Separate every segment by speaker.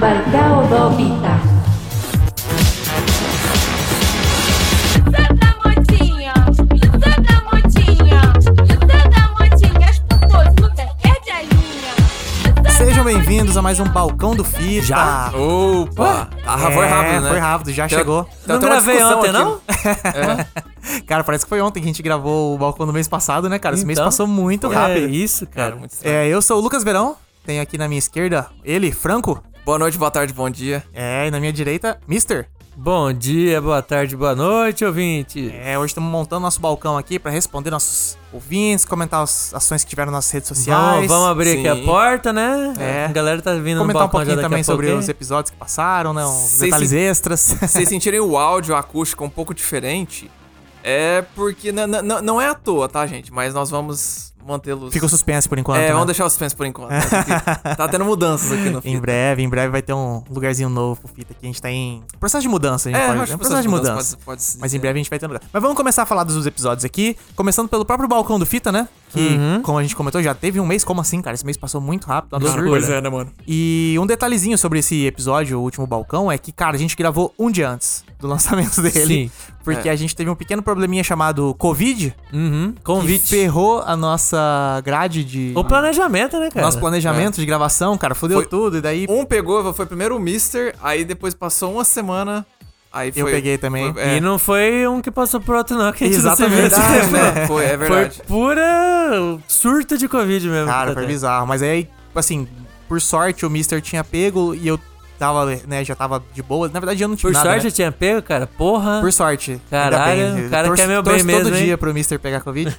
Speaker 1: Baikal do Bita.
Speaker 2: Luta da modinha, luta da modinha, luta da modinha, as popozudas perde a linha. Luta da
Speaker 3: Sejam bem-vindos a mais um Balcão do Fita.
Speaker 4: Já? Opa! Ah, foi
Speaker 3: É,
Speaker 4: rápido, né?
Speaker 3: Foi rápido, já
Speaker 4: Tem-
Speaker 3: chegou.
Speaker 4: tem
Speaker 3: Não
Speaker 4: até uma
Speaker 3: gravei
Speaker 4: discussão
Speaker 3: ontem,
Speaker 4: aqui.
Speaker 3: não? É. Cara, parece que foi ontem que a gente gravou o Balcão do mês passado, né, cara? Esse mês
Speaker 4: Então,
Speaker 3: passou muito
Speaker 4: É
Speaker 3: rápido.
Speaker 4: isso, cara. muito estranho.
Speaker 3: É, eu sou o Lucas Verão, tenho aqui na minha esquerda ele, Franco.
Speaker 4: Boa noite, boa tarde, bom dia.
Speaker 3: É, e na minha direita, Mister.
Speaker 5: Bom dia, boa tarde, boa noite, ouvinte.
Speaker 3: É, hoje estamos montando nosso balcão aqui pra responder nossos ouvintes, comentar as ações que tiveram nas redes sociais.
Speaker 5: Vamos, vamos abrir aqui
Speaker 4: sim.
Speaker 5: a porta, né?
Speaker 3: É.
Speaker 5: A galera tá vindo no
Speaker 3: comentar um
Speaker 5: balcão já
Speaker 3: pouquinho
Speaker 5: daqui
Speaker 3: também
Speaker 5: a
Speaker 3: sobre
Speaker 5: pouco,
Speaker 3: os
Speaker 5: hein?
Speaker 3: episódios que passaram, né? Os
Speaker 4: Vocês
Speaker 3: detalhes
Speaker 4: se-
Speaker 3: extras.
Speaker 4: Se vocês sentirem o áudio, a acústica um pouco diferente, é porque n- n- n- não é à toa, tá, gente? Mas nós vamos mantê-los...
Speaker 3: Fica o suspense por enquanto.
Speaker 4: É,
Speaker 3: né?
Speaker 4: vamos deixar o suspense por enquanto. né? Porque tá tendo mudanças aqui no
Speaker 3: Em
Speaker 4: fim.
Speaker 3: breve, em breve vai ter um lugarzinho novo pro Fita aqui. A gente tá em processo de mudança, a gente
Speaker 4: É,
Speaker 3: pode
Speaker 4: eu
Speaker 3: é
Speaker 4: acho
Speaker 3: um
Speaker 4: que
Speaker 3: processo de mudança.
Speaker 4: pode- pode se
Speaker 3: Mas
Speaker 4: dizer.
Speaker 3: em breve a gente vai ter um lugar. Mas vamos começar a falar dos episódios aqui. Começando pelo próprio balcão do Fita, né? Que,
Speaker 4: Uhum.
Speaker 3: como a gente comentou, já teve um mês. Como assim, cara? Esse mês passou muito rápido. Absurdo.
Speaker 5: Loucura.
Speaker 4: né, mano?
Speaker 3: E um detalhezinho sobre esse episódio, o último balcão, é que, cara, a gente gravou um dia antes do lançamento dele.
Speaker 5: Sim.
Speaker 3: Porque
Speaker 4: É.
Speaker 3: a gente teve um pequeno probleminha chamado Covid.
Speaker 5: Uhum.
Speaker 3: Que
Speaker 5: Convite.
Speaker 3: ferrou a nossa grade de.
Speaker 5: O planejamento, né, cara?
Speaker 3: Nosso planejamento de gravação, cara, fudeu
Speaker 4: Foi-
Speaker 3: tudo. E daí.
Speaker 4: Um pegou, foi primeiro o Mister, aí depois passou uma semana, aí foi...
Speaker 3: Eu peguei também.
Speaker 4: foi- é.
Speaker 5: E não foi um que passou pro outro, não, que a gente não se viu.
Speaker 3: Exatamente.
Speaker 4: É, mano, foi, é
Speaker 5: Foi
Speaker 4: verdade.
Speaker 5: pura surto de Covid mesmo.
Speaker 3: Cara,
Speaker 5: Tá,
Speaker 3: foi
Speaker 5: tá.
Speaker 3: bizarro. Mas aí, assim, por sorte, o Mister tinha pego e eu tava, né, já tava de boa. Na verdade, eu não tive
Speaker 5: Por
Speaker 3: nada,
Speaker 5: sorte
Speaker 3: né?
Speaker 5: eu tinha pego, cara. Porra.
Speaker 3: Por sorte.
Speaker 5: Caralho,
Speaker 3: ainda bem.
Speaker 5: o cara
Speaker 3: Torço-
Speaker 5: quer meu
Speaker 3: torço
Speaker 5: bem
Speaker 3: todo
Speaker 5: mesmo, hein?
Speaker 3: dia pro Mister pegar Covid.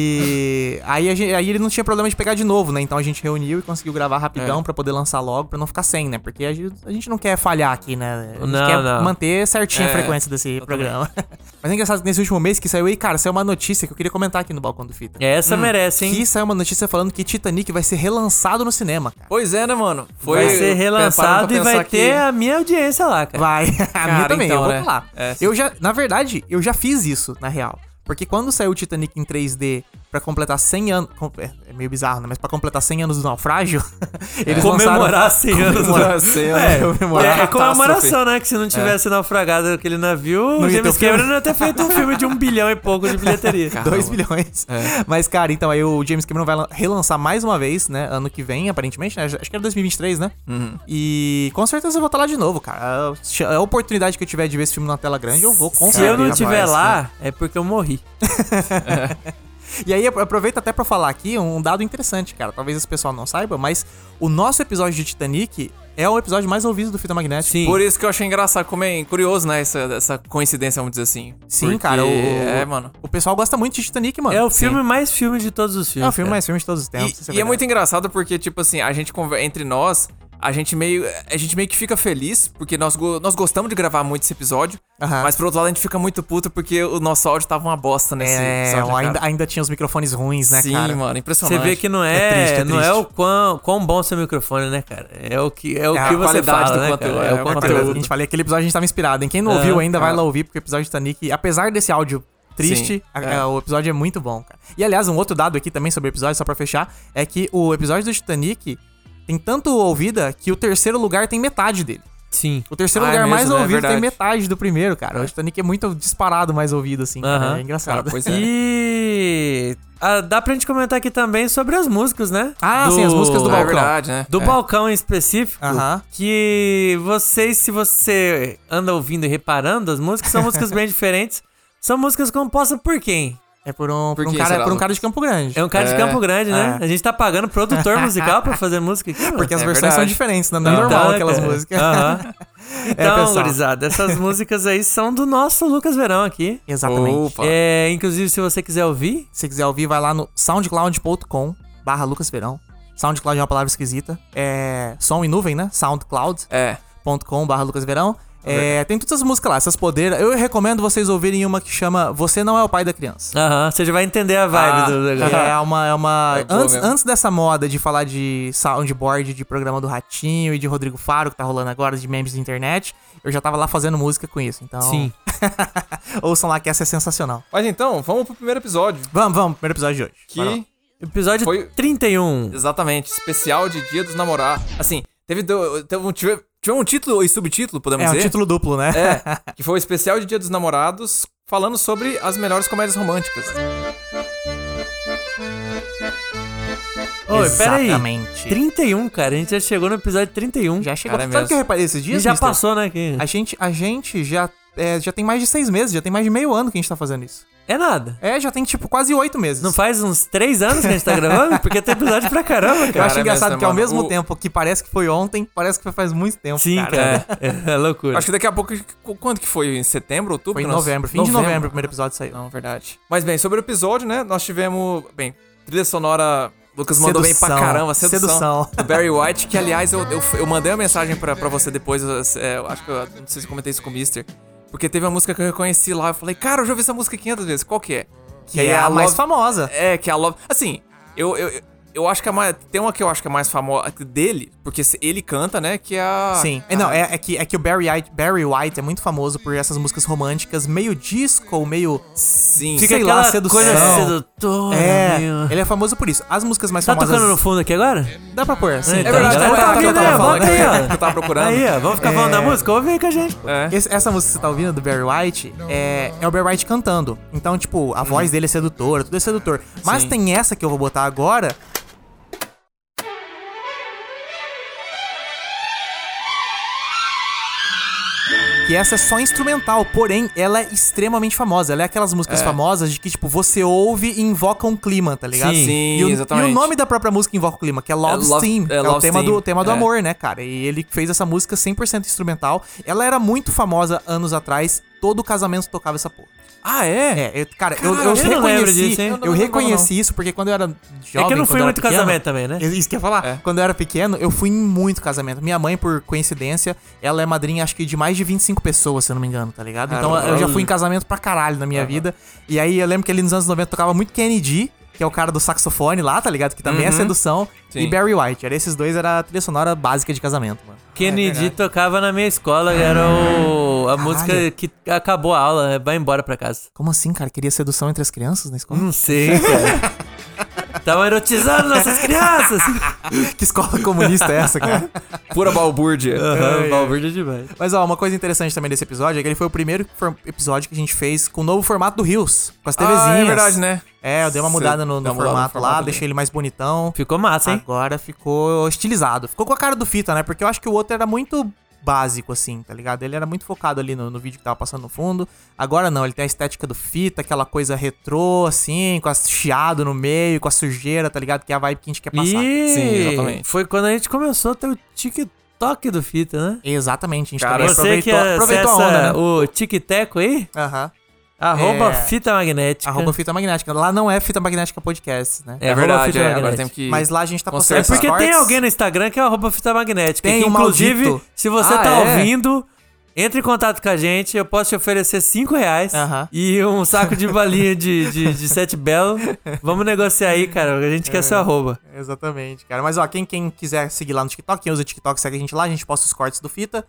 Speaker 3: e aí, a gente- aí ele não tinha problema de pegar de novo, né? Então a gente reuniu e conseguiu gravar
Speaker 5: É.
Speaker 3: rapidão pra poder lançar logo, pra não ficar sem, né? Porque a gente, a gente não quer falhar aqui, né? A gente
Speaker 5: Não,
Speaker 3: quer
Speaker 5: não.
Speaker 3: manter certinho a
Speaker 4: É,
Speaker 3: frequência desse programa. Mas é engraçado que nesse último mês que saiu aí, cara, saiu uma notícia que eu queria comentar aqui no Balcão do Fita.
Speaker 5: Essa merece, hein?
Speaker 3: Hum, Que saiu uma notícia falando que Titanic vai ser relançado no cinema, cara.
Speaker 4: Pois é, né, mano? Foi,
Speaker 5: Vai ser
Speaker 4: parando
Speaker 5: relançado
Speaker 4: pra
Speaker 5: e vai
Speaker 4: pensar que-
Speaker 5: ter a minha audiência lá, É. cara.
Speaker 3: Vai, a minha
Speaker 4: Cara,
Speaker 3: também,
Speaker 4: então,
Speaker 3: eu vou
Speaker 4: né?
Speaker 3: falar.
Speaker 4: É, sim.
Speaker 3: eu já, na verdade, eu já fiz isso, na real. Porque quando saiu o Titanic em 3D pra completar 100 anos... com- É é meio bizarro, né? Mas pra completar 100 anos do naufrágio, eles lançaram...
Speaker 5: É. Comemorar 100 anos.
Speaker 3: Comemorar
Speaker 5: do-
Speaker 4: 100 anos.
Speaker 5: É,
Speaker 3: Comemorar
Speaker 5: é,
Speaker 3: a É.
Speaker 5: é comemoração, né? Que se não tivesse naufragado aquele navio,
Speaker 3: Não
Speaker 5: o
Speaker 3: ia ter
Speaker 5: James
Speaker 3: o filme.
Speaker 5: Cameron não ia ter feito um filme de um bilhão e pouco de bilheteria.
Speaker 3: 2 bilhões. Mas, cara, então aí o James Cameron vai lan- relançar mais uma vez, né? Ano que vem, aparentemente, né? Acho que era 2023, né? E com certeza eu vou estar lá de novo, cara. A a oportunidade que eu tiver de ver esse filme na tela grande, eu vou com
Speaker 5: Se eu não
Speaker 3: certeza.
Speaker 5: estiver lá, é porque eu morri.
Speaker 3: E aí, apro- aproveito até pra falar aqui um dado interessante, cara. Talvez esse pessoal não saiba, mas o nosso episódio de Titanic é o episódio mais ouvido do Fita Magnético.
Speaker 5: Sim.
Speaker 4: Por isso que eu achei engraçado, como é curioso, né? Essa, essa coincidência, vamos dizer assim.
Speaker 3: Sim,
Speaker 4: Porque-
Speaker 3: cara. O,
Speaker 4: É, mano.
Speaker 3: O pessoal gosta muito de Titanic, mano.
Speaker 5: É o
Speaker 3: Sim.
Speaker 5: filme mais filme de todos os
Speaker 3: É
Speaker 5: filmes.
Speaker 3: o filme
Speaker 5: cara.
Speaker 3: mais filme de todos
Speaker 5: um
Speaker 3: os tempos. isso
Speaker 4: E, e é muito
Speaker 3: verdade.
Speaker 4: engraçado porque, tipo assim, a gente conver- entre nós, a gente meio. A gente meio que fica feliz, porque nós, go- nós gostamos de gravar muito esse episódio.
Speaker 3: Aham.
Speaker 4: Mas por outro lado, a gente fica muito puto porque o nosso áudio tava uma bosta nesse
Speaker 3: É,
Speaker 4: episódio, né, cara.
Speaker 3: ainda, ainda tinha os microfones ruins, né,
Speaker 4: Sim,
Speaker 3: cara?
Speaker 4: mano,
Speaker 5: Você
Speaker 4: impressionante.
Speaker 5: vê que não é,
Speaker 3: É triste, é
Speaker 5: não
Speaker 3: triste.
Speaker 5: é o quão, quão bom seu microfone, né, cara? É o que é o
Speaker 3: É a
Speaker 5: que você
Speaker 4: qualidade
Speaker 5: fala,
Speaker 4: do
Speaker 5: né,
Speaker 4: conteúdo,
Speaker 5: cara?
Speaker 4: é
Speaker 5: É
Speaker 4: o
Speaker 5: o
Speaker 3: Aquele, a
Speaker 5: conteúdo.
Speaker 3: gente falei, aquele episódio a gente tava inspirado, hein? Quem não ouviu ainda vai lá ouvir, porque o episódio de Titanic, apesar desse áudio triste,
Speaker 4: Sim,
Speaker 3: a-
Speaker 4: é.
Speaker 3: a- o episódio é muito bom, cara. E aliás, um outro dado aqui também sobre o episódio, só pra fechar, é que o episódio do Titanic tem tanto ouvida que o terceiro lugar tem metade dele.
Speaker 5: Sim.
Speaker 3: O terceiro
Speaker 4: Ah, é
Speaker 3: lugar
Speaker 4: mesmo,
Speaker 3: mais
Speaker 4: né? É
Speaker 3: ouvido tem
Speaker 4: verdade.
Speaker 3: metade do primeiro, cara. O Titanic é muito disparado mais ouvido, assim. cara.
Speaker 5: Aham.
Speaker 3: É engraçado.
Speaker 4: Cara, pois é.
Speaker 5: E ah, dá pra gente comentar aqui também sobre as músicas, né?
Speaker 3: Ah, sim, as músicas do
Speaker 4: É
Speaker 3: balcão.
Speaker 4: verdade, né?
Speaker 5: Do
Speaker 4: é.
Speaker 5: balcão em específico,
Speaker 3: Aham.
Speaker 5: que vocês, se você anda ouvindo e reparando, as músicas são músicas bem diferentes. São músicas compostas por quem?
Speaker 3: É por um, por
Speaker 4: Por
Speaker 3: um
Speaker 4: que
Speaker 3: cara,
Speaker 4: será,
Speaker 3: por um
Speaker 4: Lucas?
Speaker 3: cara de Campo Grande.
Speaker 5: É um cara
Speaker 4: É,
Speaker 5: de Campo Grande, né?
Speaker 3: é.
Speaker 5: A gente tá pagando produtor musical pra fazer música aqui, mano.
Speaker 3: Porque as
Speaker 4: É
Speaker 3: versões são
Speaker 4: verdade.
Speaker 3: diferentes, né? Não é
Speaker 5: Então,
Speaker 3: normal
Speaker 5: né,
Speaker 3: aquelas
Speaker 5: cara?
Speaker 3: músicas.
Speaker 5: Aham. Então,
Speaker 3: É, pessoal.
Speaker 5: gurizada, essas músicas aí são do nosso Lucas Verão aqui.
Speaker 3: Exatamente.
Speaker 4: Opa.
Speaker 5: É, inclusive, se você quiser ouvir,
Speaker 3: Se quiser ouvir, vai lá no soundcloud.com barra Lucas Verão. Soundcloud é uma palavra esquisita. É som em nuvem, né? soundcloud.com
Speaker 4: É.
Speaker 3: barra Lucas Verão. É, tem todas as músicas lá, essas podeiras. Eu recomendo vocês ouvirem uma que chama Você Não É o Pai da Criança.
Speaker 5: Aham, você já vai entender a vibe
Speaker 3: Ah,
Speaker 5: do negócio.
Speaker 3: É uma. É uma
Speaker 4: É boa
Speaker 3: antes,
Speaker 4: mesmo.
Speaker 3: antes dessa moda de falar de soundboard, de programa do Ratinho e de Rodrigo Faro, que tá rolando agora, de memes da internet, eu já tava lá fazendo música com isso. Então.
Speaker 5: Sim.
Speaker 3: ouçam lá que essa é sensacional.
Speaker 4: Mas então, vamos pro primeiro episódio.
Speaker 3: Vamos, vamos, primeiro episódio de hoje. Vai lá.
Speaker 4: Que,
Speaker 5: Episódio
Speaker 4: Foi-
Speaker 5: 31.
Speaker 4: exatamente, especial de Dia dos Namorados. Assim, teve, do- teve um, tive- tivemos um título e subtítulo, podemos
Speaker 3: É um
Speaker 4: dizer?
Speaker 3: título duplo, né?
Speaker 4: É, que foi o especial de Dia dos Namorados, falando sobre as melhores comédias românticas.
Speaker 5: Oi, peraí.
Speaker 3: Exatamente.
Speaker 5: 31, cara. A gente já chegou no episódio 31.
Speaker 3: Já chegou.
Speaker 4: Cara, é
Speaker 3: Sabe o que eu
Speaker 4: mesmo.
Speaker 3: reparei esses
Speaker 5: e
Speaker 3: dias?
Speaker 5: já
Speaker 3: um, mister?
Speaker 5: passou, né? que-
Speaker 3: A gente, a gente já, é, já tem mais de seis meses, já tem mais de meio ano que a gente tá fazendo isso.
Speaker 5: É nada.
Speaker 3: É, já tem tipo quase oito meses.
Speaker 5: Não faz uns 3 anos que a gente tá gravando? Porque tem episódio pra caramba,
Speaker 3: Eu
Speaker 5: cara.
Speaker 3: acho
Speaker 4: Cara, é
Speaker 3: engraçado
Speaker 4: mesmo,
Speaker 3: que ao
Speaker 4: mano.
Speaker 3: mesmo
Speaker 4: O-
Speaker 3: tempo que parece que foi ontem, parece que foi faz muito tempo.
Speaker 5: Sim, cara. É, loucura.
Speaker 4: Acho que daqui a pouco. Quando que foi? Em setembro, outubro?
Speaker 3: Foi em
Speaker 4: que nós-
Speaker 3: novembro, fim de novembro o primeiro episódio saiu.
Speaker 4: Não, verdade. Mas bem, sobre o episódio, né? Nós tivemos. Bem, trilha sonora. Lucas mandou bem pra
Speaker 3: Sedução.
Speaker 4: caramba, sedução.
Speaker 3: Sedução.
Speaker 4: Do Barry White, que aliás eu, eu, eu mandei uma mensagem pra, pra você depois. eu- é, eu acho que eu não sei se eu comentei isso com o Mister. Porque teve uma música que eu reconheci lá. Eu falei, cara, eu já ouvi essa música 500 vezes. Qual que é?
Speaker 3: Que é a mais
Speaker 4: Love-
Speaker 3: famosa.
Speaker 4: É, que é a Love. Assim, eu, eu, eu acho que a mais. Tem uma que eu acho que é mais famosa dele, porque se- ele canta, né? Que é a.
Speaker 3: Sim. É, não, é, é que, é que o Barry White, Barry White é muito famoso por essas músicas românticas, meio disco, meio.
Speaker 4: Sim.
Speaker 3: Fica- sei
Speaker 5: aquela
Speaker 3: lá, sedução.
Speaker 5: coisa sedutora,
Speaker 3: É,
Speaker 5: meu.
Speaker 3: ele é famoso por isso. As músicas mais
Speaker 5: Tá
Speaker 3: famosas.
Speaker 5: tocando no fundo aqui agora?
Speaker 3: Dá pra pôr, assim.
Speaker 5: É
Speaker 4: É verdade,
Speaker 5: Então,
Speaker 4: foi
Speaker 5: tá
Speaker 4: a que eu
Speaker 5: vindo aí,
Speaker 4: tava falando,
Speaker 5: bota aí, ó.
Speaker 4: que eu tava procurando. Ah,
Speaker 5: Aí, ó, vamos ficar falando
Speaker 3: É.
Speaker 5: da música? Ouve aí com a gente. pô.
Speaker 4: É.
Speaker 3: Esse- essa música que você tá ouvindo do Barry White é, é o Barry White cantando. Então, tipo, a voz dele é sedutora, tudo é sedutor. Mas
Speaker 4: Uhum. Sim.
Speaker 3: tem essa que eu vou botar agora. Que essa é só instrumental, porém ela é extremamente famosa. Ela é aquelas músicas famosas de que, tipo, você ouve e invoca um clima, tá ligado?
Speaker 5: Sim.
Speaker 4: Sim,
Speaker 3: e o,
Speaker 4: exatamente.
Speaker 3: E o nome da própria música invoca o clima, que é Love,
Speaker 4: É Love-
Speaker 3: Steam.
Speaker 4: é
Speaker 3: É, o
Speaker 4: Love
Speaker 3: tema
Speaker 4: Steam,
Speaker 3: do, tema do
Speaker 4: é.
Speaker 3: amor, né, cara? E ele fez essa música 100% instrumental. Ela era muito famosa anos atrás. Todo casamento tocava essa porra.
Speaker 4: Ah, é?
Speaker 3: É, eu- cara, eu,
Speaker 4: Caralho,
Speaker 3: eu
Speaker 4: eu
Speaker 5: não lembro
Speaker 3: reconheci,
Speaker 5: disso, hein?
Speaker 3: eu,
Speaker 5: Eu não
Speaker 4: lembrava,
Speaker 3: reconheci isso porque quando eu era jovem,
Speaker 5: não fui
Speaker 3: quando É eu era
Speaker 5: muito
Speaker 3: pequeno-
Speaker 5: casamento também, né?
Speaker 3: Isso que eu ia falar.
Speaker 4: É.
Speaker 3: Quando eu era pequeno, eu fui em muito casamento. Minha mãe, por coincidência, ela é madrinha acho que de mais de 25 pessoas, se eu não me engano, tá ligado? Então
Speaker 4: Caralho.
Speaker 3: eu já fui em casamento pra caralho na minha vida. E aí eu lembro que ali nos anos 90 tocava muito Kennedy, que é o cara do saxofone lá, tá ligado? Que também é sedução.
Speaker 4: Uhum. Sim.
Speaker 3: E Barry White. Era esses dois, era a trilha sonora básica de casamento, mano.
Speaker 5: Kennedy
Speaker 4: verdade.
Speaker 5: tocava na minha escola e era o, a música
Speaker 3: Caralho.
Speaker 5: que acabou a aula, é, vai embora pra casa.
Speaker 3: Como assim, cara? Queria sedução entre as crianças na escola?
Speaker 5: Não sei, cara. Tava erotizando nossas crianças.
Speaker 3: que escola comunista é essa, cara?
Speaker 4: Pura balbúrdia.
Speaker 5: Aham, Valverde demais.
Speaker 3: Mas ó, uma coisa interessante também desse episódio é que ele foi o primeiro for- episódio que a gente fez com o novo formato do Rios, com as TVzinhas.
Speaker 4: Ah, é verdade, né?
Speaker 3: É, eu dei uma mudada
Speaker 4: Cê
Speaker 3: no, no
Speaker 4: dá uma mudada
Speaker 3: formato,
Speaker 4: no formato
Speaker 3: lá,
Speaker 4: ali.
Speaker 3: deixei ele mais bonitão.
Speaker 5: Ficou massa, hein?
Speaker 3: Agora ficou estilizado. Ficou com a cara do Fita, né? Porque eu acho que o outro era muito básico, assim, tá ligado? Ele era muito focado ali no, no vídeo que tava passando no fundo. Agora não, ele tem a estética do Fita, aquela coisa retrô, assim, com as chiado no meio, com a sujeira, tá ligado? Que é a vibe que a gente quer passar.
Speaker 5: E
Speaker 4: Sim, exatamente.
Speaker 5: foi quando a gente começou a ter o TikTok do Fita, né?
Speaker 3: Exatamente, a gente também
Speaker 4: Cara,
Speaker 5: Você que é
Speaker 3: aproveitou, aproveitou
Speaker 5: acessa
Speaker 3: a onda, né?
Speaker 5: o Tic-Teco aí,
Speaker 3: Aham.
Speaker 5: arroba
Speaker 3: É.
Speaker 5: Fita Magnética.
Speaker 3: Arroba fita magnética. Lá não é fita magnética podcast, né?
Speaker 5: É
Speaker 4: É
Speaker 5: arroba
Speaker 4: verdade,
Speaker 5: Fita
Speaker 4: é.
Speaker 5: Magnética.
Speaker 4: Agora temos que.
Speaker 3: Mas lá a gente tá postando
Speaker 4: É
Speaker 5: Porque tem
Speaker 3: cortes.
Speaker 5: alguém no Instagram que é o arroba fita magnética.
Speaker 3: Tem
Speaker 5: que,
Speaker 3: um
Speaker 5: inclusive,
Speaker 3: maldito.
Speaker 5: se você
Speaker 4: Ah,
Speaker 5: tá
Speaker 4: é?
Speaker 5: ouvindo, entre em contato com a gente. Eu posso te oferecer 5 reais
Speaker 3: Aham.
Speaker 5: e um saco de balinha de, de, de sete belo. Vamos negociar aí, cara. A gente
Speaker 3: É.
Speaker 5: quer seu arroba.
Speaker 3: Exatamente, cara. Mas ó, quem, quem quiser seguir lá no TikTok, quem usa o TikTok, segue a gente lá, a gente posta os cortes do fita.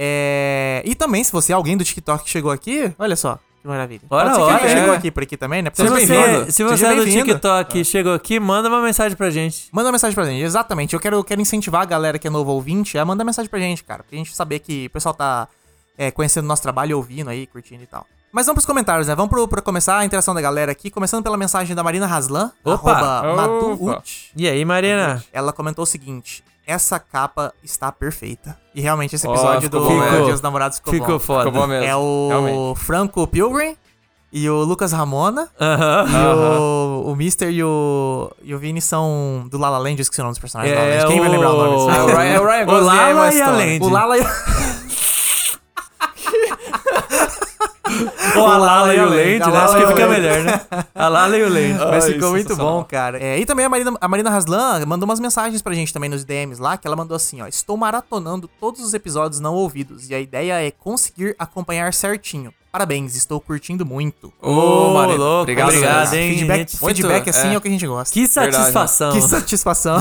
Speaker 3: É... E também, se você é alguém do TikTok que chegou aqui, olha só, que maravilha.
Speaker 5: Ora,
Speaker 3: Pode ser que
Speaker 5: ora,
Speaker 3: alguém chegou
Speaker 4: é.
Speaker 3: aqui por aqui também, né?
Speaker 5: Se
Speaker 4: Seja
Speaker 5: você,
Speaker 4: bem-vindo.
Speaker 5: se você
Speaker 3: Seja
Speaker 5: é do
Speaker 3: bem-vindo.
Speaker 5: TikTok e chegou aqui, manda uma mensagem pra gente.
Speaker 3: Manda uma mensagem pra gente, exatamente. Eu quero, eu quero incentivar a galera que é novo ouvinte a mandar mensagem pra gente, cara. Pra gente saber que o pessoal tá é, conhecendo o nosso trabalho, ouvindo aí, curtindo e tal. Mas vamos pros comentários, né? Vamos pro, pra começar a interação da galera aqui. Começando pela mensagem da Marina Raslan,
Speaker 5: Opa!
Speaker 3: arroba Madu
Speaker 4: Opa!
Speaker 3: Ut.
Speaker 5: E aí, Marina?
Speaker 3: Ela comentou o seguinte: essa capa está perfeita. E realmente esse
Speaker 4: Ó,
Speaker 3: episódio
Speaker 4: ficou
Speaker 3: do
Speaker 4: bom,
Speaker 5: né?
Speaker 3: Dia dos Namorados ficou,
Speaker 5: Ficou
Speaker 3: bom.
Speaker 5: foda.
Speaker 4: Ficou bom mesmo.
Speaker 3: É o
Speaker 4: Realmente.
Speaker 3: Franco Pilgrim e o Lucas Ramona.
Speaker 5: Aham.
Speaker 3: E
Speaker 4: Aham.
Speaker 3: o, o Mister e o, e o Vini são do Lala Land, eu esqueci o nome dos personagens. do La La
Speaker 5: É
Speaker 3: Land. Quem vai lembrar o nome
Speaker 5: o-
Speaker 3: dos
Speaker 4: É o Ryan, é o Ryan Gosling
Speaker 5: Olá,
Speaker 4: e a Emma
Speaker 5: Ryan
Speaker 4: Stone.
Speaker 5: Lane.
Speaker 3: O Lala e...
Speaker 5: Ou a Lala e o Land,
Speaker 3: A
Speaker 5: né?
Speaker 3: Lala
Speaker 5: Acho
Speaker 3: e
Speaker 5: que
Speaker 3: o
Speaker 5: fica
Speaker 3: Land.
Speaker 5: melhor, né? A Lala e o Land.
Speaker 3: Mas
Speaker 4: Ai,
Speaker 3: ficou muito
Speaker 4: sensacional.
Speaker 3: bom, cara. É, e também a Marina, a Marina Haslan mandou umas mensagens pra gente também nos DMs lá, que ela mandou assim, ó. Estou maratonando todos os episódios não ouvidos e a ideia é conseguir acompanhar certinho. Parabéns, estou curtindo muito.
Speaker 4: Ô,
Speaker 5: Ô,
Speaker 4: Marina,
Speaker 5: louco,
Speaker 4: obrigado,
Speaker 5: obrigado,
Speaker 4: Marina.
Speaker 5: hein?
Speaker 3: feedback
Speaker 5: gente?
Speaker 4: muito-
Speaker 3: feedback assim é.
Speaker 4: é.
Speaker 3: o que a gente gosta.
Speaker 5: Que
Speaker 4: Verdade,
Speaker 5: satisfação.
Speaker 3: Que satisfação.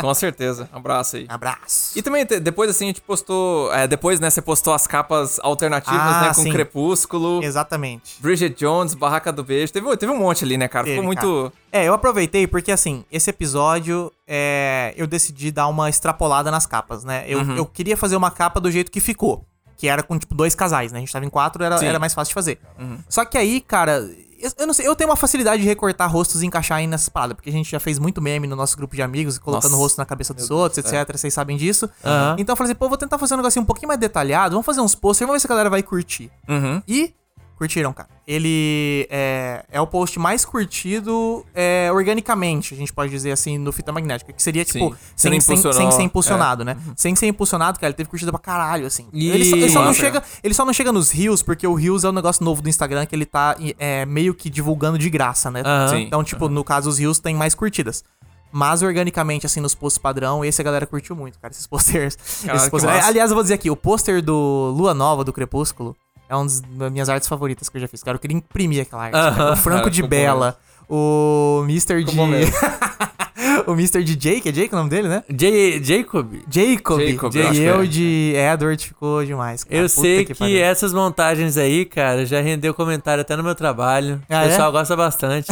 Speaker 4: Com certeza. Um abraço aí.
Speaker 3: Abraço.
Speaker 4: E também, te- depois assim, a gente postou. é, depois, né, você postou as capas alternativas,
Speaker 3: Ah,
Speaker 4: né? Com
Speaker 3: sim.
Speaker 4: Crepúsculo,
Speaker 3: Exatamente.
Speaker 4: Bridget Jones, Barraca do Beijo. Teve, teve um monte ali, né, cara?
Speaker 3: Teve,
Speaker 4: Ficou muito.
Speaker 3: É, eu aproveitei porque, assim, esse episódio é, eu decidi dar uma extrapolada nas capas, né? Eu, eu queria fazer uma capa do jeito que ficou. Que era com, tipo, dois casais, né? A gente tava em quatro, era,
Speaker 4: Sim.
Speaker 3: era mais fácil de fazer. Só que aí, cara, eu, eu não sei, eu tenho uma facilidade de recortar rostos e encaixar aí nessas paradas, porque a gente já fez muito meme no nosso grupo de amigos, colocando o
Speaker 4: Nossa. é.
Speaker 3: rosto na cabeça dos outros, etc. Vocês sabem disso.
Speaker 5: Aham.
Speaker 3: Então eu falei assim, pô, vou tentar fazer um negocinho um pouquinho mais detalhado, vamos fazer uns posters, vamos ver se a galera vai curtir.
Speaker 4: Uhum.
Speaker 3: E curtiram, cara. Ele é, é o post mais curtido é, organicamente, a gente pode dizer assim, no Fita Magnética. Que seria, tipo,
Speaker 4: Sim. Você
Speaker 3: sem,
Speaker 4: não
Speaker 3: sem,
Speaker 4: impulsionou,
Speaker 3: sem ser
Speaker 4: é.
Speaker 3: impulsionado, né? Sem ser impulsionado, cara, ele teve curtido pra caralho, assim.
Speaker 5: Ih,
Speaker 3: ele, só, ele só não
Speaker 4: massa,
Speaker 3: chega, ele só não chega nos Reels, porque o Reels é um negócio novo do Instagram que ele tá é, meio que divulgando de graça, né?
Speaker 5: Aham.
Speaker 4: Sim.
Speaker 3: Então, tipo, no caso, os Reels têm mais curtidas. Mas organicamente, assim, nos posts padrão, esse a galera curtiu muito, cara, esses posters.
Speaker 4: Caralho,
Speaker 3: esses
Speaker 4: Ah, que
Speaker 3: posters.
Speaker 4: massa.
Speaker 3: Aliás, eu vou dizer aqui, o pôster do Lua Nova, do Crepúsculo, é uma das minhas artes favoritas que eu já fiz, cara. Eu queria imprimir aquela arte.
Speaker 5: Aham.
Speaker 3: cara. O Franco
Speaker 4: Cara,
Speaker 3: de
Speaker 4: ficou bom
Speaker 3: Bela, o Mr.
Speaker 4: bom mesmo.
Speaker 3: de... o Mr. de Jake, é Jake o nome dele, né?
Speaker 5: J- Jacob,
Speaker 3: Jacob.
Speaker 4: Jacob,
Speaker 3: e
Speaker 4: eu acho que
Speaker 3: eu
Speaker 4: é.
Speaker 3: de Edward ficou demais, cara.
Speaker 5: eu
Speaker 3: Puta
Speaker 5: sei que,
Speaker 3: pariu.
Speaker 5: essas montagens aí, cara, já rendeu comentário até no meu trabalho.
Speaker 3: Ah,
Speaker 5: o
Speaker 3: é?
Speaker 5: pessoal gosta bastante.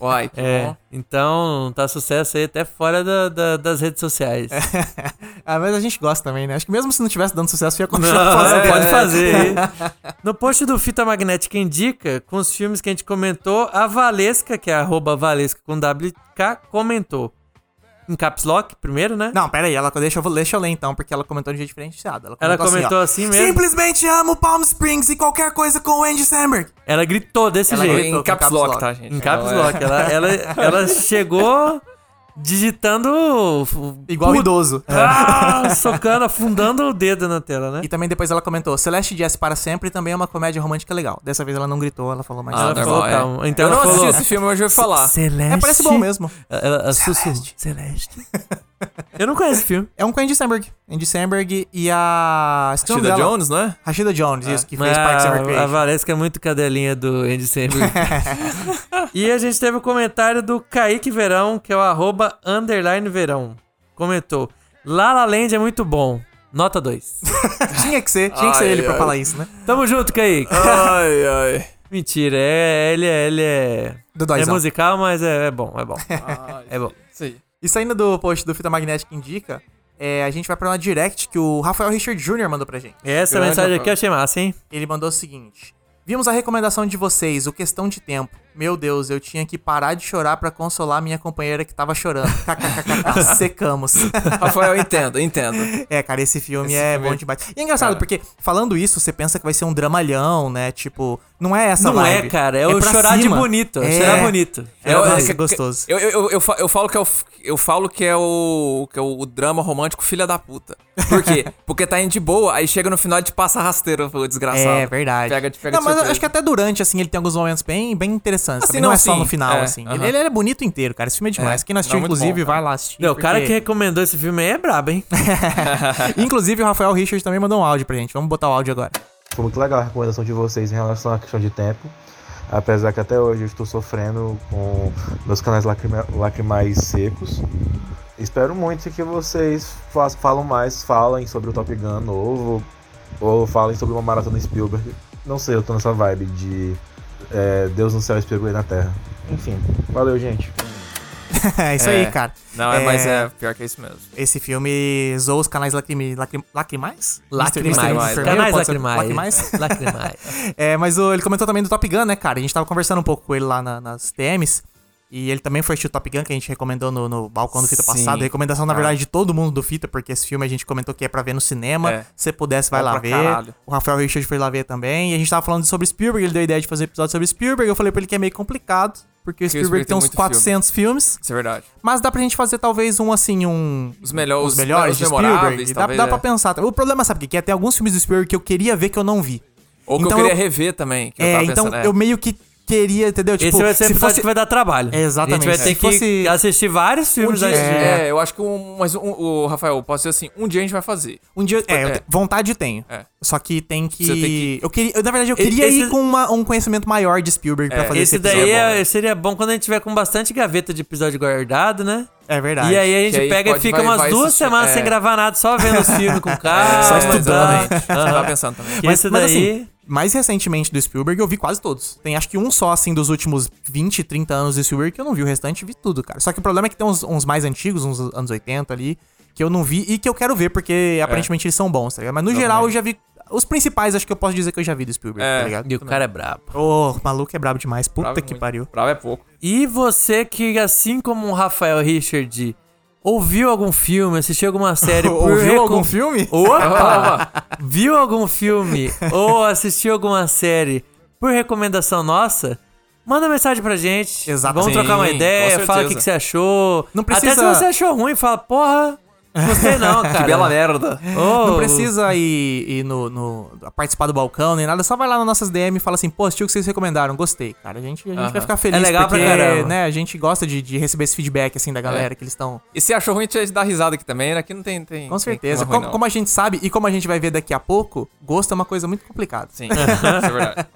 Speaker 4: Uai, que
Speaker 5: é.
Speaker 4: bom.
Speaker 5: Então, tá sucesso aí até fora da- da- das redes sociais.
Speaker 3: Ah, mas a gente gosta também, né? Acho que mesmo se não tivesse dando sucesso, ia continuar
Speaker 5: Não,
Speaker 3: fazendo.
Speaker 5: é, pode
Speaker 4: é.
Speaker 5: fazer. hein? No post do Fita Magnética Indica, com os filmes que a gente comentou, a Valesca, que é arroba Valesca com WK, comentou. Em Caps Lock, primeiro, né?
Speaker 3: Não, pera aí, ela deixa eu, deixa eu ler então, porque ela comentou de um jeito diferenciado. Ela
Speaker 5: Ela
Speaker 3: comentou,
Speaker 5: comentou
Speaker 3: ó,
Speaker 5: assim mesmo?
Speaker 3: Simplesmente amo Palm Springs e qualquer coisa com o Andy Samberg.
Speaker 5: Ela gritou desse
Speaker 3: Ela
Speaker 5: jeito.
Speaker 3: gritou.
Speaker 4: é Em caps lock, tá, gente?
Speaker 5: Em Caps
Speaker 4: Então, é.
Speaker 5: Lock. Ela, ela, ela chegou digitando. o-
Speaker 3: Igual idoso. né?
Speaker 5: Ah, socando, afundando o dedo na tela, né?
Speaker 3: É. E também depois ela comentou Celeste Jazz para sempre também é uma comédia romântica legal. Dessa vez ela não gritou, ela falou mais.
Speaker 4: Ah,
Speaker 5: ela
Speaker 3: nada.
Speaker 4: normal,
Speaker 5: falou
Speaker 4: é.
Speaker 5: calma. Então
Speaker 4: eu não
Speaker 5: ela
Speaker 4: assisti
Speaker 5: falou-
Speaker 4: esse filme, hoje eu ia falar.
Speaker 5: Celeste.
Speaker 3: é, parece bom mesmo.
Speaker 5: Ela, ela sussurrou. Celeste. Eu não conheço o filme.
Speaker 3: É um com o Andy Samberg. Andy Samberg e a. esqueci o nome
Speaker 4: Tida
Speaker 3: dela.
Speaker 4: Jones, não é?
Speaker 3: Rashida Jones, isso, que fez
Speaker 5: Ah,
Speaker 3: Parks and
Speaker 5: A
Speaker 3: Recreation.
Speaker 5: Valesca é muito cadelinha do Andy Samberg. e a gente teve o comentário do Kaique Verão, que é o arroba underline verão. Comentou. Lala Land é muito bom. Nota 2.
Speaker 3: Tinha que ser, tinha que ser
Speaker 4: Ai,
Speaker 3: ele pra
Speaker 4: ai.
Speaker 3: falar isso, né?
Speaker 5: Tamo junto, Kaique.
Speaker 4: Ai, ai.
Speaker 5: Mentira, é, ele, é- ele é...
Speaker 3: Do
Speaker 5: É
Speaker 3: Doizão.
Speaker 5: musical, mas é, é bom, é bom. É bom.
Speaker 4: Isso aí.
Speaker 3: E saindo do post do Fita Magnética Indica, é, a gente vai pra uma direct que o Rafael Richard Jr. mandou pra gente.
Speaker 5: Essa
Speaker 4: Grande
Speaker 5: mensagem aqui
Speaker 4: Rafael.
Speaker 5: eu achei massa, hein?
Speaker 3: Ele mandou o seguinte: Vimos a recomendação de vocês, o questão de tempo. Meu Deus, eu tinha que parar de chorar pra consolar minha companheira que tava chorando. KKKK, secamos.
Speaker 4: Rafael, entendo, entendo.
Speaker 3: É, cara, esse filme
Speaker 4: Esse
Speaker 3: é
Speaker 4: filme-
Speaker 3: bom demais. E é engraçado,
Speaker 4: Cara.
Speaker 3: porque falando isso, você pensa que vai ser um dramalhão, né? Tipo, não é essa
Speaker 5: Não
Speaker 3: vibe.
Speaker 5: é, cara. É, o
Speaker 3: pra
Speaker 5: chorar de
Speaker 3: cima.
Speaker 5: bonito.
Speaker 3: É.
Speaker 5: Chorar bonito.
Speaker 3: É,
Speaker 5: É, o-
Speaker 3: nossa,
Speaker 5: é-
Speaker 3: que gostoso.
Speaker 4: Eu, eu, eu, eu fa- eu falo que é o, eu falo que é o que é o drama romântico filha da puta. Por quê? Porque tá indo de boa, aí chega no final e te passa rasteiro, o desgraçado.
Speaker 3: É verdade.
Speaker 4: Pega, te pega tipo
Speaker 3: não,
Speaker 4: de
Speaker 3: mas eu
Speaker 4: surpresa.
Speaker 3: acho que até durante, assim, ele tem alguns momentos bem, bem interessantes.
Speaker 4: Assim,
Speaker 3: também não,
Speaker 4: não,
Speaker 3: é só
Speaker 4: sim.
Speaker 3: no final,
Speaker 4: É,
Speaker 3: assim. Ele,
Speaker 4: aham.
Speaker 3: ele é bonito inteiro, cara. Esse filme é demais.
Speaker 4: É,
Speaker 3: Quem não assistiu,
Speaker 4: não, muito
Speaker 3: inclusive,
Speaker 4: bom,
Speaker 3: vai
Speaker 4: cara.
Speaker 3: lá assistir.
Speaker 5: Não, o cara que
Speaker 3: porque-
Speaker 5: recomendou esse filme aí é brabo, hein?
Speaker 3: Inclusive, o Rafael Richard também mandou um áudio pra gente. Vamos botar o áudio agora.
Speaker 1: Foi muito legal a recomendação de vocês em relação à questão de tempo. Apesar que até hoje eu estou sofrendo com meus canais lacrima- lacrimais secos. Espero muito que vocês fa- falam mais, falem sobre o Top Gun novo, ou falem sobre uma maratona Spielberg. Não sei, eu tô nessa vibe de é, Deus no céu e Spielberg na terra. Enfim, valeu, gente.
Speaker 3: é isso aí,
Speaker 4: É.
Speaker 3: cara.
Speaker 4: Não, é, mas é pior que isso mesmo.
Speaker 3: Esse filme zoou os canais lacrimi, lacrim, lacrimais?
Speaker 5: Lacrimais.
Speaker 3: Mr. Mr. Vermelho,
Speaker 5: Canais
Speaker 3: pode ser-
Speaker 5: lacrimais.
Speaker 3: lacrimais?
Speaker 5: Lacrimais.
Speaker 3: É, mas o- ele comentou também do Top Gun, né, cara? A gente tava conversando um pouco com ele lá na- nas TMs. E ele também foi assistir o Top Gun, que a gente recomendou no, no balcão do Fita
Speaker 4: Sim. Ah.
Speaker 3: passado. Recomendação, na
Speaker 4: Cara.
Speaker 3: verdade, de todo mundo do Fita, porque esse filme a gente comentou que é pra ver no cinema.
Speaker 4: É.
Speaker 3: Se pudesse, vai
Speaker 4: Bom
Speaker 3: lá
Speaker 4: pra
Speaker 3: ver.
Speaker 4: caralho.
Speaker 3: O Rafael Richard foi lá ver também. E a gente tava falando sobre Spielberg, ele deu a ideia de fazer um episódio sobre Spielberg. Eu falei pra ele que é meio complicado, porque o Spielberg,
Speaker 4: Spielberg
Speaker 3: tem
Speaker 4: tem
Speaker 3: uns
Speaker 4: muito
Speaker 3: 400 filmes.
Speaker 4: Isso é verdade.
Speaker 3: Mas dá pra gente fazer talvez um assim, um.
Speaker 4: Os melhores-
Speaker 3: os melhores
Speaker 4: os
Speaker 3: de
Speaker 4: memoráveis,
Speaker 3: Spielberg. Dá,
Speaker 4: talvez,
Speaker 3: dá
Speaker 4: é.
Speaker 3: pra pensar. O problema, sabe o que que é? Tem alguns filmes do Spielberg que eu queria ver que eu não vi.
Speaker 4: Ou que
Speaker 3: Então
Speaker 4: eu
Speaker 3: eu-
Speaker 4: queria rever também. Que eu
Speaker 3: É,
Speaker 4: tava
Speaker 3: então
Speaker 4: pensando, é.
Speaker 3: eu meio que queria, entendeu? Tipo,
Speaker 5: Esse vai ser
Speaker 3: se
Speaker 5: episódio
Speaker 3: fosse
Speaker 5: que vai dar trabalho.
Speaker 3: É, exatamente.
Speaker 5: A gente vai
Speaker 3: Se
Speaker 5: ter que
Speaker 3: fosse- um
Speaker 5: assistir vários filmes
Speaker 3: dia-
Speaker 5: antes de...
Speaker 4: É, eu acho que um. Mas um, o Rafael, posso ser assim, um dia a gente vai fazer.
Speaker 3: um dia, é, eu
Speaker 4: é.
Speaker 3: te- vontade eu tenho.
Speaker 4: É.
Speaker 3: Só que tem que,
Speaker 4: Você tem que-
Speaker 3: eu queria, eu, na verdade eu
Speaker 5: E-
Speaker 3: queria
Speaker 5: esse-
Speaker 3: ir com uma- um conhecimento maior de Spielberg pra
Speaker 4: É,
Speaker 3: fazer esse,
Speaker 5: Esse daí
Speaker 3: episódio.
Speaker 5: é- seria bom quando a gente tiver com bastante gaveta de episódio guardado, né?
Speaker 3: É verdade.
Speaker 5: E aí a
Speaker 4: Que
Speaker 5: gente
Speaker 4: aí
Speaker 5: pega e
Speaker 4: pode-
Speaker 5: fica
Speaker 4: vai-
Speaker 5: umas
Speaker 4: vai
Speaker 5: duas
Speaker 4: assistir.
Speaker 5: semanas
Speaker 4: É.
Speaker 5: sem gravar nada, só vendo os filmes com tá? o cara.
Speaker 3: Ah, só
Speaker 4: É,
Speaker 3: estudando.
Speaker 5: exatamente.
Speaker 4: Exatamente. Eu tava pensando também.
Speaker 5: Que esse
Speaker 3: mas
Speaker 5: daí...
Speaker 3: assim, mais recentemente do Spielberg, eu vi quase todos. Tem acho que um só, assim, dos últimos 20, 30 anos do Spielberg que eu não vi o restante, vi tudo, cara. Só que o problema é que tem uns, uns mais antigos, uns anos 80 ali, que eu não vi e que eu quero ver, porque aparentemente eles são bons, tá ligado? Mas no geral eu já vi. Os principais, acho que eu posso dizer que eu já vi do Spielberg,
Speaker 4: É.
Speaker 3: tá ligado?
Speaker 5: E o cara é brabo.
Speaker 3: Ô, o maluco é brabo demais. Puta
Speaker 4: Bravo é
Speaker 3: que
Speaker 4: muito.
Speaker 3: pariu.
Speaker 4: Bravo é pouco.
Speaker 5: E você que, assim como o Rafael Richard, ouviu algum filme, assistiu alguma série... por recom-
Speaker 3: filme?
Speaker 5: Opa! Viu algum filme ou assistiu alguma série por recomendação nossa? Manda mensagem pra gente.
Speaker 3: Exato.
Speaker 5: Vamos
Speaker 4: Sim,
Speaker 5: trocar uma
Speaker 4: com
Speaker 5: ideia, fala o
Speaker 4: certeza.
Speaker 5: que, que você achou.
Speaker 3: Não precisa-
Speaker 5: Até se você achou ruim, fala, porra, gostei não, cara.
Speaker 4: Que bela merda.
Speaker 5: Ô,
Speaker 3: Não precisa ir, ir no, no- participar do balcão nem nada, só vai lá nas nossas DM e fala assim, pô, assistiu o que vocês recomendaram, gostei. Cara, a gente, a gente
Speaker 4: Aham.
Speaker 3: vai ficar feliz,
Speaker 5: É legal pra
Speaker 3: porque
Speaker 5: caramba.
Speaker 3: né, a gente gosta de, de receber esse feedback assim da galera que eles estão.
Speaker 4: E se achou ruim, a gente dá risada aqui também. né? Aqui não tem. tem
Speaker 3: Com certeza.
Speaker 4: Tem
Speaker 3: como,
Speaker 4: como,
Speaker 3: como a gente sabe e como a gente vai ver daqui a pouco, gosto é uma coisa muito complicada.
Speaker 4: Sim, isso é verdade.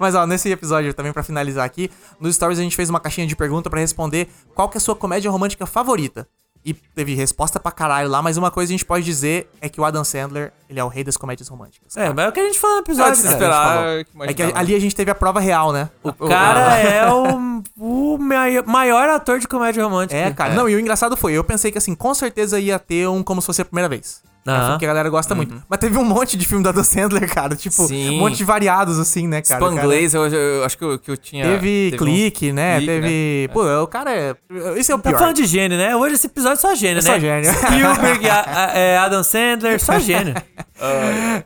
Speaker 3: Mas ó, nesse episódio também pra finalizar aqui, nos stories a gente fez uma caixinha de pergunta pra responder qual que é a sua comédia romântica favorita. E teve resposta pra caralho lá, mas uma coisa a gente pode dizer é que o Adam Sandler, ele é o rei das comédias românticas.
Speaker 5: É, mas é o que a gente falou no
Speaker 4: Pode
Speaker 5: episódio,
Speaker 4: se
Speaker 5: cara.
Speaker 4: esperar.
Speaker 3: É que ali a gente teve a prova real, né?
Speaker 5: O cara é o, o mai- maior ator de comédia romântica.
Speaker 3: É, cara. Não, e o engraçado foi, eu pensei que assim, com certeza ia ter um como se fosse a primeira vez. né?
Speaker 5: Aham.
Speaker 3: Porque a galera gosta muito. Mas teve um monte de filme da Adam Sandler, cara. Tipo,
Speaker 4: Sim.
Speaker 3: um monte de variados, assim, né, cara? O cara-
Speaker 4: Spanglês, eu, eu acho que eu, que eu tinha. um
Speaker 3: Teve, clique, né?
Speaker 4: clique,
Speaker 3: teve. Pô, o cara é. Esse é o
Speaker 5: Tá
Speaker 3: pior.
Speaker 5: falando de gênio, né? Hoje esse episódio é só gênio,
Speaker 3: É
Speaker 5: né?
Speaker 3: só gênio.
Speaker 5: Spielberg, a- a- é, Adam Sandler, só gênio.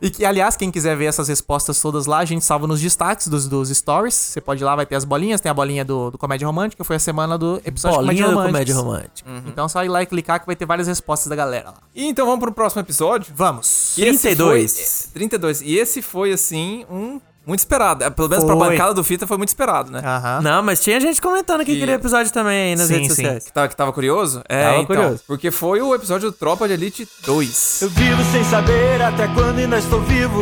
Speaker 3: E que, aliás, quem quiser ver essas respostas todas lá, a gente salva nos destaques dos, dos stories. Você pode ir lá, vai ter as bolinhas. Tem a bolinha do, do Comédia Romântica, foi a semana do episódio de
Speaker 5: Bolinha
Speaker 3: Comédia Romântica.
Speaker 5: do comédia romântica.
Speaker 3: Então só ir lá e clicar que vai ter várias respostas da galera lá.
Speaker 4: E então vamos pro próximo episódio.
Speaker 3: Vamos!
Speaker 4: E esse
Speaker 5: 32.
Speaker 4: Foi, é, 32. E esse foi, assim, um. Muito esperado. É, Pelo menos pra
Speaker 3: Foi. Ah.
Speaker 4: bancada do Fita foi muito esperado, né?
Speaker 3: Aham.
Speaker 5: Não, mas tinha gente comentando que
Speaker 4: Que-
Speaker 5: queria episódio também aí nas
Speaker 3: Sim,
Speaker 5: redes
Speaker 3: sim.
Speaker 5: sociais.
Speaker 4: Que tava, que tava curioso? É,
Speaker 5: Tava
Speaker 4: então.
Speaker 5: curioso.
Speaker 4: Porque foi o episódio do Tropa de Elite 2.
Speaker 6: Eu vivo sem saber até quando ainda estou vivo.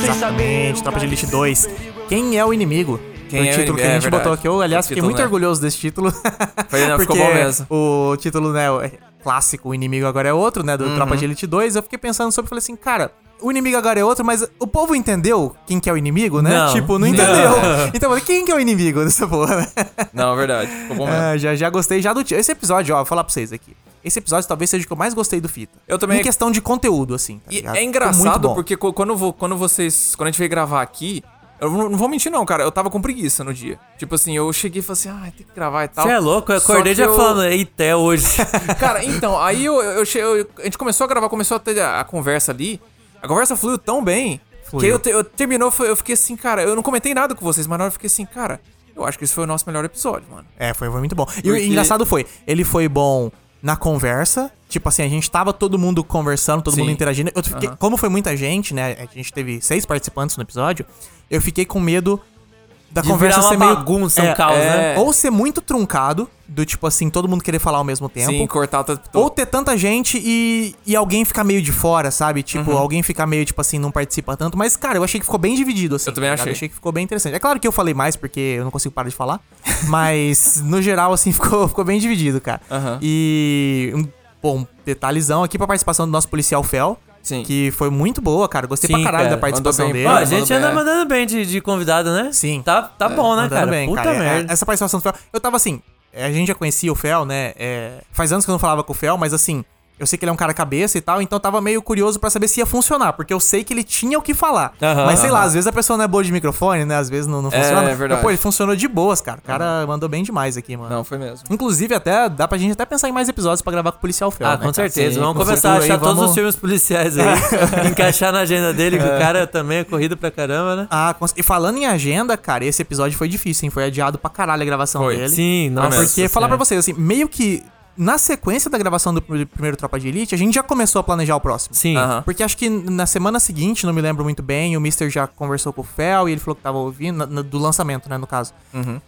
Speaker 6: Sem saber.
Speaker 3: Exatamente, Tropa de Elite 2. Quem é o inimigo?
Speaker 4: Quem
Speaker 3: Foi
Speaker 4: é
Speaker 3: o
Speaker 4: o
Speaker 3: título
Speaker 4: inimigo?
Speaker 3: que a
Speaker 4: É
Speaker 3: gente
Speaker 4: verdade.
Speaker 3: botou aqui. Eu, aliás,
Speaker 4: O
Speaker 3: fiquei
Speaker 4: título,
Speaker 3: muito
Speaker 4: né?
Speaker 3: orgulhoso desse título.
Speaker 4: Foi, né? Ficou
Speaker 3: porque é.
Speaker 4: bom mesmo.
Speaker 3: O título, né, é clássico, o inimigo agora é outro, né, do
Speaker 4: Uhum.
Speaker 3: Tropa de Elite 2. Eu fiquei pensando sobre e falei assim, cara, o inimigo agora é outro, mas o povo entendeu quem que é o inimigo, né?
Speaker 5: Não.
Speaker 3: tipo, não
Speaker 5: Não.
Speaker 3: entendeu. Então, eu falei, quem que é o inimigo dessa porra, né?
Speaker 4: Não, é verdverdade. Ficou bom mesmo.
Speaker 3: Ah, já, já gostei já do título. Esse episódio, ó, vou falar pra vocês aqui. Esse episódio talvez seja o que eu mais gostei do Fita.
Speaker 4: Eu também-
Speaker 3: Em questão de conteúdo, assim. tá
Speaker 4: E
Speaker 3: ligado?
Speaker 4: é
Speaker 3: Foi muito
Speaker 4: engraçado
Speaker 3: bom.
Speaker 4: porque co- quando, eu vou- quando vocês. Quando a gente veio gravar aqui. Eu não, não vou mentir, não, cara. Eu tava com preguiça no dia. Tipo assim, eu cheguei e falei assim, ah, tem que gravar e tal.
Speaker 5: Você é louco? Eu
Speaker 4: Só
Speaker 5: acordei
Speaker 4: que
Speaker 5: já
Speaker 4: eu-
Speaker 5: falando, eita, é hoje.
Speaker 4: Cara, então, aí eu, eu che- eu- a gente começou a gravar, começou a ter a, a conversa ali. A conversa fluiu tão bem que eu, te- eu terminou, foi- eu fiquei assim, cara, eu não comentei nada com vocês, mas na hora eu fiquei assim, cara, eu acho que esse foi o nosso melhor episódio, mano.
Speaker 3: É, foi, foi muito bom. E o
Speaker 4: Porque-
Speaker 3: engraçado foi, ele foi bom na conversa. Tipo assim, a gente tava todo mundo conversando, todo
Speaker 4: Sim.
Speaker 3: mundo interagindo. Eu fiquei, Como foi muita gente, né? A gente teve seis participantes no episódio. Eu fiquei com medo da
Speaker 5: De
Speaker 3: conversa
Speaker 5: virar uma
Speaker 3: ser meio. é,
Speaker 5: bagunça, um caos,
Speaker 4: né?
Speaker 3: Ou ser muito truncado, do tipo assim, todo mundo querer falar ao mesmo tempo.
Speaker 4: Sim, cortar todo.
Speaker 3: Ou ter tanta gente e, e alguém ficar meio de fora, sabe? Tipo,
Speaker 4: Uhum.
Speaker 3: alguém ficar meio, tipo assim, não participa tanto. Mas, cara, eu achei que ficou bem dividido, assim.
Speaker 4: Eu também
Speaker 3: tá ligado?
Speaker 4: achei.
Speaker 3: Eu achei que ficou bem interessante. É claro que eu falei mais, porque eu não consigo parar de falar. mas, no geral, assim, ficou, ficou bem dividido, cara.
Speaker 4: Aham.
Speaker 3: E... Um, bom, um detalhezão aqui pra participação do nosso policial Fel.
Speaker 4: Sim.
Speaker 3: Que foi muito boa, cara. Gostei
Speaker 5: Sim,
Speaker 3: pra caralho
Speaker 5: cara.
Speaker 3: da participação
Speaker 4: Mandou bem
Speaker 3: dele.
Speaker 5: Ó,
Speaker 4: pra-
Speaker 5: a gente
Speaker 4: mandando
Speaker 5: anda
Speaker 4: bem, é.
Speaker 5: mandando bem de, de convidado, né?
Speaker 3: Sim.
Speaker 5: Tá, tá bom, né,
Speaker 3: Mandando
Speaker 5: cara?
Speaker 3: bem,
Speaker 5: Puta
Speaker 3: cara. É,
Speaker 5: merda.
Speaker 3: Essa participação do Fel. Eu tava assim, é, a gente já conhecia o Fel, né? é, faz anos que eu não falava com o Fel, mas assim, eu sei que ele é um cara cabeça e tal, então eu tava meio curioso pra saber se ia funcionar, porque eu sei que ele tinha o que falar.
Speaker 5: Aham,
Speaker 3: mas sei lá,
Speaker 4: aham.
Speaker 3: às vezes a pessoa não é boa de microfone, né? Às vezes não, não funciona.
Speaker 4: é verdade.
Speaker 3: Mas, pô, ele funcionou de boas, cara. O cara mandou bem demais aqui, mano.
Speaker 4: Não, foi mesmo.
Speaker 3: Inclusive, até dá pra gente até pensar em mais episódios pra gravar com o policial Fel. né,
Speaker 5: Ah,
Speaker 3: cara?
Speaker 5: com certeza.
Speaker 4: Sim,
Speaker 5: vamos
Speaker 3: com
Speaker 5: começar a
Speaker 3: certeza.
Speaker 5: achar
Speaker 3: Aí
Speaker 5: todos
Speaker 3: vamos-
Speaker 5: os filmes policiais aí. encaixar na agenda dele, que o cara também é corrido pra caramba, né?
Speaker 3: Ah, com- e falando em agenda, cara, esse episódio foi difícil, hein? Foi adiado pra caralho a gravação
Speaker 4: Foi.
Speaker 3: dele.
Speaker 5: Sim, nossa.
Speaker 3: Porque falar pra vocês, assim, meio que na sequência da gravação do pr- primeiro Tropa de Elite, a gente já começou a planejar o próximo.
Speaker 5: Sim.
Speaker 4: Aham.
Speaker 3: Porque acho que na semana seguinte, não me lembro muito bem, o Mister já conversou com o Fel e ele falou que tava ouvindo, na- na- do lançamento, né, no caso.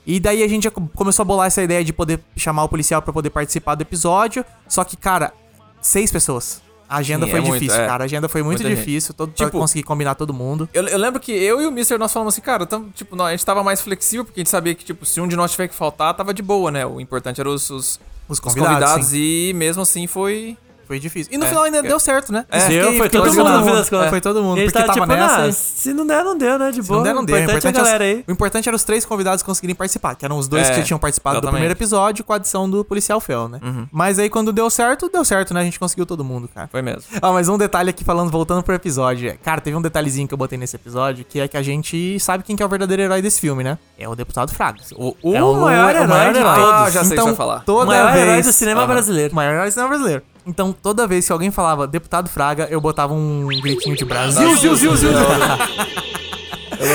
Speaker 3: E daí a gente já co- começou a bolar essa ideia de poder chamar o policial pra poder participar do episódio. Só que, cara, seis pessoas. A agenda
Speaker 4: Sim,
Speaker 3: foi
Speaker 4: é muito,
Speaker 3: difícil,
Speaker 4: é.
Speaker 3: cara. A agenda foi muito
Speaker 4: Muita gente.
Speaker 3: difícil, todo, pra
Speaker 4: Tipo-
Speaker 3: conseguir combinar todo mundo.
Speaker 4: Eu, eu lembro que eu e o Mister, nós falamos assim, cara, tam- tipo, nó- a gente tava mais flexível, porque a gente sabia que, tipo, se um de nós tiver que faltar, tava de boa, né? O importante era os, os,
Speaker 3: Os
Speaker 4: os
Speaker 3: convidados,
Speaker 4: e mesmo assim foi...
Speaker 3: Foi difícil. E no
Speaker 4: É,
Speaker 3: final ainda
Speaker 4: porque-
Speaker 3: deu certo, né?
Speaker 4: É,
Speaker 3: Isso
Speaker 5: deu,
Speaker 3: que-
Speaker 5: foi
Speaker 3: que
Speaker 5: todo
Speaker 3: conseguiu
Speaker 5: mundo, no fim das contas.
Speaker 3: É, Foi todo mundo,
Speaker 5: Ele
Speaker 3: porque
Speaker 5: tava,
Speaker 3: tava
Speaker 5: tipo,
Speaker 3: nessa.
Speaker 5: "Ah, se não der, não deu, né? De
Speaker 3: Se não
Speaker 5: boa.
Speaker 3: der, não deu. O
Speaker 5: importante é a
Speaker 3: importante,
Speaker 5: galera
Speaker 3: era,
Speaker 5: aí.
Speaker 3: o importante era os três convidados conseguirem participar, que eram os dois
Speaker 4: É,
Speaker 3: que tinham participado do
Speaker 4: exatamente.
Speaker 3: primeiro episódio com a adição do policial Fel, né?
Speaker 5: Uhum.
Speaker 3: Mas aí quando deu certo, deu certo, né? A gente conseguiu todo mundo, cara.
Speaker 4: Foi mesmo.
Speaker 3: Ah, mas um detalhe aqui falando, voltando pro episódio. é, Cara, teve um detalhezinho que eu botei nesse episódio, que é que a gente sabe quem que é o verdadeiro herói desse filme, né? É o deputado Fraga.
Speaker 4: O,
Speaker 5: É o maior
Speaker 4: o
Speaker 5: herói de
Speaker 4: herói.
Speaker 5: todos.
Speaker 4: Ah, já sei o que você vai falar.
Speaker 3: Então, Toda
Speaker 5: Maior
Speaker 3: vez...
Speaker 5: herói do cinema
Speaker 3: Aham.
Speaker 5: brasileiro.
Speaker 3: Maior herói do cinema brasileiro. Então, toda vez que alguém falava deputado Fraga, eu botava um gritinho de Brasil, Zil, Zil, Zil, Zil.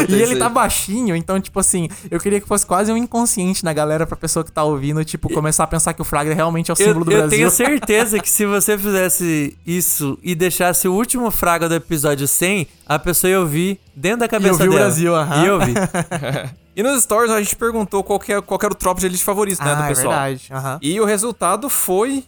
Speaker 3: E ele tá baixinho, então, tipo assim, eu queria que fosse quase um inconsciente na galera pra pessoa que tá ouvindo, tipo, começar a pensar que o Fraga realmente é o
Speaker 5: Eu,
Speaker 3: símbolo do
Speaker 5: eu
Speaker 3: Brasil.
Speaker 5: tenho certeza que se você fizesse isso e deixasse o último fraga do episódio 100, a pessoa ia ouvir dentro da cabeça
Speaker 3: ouvir o
Speaker 5: dela.
Speaker 3: Brasil, aham.
Speaker 5: E eu vi.
Speaker 4: E nos stories a gente perguntou qual, que é, qual que era o tropa de elite favorito, né,
Speaker 3: Ah,
Speaker 4: do
Speaker 3: é
Speaker 4: pessoal.
Speaker 3: verdade. Aham.
Speaker 4: E o resultado foi...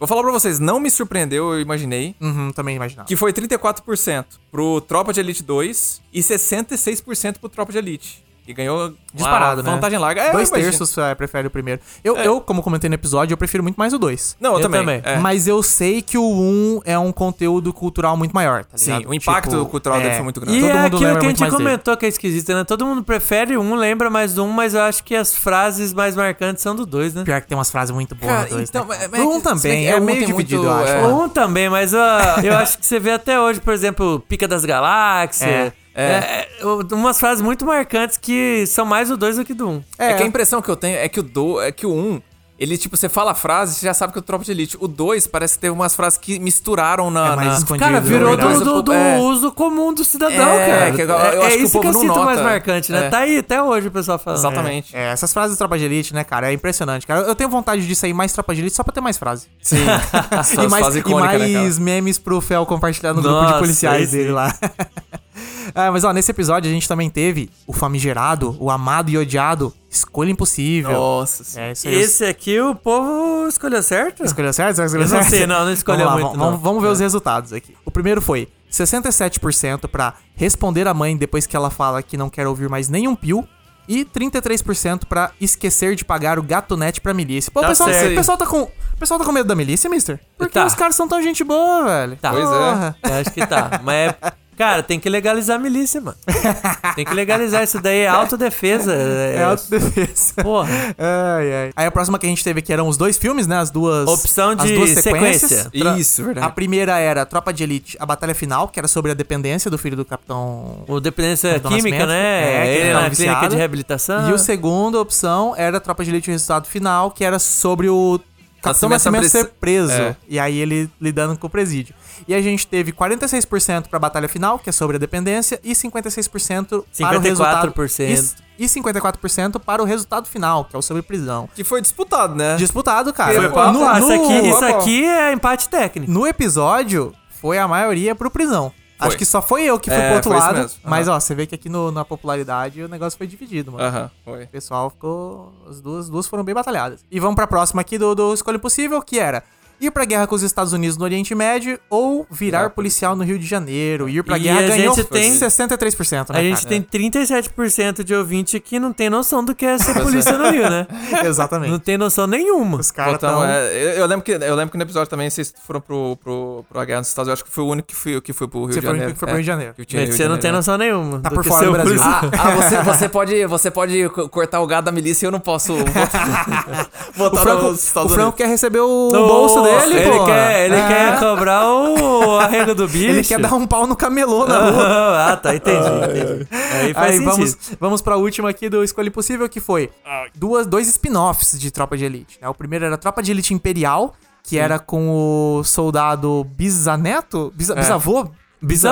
Speaker 4: Vou falar pra vocês, não me surpreendeu, eu imaginei,
Speaker 3: Uhum, também imaginava.
Speaker 4: que foi 34% pro Tropa de Elite 2 e 66% pro Tropa de Elite. E ganhou
Speaker 3: Disparado,
Speaker 4: uma
Speaker 3: né?
Speaker 4: vantagem larga. É, eu
Speaker 3: dois
Speaker 4: imagino. É.
Speaker 3: terços é, prefere o primeiro. Eu, eu, como comentei no episódio, eu prefiro muito mais o dois.
Speaker 4: Não, eu,
Speaker 5: Eu
Speaker 4: também.
Speaker 5: também.
Speaker 4: é.
Speaker 3: Mas eu sei que o um é um conteúdo cultural muito maior, tá
Speaker 4: Sim,
Speaker 3: ligado?
Speaker 4: o impacto cultural dele foi muito grande.
Speaker 5: E
Speaker 3: Todo
Speaker 5: é
Speaker 3: mundo
Speaker 5: aquilo
Speaker 3: lembra
Speaker 5: que a
Speaker 3: muito
Speaker 5: gente
Speaker 3: mais dele.
Speaker 5: comentou que é esquisito, né? Todo mundo prefere um, lembra mais do um, mas eu acho que as frases mais marcantes são do dois, né?
Speaker 3: Pior que tem umas frases muito boas
Speaker 4: Cara,
Speaker 3: no dois,
Speaker 4: então,
Speaker 3: né?
Speaker 4: é- é-
Speaker 3: O um
Speaker 4: se bem
Speaker 3: também,
Speaker 4: que
Speaker 3: é
Speaker 4: o um
Speaker 3: meio
Speaker 4: tem
Speaker 3: dividido,
Speaker 4: muito,
Speaker 3: eu acho.
Speaker 4: é.
Speaker 3: O um-
Speaker 5: Um também, mas ó, eu acho que você vê até hoje, por exemplo, Pica das Galáxias.
Speaker 3: É,
Speaker 5: é, é, umas frases muito marcantes que são mais do dois do que do um.
Speaker 4: É.
Speaker 3: É.
Speaker 4: que a impressão que eu tenho é que o do, é que o 1, ele tipo, você fala a frase, você já sabe que é o Tropa de Elite. O 2 parece que teve umas frases que misturaram na,
Speaker 3: É mais
Speaker 4: na-
Speaker 3: escondido,
Speaker 5: Cara, virou
Speaker 4: verdade.
Speaker 5: do, do- do
Speaker 4: É.
Speaker 5: uso comum do cidadão,
Speaker 4: É,
Speaker 5: cara.
Speaker 4: que eu- eu
Speaker 5: é
Speaker 4: acho que o
Speaker 5: isso
Speaker 4: povo
Speaker 5: que eu
Speaker 4: não
Speaker 5: sinto mais
Speaker 4: nota.
Speaker 5: marcante, né?
Speaker 4: É.
Speaker 5: Tá aí até hoje o pessoal falando.
Speaker 4: Exatamente.
Speaker 3: É, essas frases do Tropa de Elite, né, cara? É impressionante, cara. Eu- Eu tenho vontade de sair mais Tropa de Elite só pra ter mais frase.
Speaker 4: Sim.
Speaker 3: e mais,
Speaker 4: frase
Speaker 3: e
Speaker 4: icônica, né, cara?
Speaker 3: mais memes pro Fel compartilhar no grupo
Speaker 5: Nossa,
Speaker 3: de policiais
Speaker 5: esse-
Speaker 3: dele lá. Ah, mas ó, nesse episódio a gente também teve o famigerado, o amado e odiado, Escolha Impossível.
Speaker 4: Nossa. sim.
Speaker 3: É, isso aí.
Speaker 5: Esse aqui o povo escolheu certo?
Speaker 3: Escolheu certo? Será que Escolheu
Speaker 5: Eu não
Speaker 3: certo?
Speaker 5: sei, não, não escolheu
Speaker 3: vamos lá,
Speaker 5: muito,
Speaker 3: Vamos,
Speaker 5: não.
Speaker 3: vamos ver
Speaker 5: É.
Speaker 3: os resultados aqui. O primeiro foi 67% pra responder a mãe depois que ela fala que não quer ouvir mais nenhum pio. E 33% pra esquecer de pagar o gatonete pra milícia. Pô,
Speaker 5: Tá
Speaker 3: o, pessoal,
Speaker 5: certo.
Speaker 3: o pessoal tá com, o pessoal tá com medo da milícia, mister? Porque
Speaker 5: Tá.
Speaker 3: os caras são tão gente boa, velho.
Speaker 5: Tá.
Speaker 4: Pois é.
Speaker 3: Porra.
Speaker 5: Eu acho que tá. Mas, é- cara, tem que legalizar a milícia, mano. Tem que legalizar isso daí. É autodefesa. É,
Speaker 3: É autodefesa.
Speaker 5: Porra.
Speaker 3: Ai, ai. Aí a próxima que a gente teve aqui eram os dois filmes, né? As duas.
Speaker 5: Opção
Speaker 3: as
Speaker 5: de
Speaker 3: duas
Speaker 5: sequência.
Speaker 3: sequências.
Speaker 4: Tra- Isso, verdade.
Speaker 3: A primeira era Tropa de Elite, a Batalha Final, que era sobre a dependência do filho do Capitão.
Speaker 5: O dependência
Speaker 3: Capitão
Speaker 5: química,
Speaker 3: Nascimento.
Speaker 5: né?
Speaker 3: É, que ele
Speaker 5: ele
Speaker 3: tava
Speaker 4: tá
Speaker 5: na clínica
Speaker 3: viciado.
Speaker 5: de
Speaker 4: Ah.
Speaker 5: reabilitação.
Speaker 3: E a segunda opção era Tropa de Elite, o resultado final, que era sobre o Capitão
Speaker 4: Nascimento
Speaker 3: Nascimento ser preso.
Speaker 4: É.
Speaker 3: E aí ele lidando com o presídio. E a gente teve 46% pra Batalha Final, que é sobre a dependência, e 56% para o resultado.
Speaker 5: 54%.
Speaker 3: E, e 54% para o resultado final, que é o sobre prisão.
Speaker 4: Que foi disputado, né?
Speaker 3: Disputado, cara.
Speaker 4: Foi papo,
Speaker 5: Ah, isso, aqui,
Speaker 4: No-
Speaker 5: isso aqui é empate técnico.
Speaker 3: no episódio, foi a maioria pro prisão. Acho que só foi eu que fui
Speaker 4: É,
Speaker 3: pro outro
Speaker 4: foi isso
Speaker 3: lado.
Speaker 4: mesmo. Aham.
Speaker 3: Mas, ó, você vê que aqui no- na popularidade o negócio foi dividido,
Speaker 5: Ah.
Speaker 3: mano.
Speaker 4: Aham, foi.
Speaker 3: O pessoal ficou. As duas, duas foram bem batalhadas. E vamos pra próxima aqui do, do Escolha Impossível, que era ir pra guerra com os Estados Unidos no Oriente Médio ou virar policial no Rio de Janeiro. Ir pra
Speaker 5: E
Speaker 3: guerra
Speaker 5: a
Speaker 3: ganhou
Speaker 5: gente tem-
Speaker 3: 63%, né?
Speaker 5: A gente
Speaker 3: cara?
Speaker 5: tem 37% de ouvinte que não tem noção do que é ser polícia no Rio, né? Não
Speaker 3: Exatamente.
Speaker 5: tem noção nenhuma.
Speaker 3: Os caras
Speaker 4: Então,
Speaker 3: tão...
Speaker 4: é, eu, eu lembro que, eu lembro que no episódio também vocês foram pro, pro, pro A Guerra nos Estados Unidos. Eu acho que foi o único que foi, que foi pro Rio
Speaker 3: Você
Speaker 4: de
Speaker 3: foi o único
Speaker 4: Janeiro. É,
Speaker 3: que foi pro Rio de Janeiro.
Speaker 4: que tinha
Speaker 5: Mas
Speaker 4: Rio de
Speaker 5: você não tem
Speaker 4: Janeiro, né?
Speaker 5: noção nenhuma.
Speaker 3: Tá
Speaker 5: do
Speaker 3: por
Speaker 5: que
Speaker 3: fora
Speaker 5: ser
Speaker 3: do
Speaker 5: o
Speaker 3: Brasil.
Speaker 5: policial.
Speaker 4: Ah, ah, você, você pode, você pode co- cortar o gado da milícia e eu não posso botar,
Speaker 3: O
Speaker 4: botar
Speaker 3: Franco,
Speaker 4: nos Estados
Speaker 3: o Franco
Speaker 4: Unidos.
Speaker 3: quer receber o
Speaker 5: No
Speaker 3: bolso dele,
Speaker 5: ele
Speaker 3: pô.
Speaker 5: Quer, ele
Speaker 3: É.
Speaker 5: quer cobrar o arrego do bicho.
Speaker 3: Ele quer dar um pau no camelô na rua.
Speaker 5: ah, tá, entendi. entendi. Aí faz
Speaker 3: Aí
Speaker 5: sentido.
Speaker 3: vamos, vamos pra última aqui do Escolha Impossível, que foi duas, dois spin-offs de Tropa de Elite. né? O primeiro era Tropa de Elite Imperial, que era com o soldado Bisaneto?
Speaker 4: É.
Speaker 3: Bisa- Bisavô? Bisa-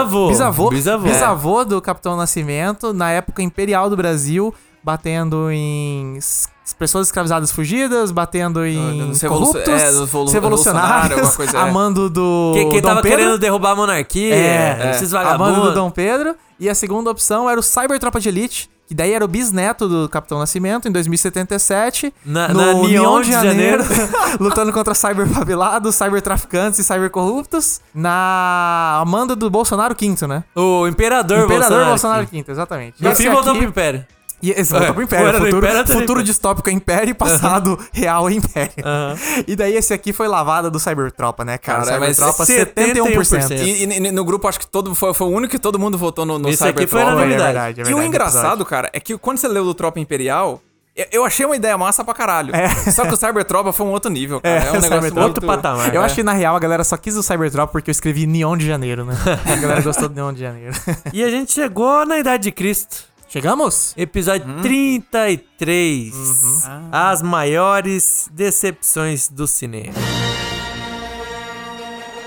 Speaker 5: Bisavô.
Speaker 3: Bisavô.
Speaker 5: Bisavô.
Speaker 3: Bisavô do Capitão Nascimento, na época Imperial do Brasil. batendo em s- pessoas escravizadas fugidas, batendo em
Speaker 4: nos revolu-
Speaker 3: corruptos,
Speaker 4: é, nos volu- revolucionários,
Speaker 3: revolucionários,
Speaker 4: alguma coisa, é.
Speaker 3: amando do
Speaker 5: Quem, quem
Speaker 3: Dom
Speaker 5: tava
Speaker 3: Pedro. É,
Speaker 5: querendo derrubar a monarquia, esses
Speaker 3: a banda do
Speaker 5: vagabundos.
Speaker 3: Dom Pedro. E a segunda opção era o Cyber Tropa de Elite, que daí era o bisneto do Capitão Nascimento, em 2077.
Speaker 5: Na- na Neon de
Speaker 3: lutando contra cyber favelado, cyber traficantes e cyber corruptos. Na Amanda do Bolsonaro Quinto, né?
Speaker 5: O imperador,
Speaker 3: Imperador Bolsonaro
Speaker 5: Bolsonaro.
Speaker 3: Quinto, exatamente.
Speaker 5: No
Speaker 3: Esse
Speaker 5: fim voltou
Speaker 3: aqui-
Speaker 5: pro império.
Speaker 3: e esse voltou pro
Speaker 5: ou era
Speaker 3: Império. Futuro,
Speaker 5: do Império, ou era do
Speaker 3: futuro
Speaker 5: Império.
Speaker 3: distópico é Império, passado real é Império. E daí esse aqui foi lavada do Cybertropa, né, cara?
Speaker 4: Cara, mas
Speaker 3: Cybertropa,
Speaker 5: 71%.
Speaker 3: 71%.
Speaker 4: E, e no grupo, acho que todo foi, foi o único que todo mundo votou no, no
Speaker 5: Esse aqui
Speaker 4: Cybertron. né?
Speaker 5: foi
Speaker 3: É
Speaker 5: na novidade.
Speaker 3: verdade, é verdade,
Speaker 4: e o
Speaker 3: é
Speaker 4: engraçado, cara, é que quando você leu do Tropa Imperial, eu- eu achei uma ideia massa pra caralho.
Speaker 5: É.
Speaker 4: Só que o Cybertropa foi um outro nível, cara. É,
Speaker 3: É,
Speaker 4: um negócio
Speaker 3: Cybertropa.
Speaker 4: muito-
Speaker 5: Outro patamar.
Speaker 3: Eu
Speaker 5: né?
Speaker 3: acho que na real a galera só quis o Cybertron porque eu escrevi Neon de Janeiro, né? A galera gostou do Neon de Janeiro.
Speaker 5: E a gente chegou na Idade de Cristo.
Speaker 3: Chegamos?
Speaker 5: Episódio
Speaker 3: Hum?
Speaker 5: 33.
Speaker 3: Uhum.
Speaker 5: As maiores decepções do cinema.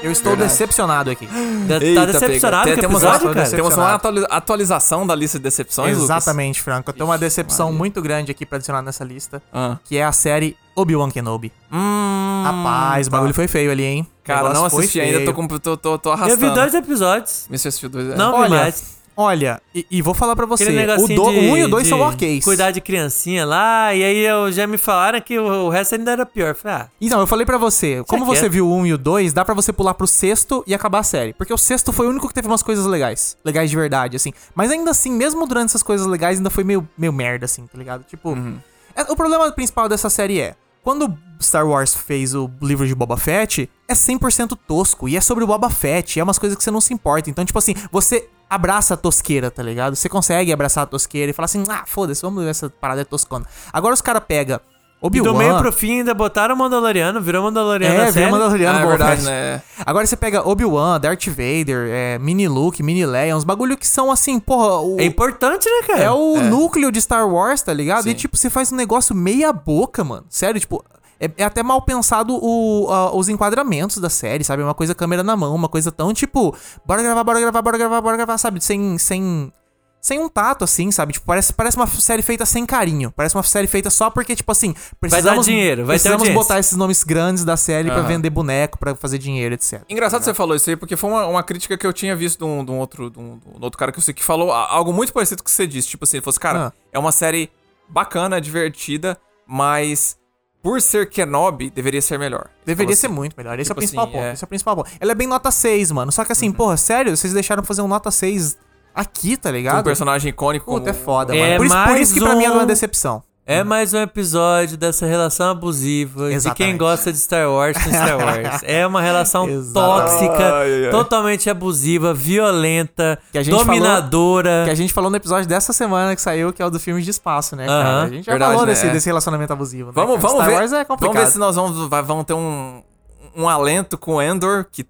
Speaker 3: Eu estou decepcionado aqui.
Speaker 5: Tá-
Speaker 4: Eita,
Speaker 5: tá decepcionado
Speaker 4: pega.
Speaker 5: com o
Speaker 4: Tem- temos
Speaker 5: episódio,
Speaker 4: uma,
Speaker 5: cara?
Speaker 4: Temos uma atuali- atualização da lista de decepções, Lucas?
Speaker 3: Exatamente, Franco. Eu tenho uma decepção muito grande aqui pra adicionar nessa lista,
Speaker 4: Ah.
Speaker 3: que é a série Obi-Wan Kenobi.
Speaker 4: Hum,
Speaker 3: Rapaz, o
Speaker 4: tá.
Speaker 3: bagulho foi feio ali, hein? O
Speaker 4: Cara,
Speaker 3: negócio
Speaker 4: não
Speaker 3: foi
Speaker 4: assisti ainda,
Speaker 3: feio.
Speaker 4: tô, com- tô, tô, tô
Speaker 5: Eu
Speaker 4: arrastando.
Speaker 5: vi dois episódios.
Speaker 4: Me assistiu dois. é.
Speaker 5: Não vi
Speaker 3: Olha,
Speaker 5: mais.
Speaker 3: Olha, e, e vou falar pra você,
Speaker 5: Aquele
Speaker 3: o
Speaker 5: negocinho
Speaker 3: 1
Speaker 5: de,
Speaker 3: um e o 2
Speaker 5: de
Speaker 3: são ok.
Speaker 5: Cuidar de criancinha lá, e aí eu, já me falaram que o, o resto ainda era pior. Eu Falei, ah,
Speaker 3: Então, eu falei pra você, como
Speaker 5: aqui é-
Speaker 3: você viu o 1 e o 2, dá pra você pular pro sexto e acabar a série. Porque o sexto foi o único que teve umas coisas legais. Legais de verdade, assim. Mas ainda assim, mesmo durante essas coisas legais, ainda foi meio, meio merda, assim, tá ligado? Tipo.
Speaker 5: Uhum.
Speaker 3: é- o problema principal dessa série é. Quando Star Wars fez o livro de Boba Fett, é 100% tosco. E é sobre o Boba Fett. E é umas coisas que você não se importa. Então, tipo assim, você abraça a tosqueira, tá ligado? Você consegue abraçar a tosqueira e falar assim: ah, foda-se, vamos ver essa parada é toscona. Agora os caras pegam.
Speaker 5: e
Speaker 3: Obi-Wan.
Speaker 5: do meio pro fim ainda botaram o Mandaloriano, virou Mandaloriano
Speaker 3: É,
Speaker 5: na série.
Speaker 3: virou Mandaloriano,
Speaker 4: Ah, é
Speaker 3: Boba
Speaker 4: verdade,
Speaker 3: Fett.
Speaker 4: né?
Speaker 3: Agora você pega Obi-Wan, Darth Vader, é, Mini Luke, Mini Leia, uns bagulho que são assim, porra, o,
Speaker 5: É importante, né, cara?
Speaker 3: é o núcleo de Star Wars, tá ligado? E tipo, você faz um negócio meia boca, mano. Sério, tipo, é, é até mal pensado o- a- os enquadramentos da série, sabe? É Uma coisa câmera na mão, uma coisa tão tipo, bora gravar, bora gravar, bora gravar, bora gravar, sabe? Sem, sem sem um tato, assim, sabe? Tipo, parece, parece uma série feita sem carinho. Parece uma série feita só porque, tipo assim, precisamos,
Speaker 5: dinheiro, vai ter
Speaker 3: precisamos
Speaker 5: audiência.
Speaker 3: botar esses nomes grandes da série pra vender boneco, pra fazer dinheiro, etc.
Speaker 4: Engraçado você falou isso aí, porque foi uma, uma crítica que eu tinha visto de um, de um outro, de um, de um outro cara que eu sei que falou a- algo muito parecido com o que você disse. Tipo assim, ele falou assim, cara,
Speaker 3: Ah.
Speaker 4: é uma série bacana, divertida, mas por ser Kenobi, deveria ser melhor.
Speaker 3: Deveria
Speaker 4: Falou
Speaker 3: ser
Speaker 4: assim.
Speaker 3: muito melhor. Esse é
Speaker 4: Tipo
Speaker 3: o principal
Speaker 4: assim,
Speaker 3: ponto.
Speaker 4: é.
Speaker 3: Esse é o principal ponto. Ela é bem nota 6, mano. Só que assim, porra, sério, vocês deixaram fazer um nota 6 aqui, tá ligado?
Speaker 4: Um personagem icônico
Speaker 3: Puta,
Speaker 4: como...
Speaker 3: é foda, mano.
Speaker 5: É
Speaker 3: Por isso, por
Speaker 5: mais
Speaker 3: isso que pra mim é uma
Speaker 5: um-
Speaker 3: decepção.
Speaker 5: É mais um episódio dessa relação abusiva de quem
Speaker 3: Exatamente.
Speaker 5: gosta de Star Wars com Star Wars. É uma relação
Speaker 3: Exatamente.
Speaker 5: tóxica,
Speaker 4: Ai, ai.
Speaker 5: totalmente abusiva, violenta,
Speaker 3: Que a gente
Speaker 5: dominadora.
Speaker 3: Que a gente falou no episódio dessa semana que saiu, que é o do filme de espaço, né, cara?
Speaker 5: Aham,
Speaker 3: A gente já
Speaker 4: verdade,
Speaker 3: falou
Speaker 4: né?
Speaker 3: desse,
Speaker 4: É.
Speaker 3: desse relacionamento abusivo. né,
Speaker 4: Vamos,
Speaker 3: cara?
Speaker 4: vamos
Speaker 3: Star
Speaker 4: ver.
Speaker 3: Wars é complicado.
Speaker 4: Vamos ver se nós vamos, vai- vamos ter um, um alento com o Endor, que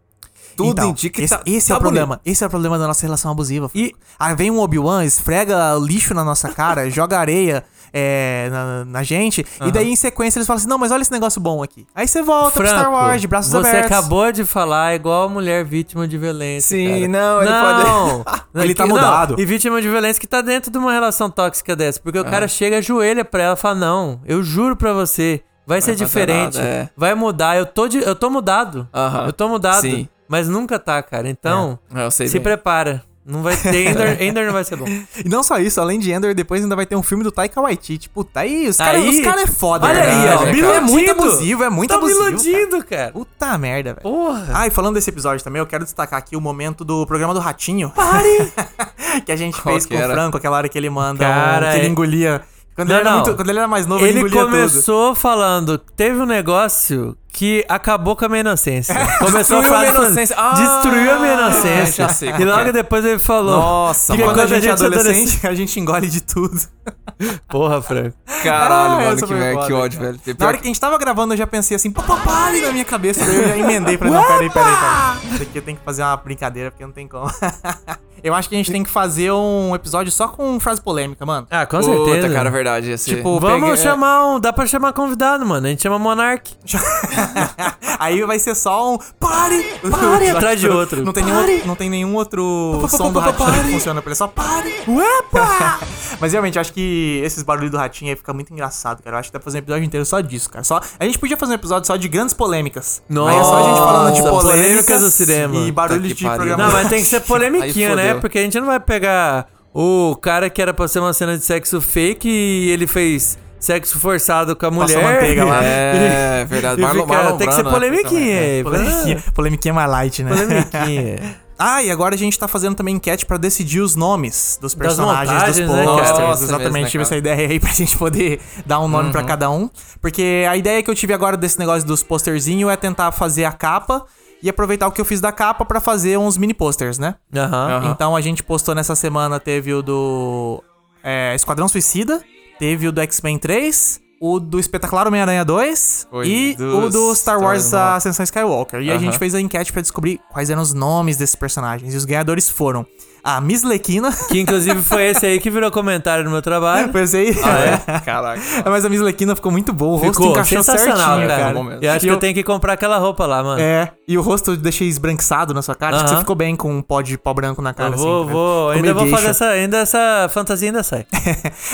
Speaker 4: tudo
Speaker 3: Então,
Speaker 4: indica que
Speaker 3: esse,
Speaker 4: tá,
Speaker 3: esse
Speaker 4: tá
Speaker 3: é o
Speaker 4: bonito.
Speaker 3: problema. Esse é o problema da nossa relação abusiva.
Speaker 5: E-
Speaker 3: Aí vem um Obi-Wan, esfrega lixo na nossa cara, joga areia é, na, na gente, e daí em sequência eles falam assim: não, mas olha esse negócio bom aqui. Aí você volta pro Star Wars, de braços
Speaker 5: você
Speaker 3: abertos.
Speaker 5: acabou de falar igual a mulher vítima de violência.
Speaker 4: Sim,
Speaker 5: cara.
Speaker 4: não, ele
Speaker 5: não. pode.
Speaker 3: Ele tá mudado. É.
Speaker 5: e vítima de violência que tá dentro de uma relação tóxica dessa. Porque o cara chega, ajoelha pra ela e fala: Não, eu juro pra você, vai, ser
Speaker 4: fazer
Speaker 5: diferente,
Speaker 4: nada, é.
Speaker 5: vai mudar. Eu tô, de- eu tô mudado.
Speaker 4: Aham,
Speaker 5: Eu tô mudado.
Speaker 4: sim.
Speaker 5: Mas nunca tá, cara. Então,
Speaker 4: É, eu sei
Speaker 5: se
Speaker 4: bem.
Speaker 5: prepara. Não vai ter. Ender, Ender não vai ser bom.
Speaker 3: E não só isso, além de Ender, depois ainda vai ter um filme do Taika Waititi. Puta, aí os caras
Speaker 5: Aí-
Speaker 3: cara é foda,
Speaker 5: Olha
Speaker 3: cara.
Speaker 5: aí, ó.
Speaker 3: É
Speaker 5: me
Speaker 3: muito
Speaker 5: iludindo.
Speaker 3: abusivo, é muito
Speaker 5: Tá me
Speaker 3: abusivo. cara.
Speaker 5: iludindo, cara.
Speaker 3: Puta merda, velho.
Speaker 5: Porra.
Speaker 3: Ah, e falando desse episódio também, eu quero destacar aqui o momento do programa do Ratinho. Pare! que a gente
Speaker 4: Qual
Speaker 3: fez
Speaker 4: que
Speaker 3: com o
Speaker 4: era?
Speaker 3: Franco, aquela hora que ele manda.
Speaker 5: Cara,
Speaker 3: um- que ele
Speaker 5: é-
Speaker 3: engolia. Quando,
Speaker 5: Não,
Speaker 3: ele era
Speaker 5: não.
Speaker 3: muito- quando ele era mais novo, ele,
Speaker 5: Ele
Speaker 3: engolia tudo.
Speaker 5: começou falando, teve um negócio que acabou com a minha inocência. Começou
Speaker 4: Destruiu a minha
Speaker 5: falando,
Speaker 4: inocência. Ah!
Speaker 5: destruiu a minha
Speaker 4: Já
Speaker 5: inocência.
Speaker 4: sei
Speaker 5: E
Speaker 4: qual que
Speaker 5: logo
Speaker 4: é.
Speaker 5: depois ele falou,
Speaker 3: Nossa,
Speaker 5: que
Speaker 3: mano, quando a gente é
Speaker 5: adolescente-
Speaker 3: adolescente, a gente engole de tudo.
Speaker 5: Porra, Franco.
Speaker 4: Caralho,
Speaker 3: Ah,
Speaker 4: mano,
Speaker 3: essa
Speaker 4: que,
Speaker 3: foi
Speaker 4: mer-
Speaker 3: foda,
Speaker 4: que ódio,
Speaker 3: cara.
Speaker 4: velho. Pior
Speaker 3: Na hora que a gente tava gravando, eu já pensei assim, pô, pô, pare na minha cabeça. Daí eu já emendei pra não, peraí, peraí, peraí. Isso aqui eu tenho que fazer uma brincadeira, porque não tem como. Eu acho que a gente tem que fazer um episódio só com frase polêmica, mano.
Speaker 5: Ah, com
Speaker 4: Puta,
Speaker 5: certeza.
Speaker 4: cara, é verdade. ia ser-
Speaker 3: Tipo,
Speaker 5: Vamos
Speaker 3: peguei-
Speaker 5: chamar um. Dá pra chamar convidado, mano. A gente chama Monark.
Speaker 3: Aí vai ser só um. Pare!
Speaker 5: Pare atrás de outro.
Speaker 3: Não tem nenhum, outro- não tem nenhum outro som do ratinho que funciona pra ele. é Só pare! Uepa! Mas realmente, eu acho que esses barulhos do ratinho aí fica muito engraçado, cara. Eu acho que dá pra fazer um episódio inteiro só disso, cara. Só, a gente podia fazer um episódio só de grandes polêmicas. Aí é só a gente falando de
Speaker 5: Nossa,
Speaker 3: polêmicas,
Speaker 5: polêmicas do cinema.
Speaker 3: e barulhos
Speaker 4: Puta que
Speaker 3: de
Speaker 4: pariu.
Speaker 3: programa.
Speaker 5: Não, mas tem que ser polemiquinha,
Speaker 4: Aí
Speaker 5: né?
Speaker 4: fodeu.
Speaker 5: Porque a gente não vai pegar o cara que era pra ser uma cena de sexo fake e ele fez sexo forçado com a mulher.
Speaker 4: é
Speaker 3: Passou manteiga lá,
Speaker 4: né? É, verdade.
Speaker 5: E
Speaker 4: Marlon-
Speaker 5: fica-
Speaker 4: Marlon
Speaker 5: tem que ser
Speaker 4: Brando, né?
Speaker 5: polemiquinha. aí.
Speaker 3: Polemiquinha, polemiquinha mais light, né?
Speaker 5: Polemiquinha.
Speaker 3: Ah, e agora a gente tá fazendo também enquete pra decidir os nomes dos personagens, dos
Speaker 5: montagens, né, cara?
Speaker 3: posters.
Speaker 4: Nossa,
Speaker 3: exatamente,
Speaker 4: mesmo, né,
Speaker 3: tive essa
Speaker 4: cara? Uhum.
Speaker 3: ideia aí pra gente poder dar um nome pra cada um. Porque a ideia que eu tive agora desse negócio dos posterzinhos é tentar fazer a capa e aproveitar o que eu fiz da capa pra fazer uns mini posters, né?
Speaker 5: Aham.
Speaker 4: Aham.
Speaker 3: Então a gente postou nessa semana, teve o do é, Esquadrão Suicida, teve o do X-Men 3, o do Espetacular Homem-Aranha 2
Speaker 4: Foi,
Speaker 3: e
Speaker 4: do
Speaker 3: o do Star
Speaker 4: Star
Speaker 3: Wars
Speaker 4: Wars
Speaker 3: A Ascensão Skywalker. E a
Speaker 4: Aham.
Speaker 3: gente fez a enquete pra descobrir quais eram os nomes desses personagens. E os ganhadores foram a Miss Lequina,
Speaker 5: Que inclusive foi esse aí que virou comentário no meu trabalho.
Speaker 3: pensei...
Speaker 4: É, caraca.
Speaker 3: Mas a Miss Lequina ficou muito boa, o rosto
Speaker 5: Ah, Ficou
Speaker 3: encaixou
Speaker 5: sensacional, né,
Speaker 3: certinho,
Speaker 5: cara.
Speaker 3: cara.
Speaker 4: Ficou bom mesmo.
Speaker 5: Eu acho
Speaker 3: E
Speaker 5: que eu
Speaker 3: eu-
Speaker 5: tenho que comprar aquela roupa lá, mano.
Speaker 3: É, e o rosto eu deixei esbranquiçado na sua cara, tipo,
Speaker 5: Aham.
Speaker 3: você ficou bem com um pó de pó branco na cara,
Speaker 5: eu vou,
Speaker 3: assim.
Speaker 5: vou.
Speaker 3: Ficou
Speaker 5: Ainda
Speaker 3: meio
Speaker 5: vou fazer
Speaker 3: geisha.
Speaker 5: essa. Ainda essa fantasia ainda sai.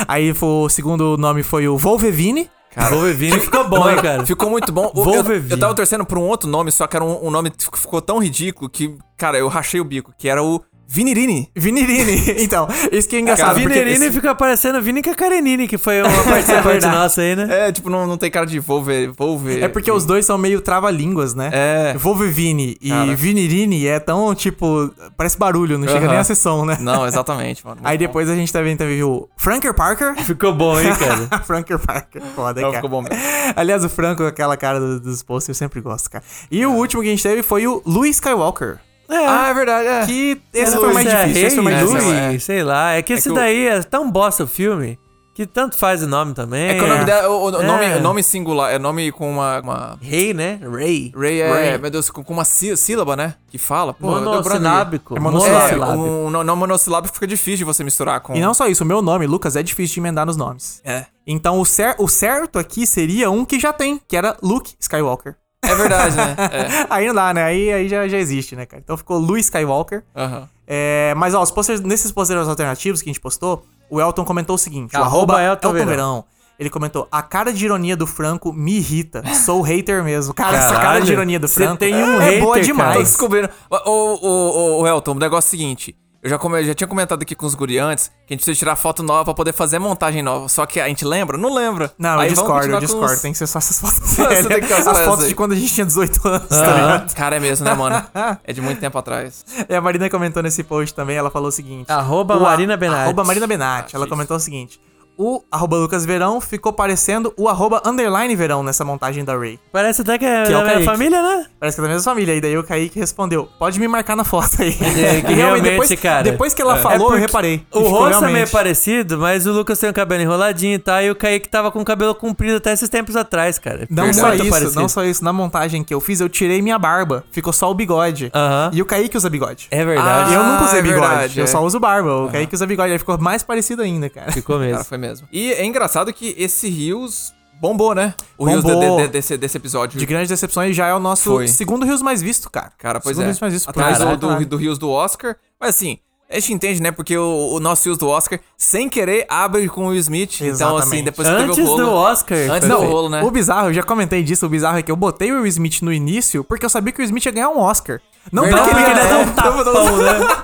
Speaker 3: Aí foi- o segundo nome foi o Volvevini.
Speaker 5: Cara, Wolverine ficou bom, hein,
Speaker 4: Mano,
Speaker 5: cara.
Speaker 4: Ficou muito bom. Eu- Eu,
Speaker 5: Wolverine.
Speaker 4: eu tava torcendo por um outro nome, só que era um, um nome que ficou tão ridículo que, cara, eu rachei o bico, que era o Vinirini.
Speaker 3: Vinirini. Então, isso que é engraçado.
Speaker 5: A
Speaker 4: Cara,
Speaker 3: porque
Speaker 5: Vinerine
Speaker 3: esse-
Speaker 5: fica aparecendo Vini Cacarenini, que foi uma participante nossa aí, né?
Speaker 4: É, tipo, não, não tem cara de Volver. Volver
Speaker 3: É porque os dois são meio trava-línguas, né?
Speaker 4: É.
Speaker 3: Volvivini e
Speaker 4: Cara.
Speaker 3: Vinirini é tão, tipo, parece barulho, não chega
Speaker 4: Aham.
Speaker 3: nem a sessão, né?
Speaker 4: Não, exatamente, mano.
Speaker 3: Aí depois a gente também teve o Franker Parker.
Speaker 5: Ficou bom, hein, cara.
Speaker 3: Franker Parker, foda,
Speaker 4: Não,
Speaker 3: cara.
Speaker 4: ficou bom mesmo.
Speaker 3: Aliás, o Franco, aquela cara do- dos posters, eu sempre gosto, cara. E
Speaker 4: É.
Speaker 3: o último que a gente teve foi o Louis Skywalker.
Speaker 4: Ah, é verdade, é.
Speaker 3: Que esse
Speaker 5: Não,
Speaker 3: foi mais
Speaker 5: esse é
Speaker 3: difícil, esse foi
Speaker 5: Rei
Speaker 3: mais
Speaker 4: né?
Speaker 5: Louis,
Speaker 3: difícil.
Speaker 4: difícil.
Speaker 5: sei lá. É que esse
Speaker 4: que o-
Speaker 5: daí é tão bosta o filme que tanto faz o nome também.
Speaker 4: É que o nome dela. O, o
Speaker 5: É.
Speaker 4: nome, o nome singular, é nome com uma. uma-
Speaker 5: Rei, né? Rei.
Speaker 4: Ray é,
Speaker 5: Ray.
Speaker 4: meu Deus, com com uma sí- sílaba, né? Que fala. Pô, deu branco.
Speaker 5: Monossilábico.
Speaker 3: É
Speaker 4: É,
Speaker 3: monossilábico.
Speaker 5: Monossilábico.
Speaker 4: um, não, não monossilábico fica difícil de você misturar com.
Speaker 3: E não só isso, o meu nome, Lucas, é difícil de emendar nos nomes.
Speaker 4: É.
Speaker 3: Então o, cer o certo aqui seria um que já tem, que era Luke Skywalker.
Speaker 4: É verdade, né? É.
Speaker 3: Aí não dá, né? Aí, aí já, já existe, né, cara? Então ficou Luke Skywalker.
Speaker 4: Aham.
Speaker 3: É, mas, ó, os posters, nesses posters alternativos que a gente postou, o Elton comentou o seguinte: o
Speaker 5: Arroba
Speaker 3: arroba
Speaker 5: Elton
Speaker 3: Elton, Verão.
Speaker 5: Verão.
Speaker 3: Ele comentou: a cara de ironia do Franco me irrita. Sou hater mesmo. Cara, essa
Speaker 5: Caralho,
Speaker 3: cara de ironia do
Speaker 5: você
Speaker 3: Franco
Speaker 5: tem um
Speaker 3: é boa
Speaker 4: Tô
Speaker 5: hater,
Speaker 3: demais.
Speaker 4: descobrindo. Ô, ô, ô, ô, Elton, o negócio é o seguinte. Eu já, come- eu já tinha comentado aqui com os guri antes que a gente precisa tirar foto nova pra poder fazer montagem nova. Só que a gente lembra? Não lembra.
Speaker 3: Não, eu
Speaker 4: Aí vamos
Speaker 3: discordo, eu
Speaker 4: continuar com
Speaker 3: discordo.
Speaker 4: os-
Speaker 3: Tem que ser só essas fotos
Speaker 4: Você
Speaker 3: velhas.
Speaker 4: tem que ter
Speaker 3: As
Speaker 4: as
Speaker 3: fotos
Speaker 4: velhas
Speaker 3: de
Speaker 4: aí.
Speaker 3: quando a gente tinha 18 anos, tá
Speaker 5: Aham.
Speaker 3: ligado?
Speaker 4: Cara, é mesmo, né, mano? É de muito tempo atrás.
Speaker 3: E a Marina comentou nesse post também, ela falou o seguinte.
Speaker 5: Arroba
Speaker 3: o a-
Speaker 5: Marina Benatti.
Speaker 3: Arroba Marina Benatti.
Speaker 4: Ah,
Speaker 3: ela
Speaker 4: isso.
Speaker 3: comentou o seguinte. O arroba Lucas Verão ficou parecendo o arroba underline Verão nessa montagem da Ray.
Speaker 5: Parece até que é
Speaker 3: Que é o
Speaker 5: da minha
Speaker 3: Kaique.
Speaker 5: família, né?
Speaker 3: Parece que é da mesma família. E daí o Kaique respondeu, pode me marcar na foto aí.
Speaker 5: É, que
Speaker 3: E
Speaker 5: realmente,
Speaker 3: depois,
Speaker 5: cara.
Speaker 3: Depois que ela
Speaker 5: É
Speaker 3: falou, eu
Speaker 5: porque
Speaker 3: reparei. E
Speaker 5: O
Speaker 3: ficou
Speaker 5: rosto é meio
Speaker 3: realmente.
Speaker 5: parecido, mas o Lucas tem o cabelo enroladinho e tal. E o Kaique tava com o cabelo comprido até esses tempos atrás, cara.
Speaker 3: Não
Speaker 5: Muito
Speaker 3: só isso,
Speaker 5: parecido.
Speaker 3: não só isso. Na montagem que eu fiz, eu tirei minha barba. Ficou só o bigode.
Speaker 5: Aham.
Speaker 3: E o Kaique usa bigode.
Speaker 5: É verdade.
Speaker 3: E eu nunca usei
Speaker 4: é
Speaker 3: bigode,
Speaker 4: verdade,
Speaker 3: eu
Speaker 4: é.
Speaker 3: só uso barba. O Kaique usa bigode, aí ficou mais parecido ainda, cara.
Speaker 5: Ficou
Speaker 4: Cara,
Speaker 5: mesmo.
Speaker 4: foi mesmo. E é engraçado que esse Rios bombou, né? O Rios de-
Speaker 3: Bombou.
Speaker 4: de- de- desse, desse episódio.
Speaker 3: De grandes decepções já é o nosso
Speaker 4: Hum. Foi.
Speaker 3: segundo Rios mais visto, cara.
Speaker 4: Cara, pois
Speaker 3: segundo
Speaker 4: é.
Speaker 3: Rios mais visto.
Speaker 4: Atrás
Speaker 3: Caralho,
Speaker 4: do, do,
Speaker 3: caralho.
Speaker 4: do Rios do Oscar. Mas assim, a gente entende, né? Porque o, o nosso Rios do Oscar, sem querer, abre com o Will Smith. Então,
Speaker 3: Exatamente.
Speaker 4: assim, depois que teve
Speaker 5: Antes
Speaker 4: o
Speaker 5: do
Speaker 4: rolo,
Speaker 5: Oscar.
Speaker 4: Antes
Speaker 5: foi
Speaker 4: do
Speaker 3: Não,
Speaker 5: feito.
Speaker 4: rolo, né?
Speaker 3: O bizarro, eu já comentei disso, o bizarro é que eu botei o Will Smith no início porque eu sabia que o Will Smith ia ganhar um Oscar. Não
Speaker 4: Verdade,
Speaker 3: porque ele ia dar um
Speaker 5: é.
Speaker 3: tapão, né?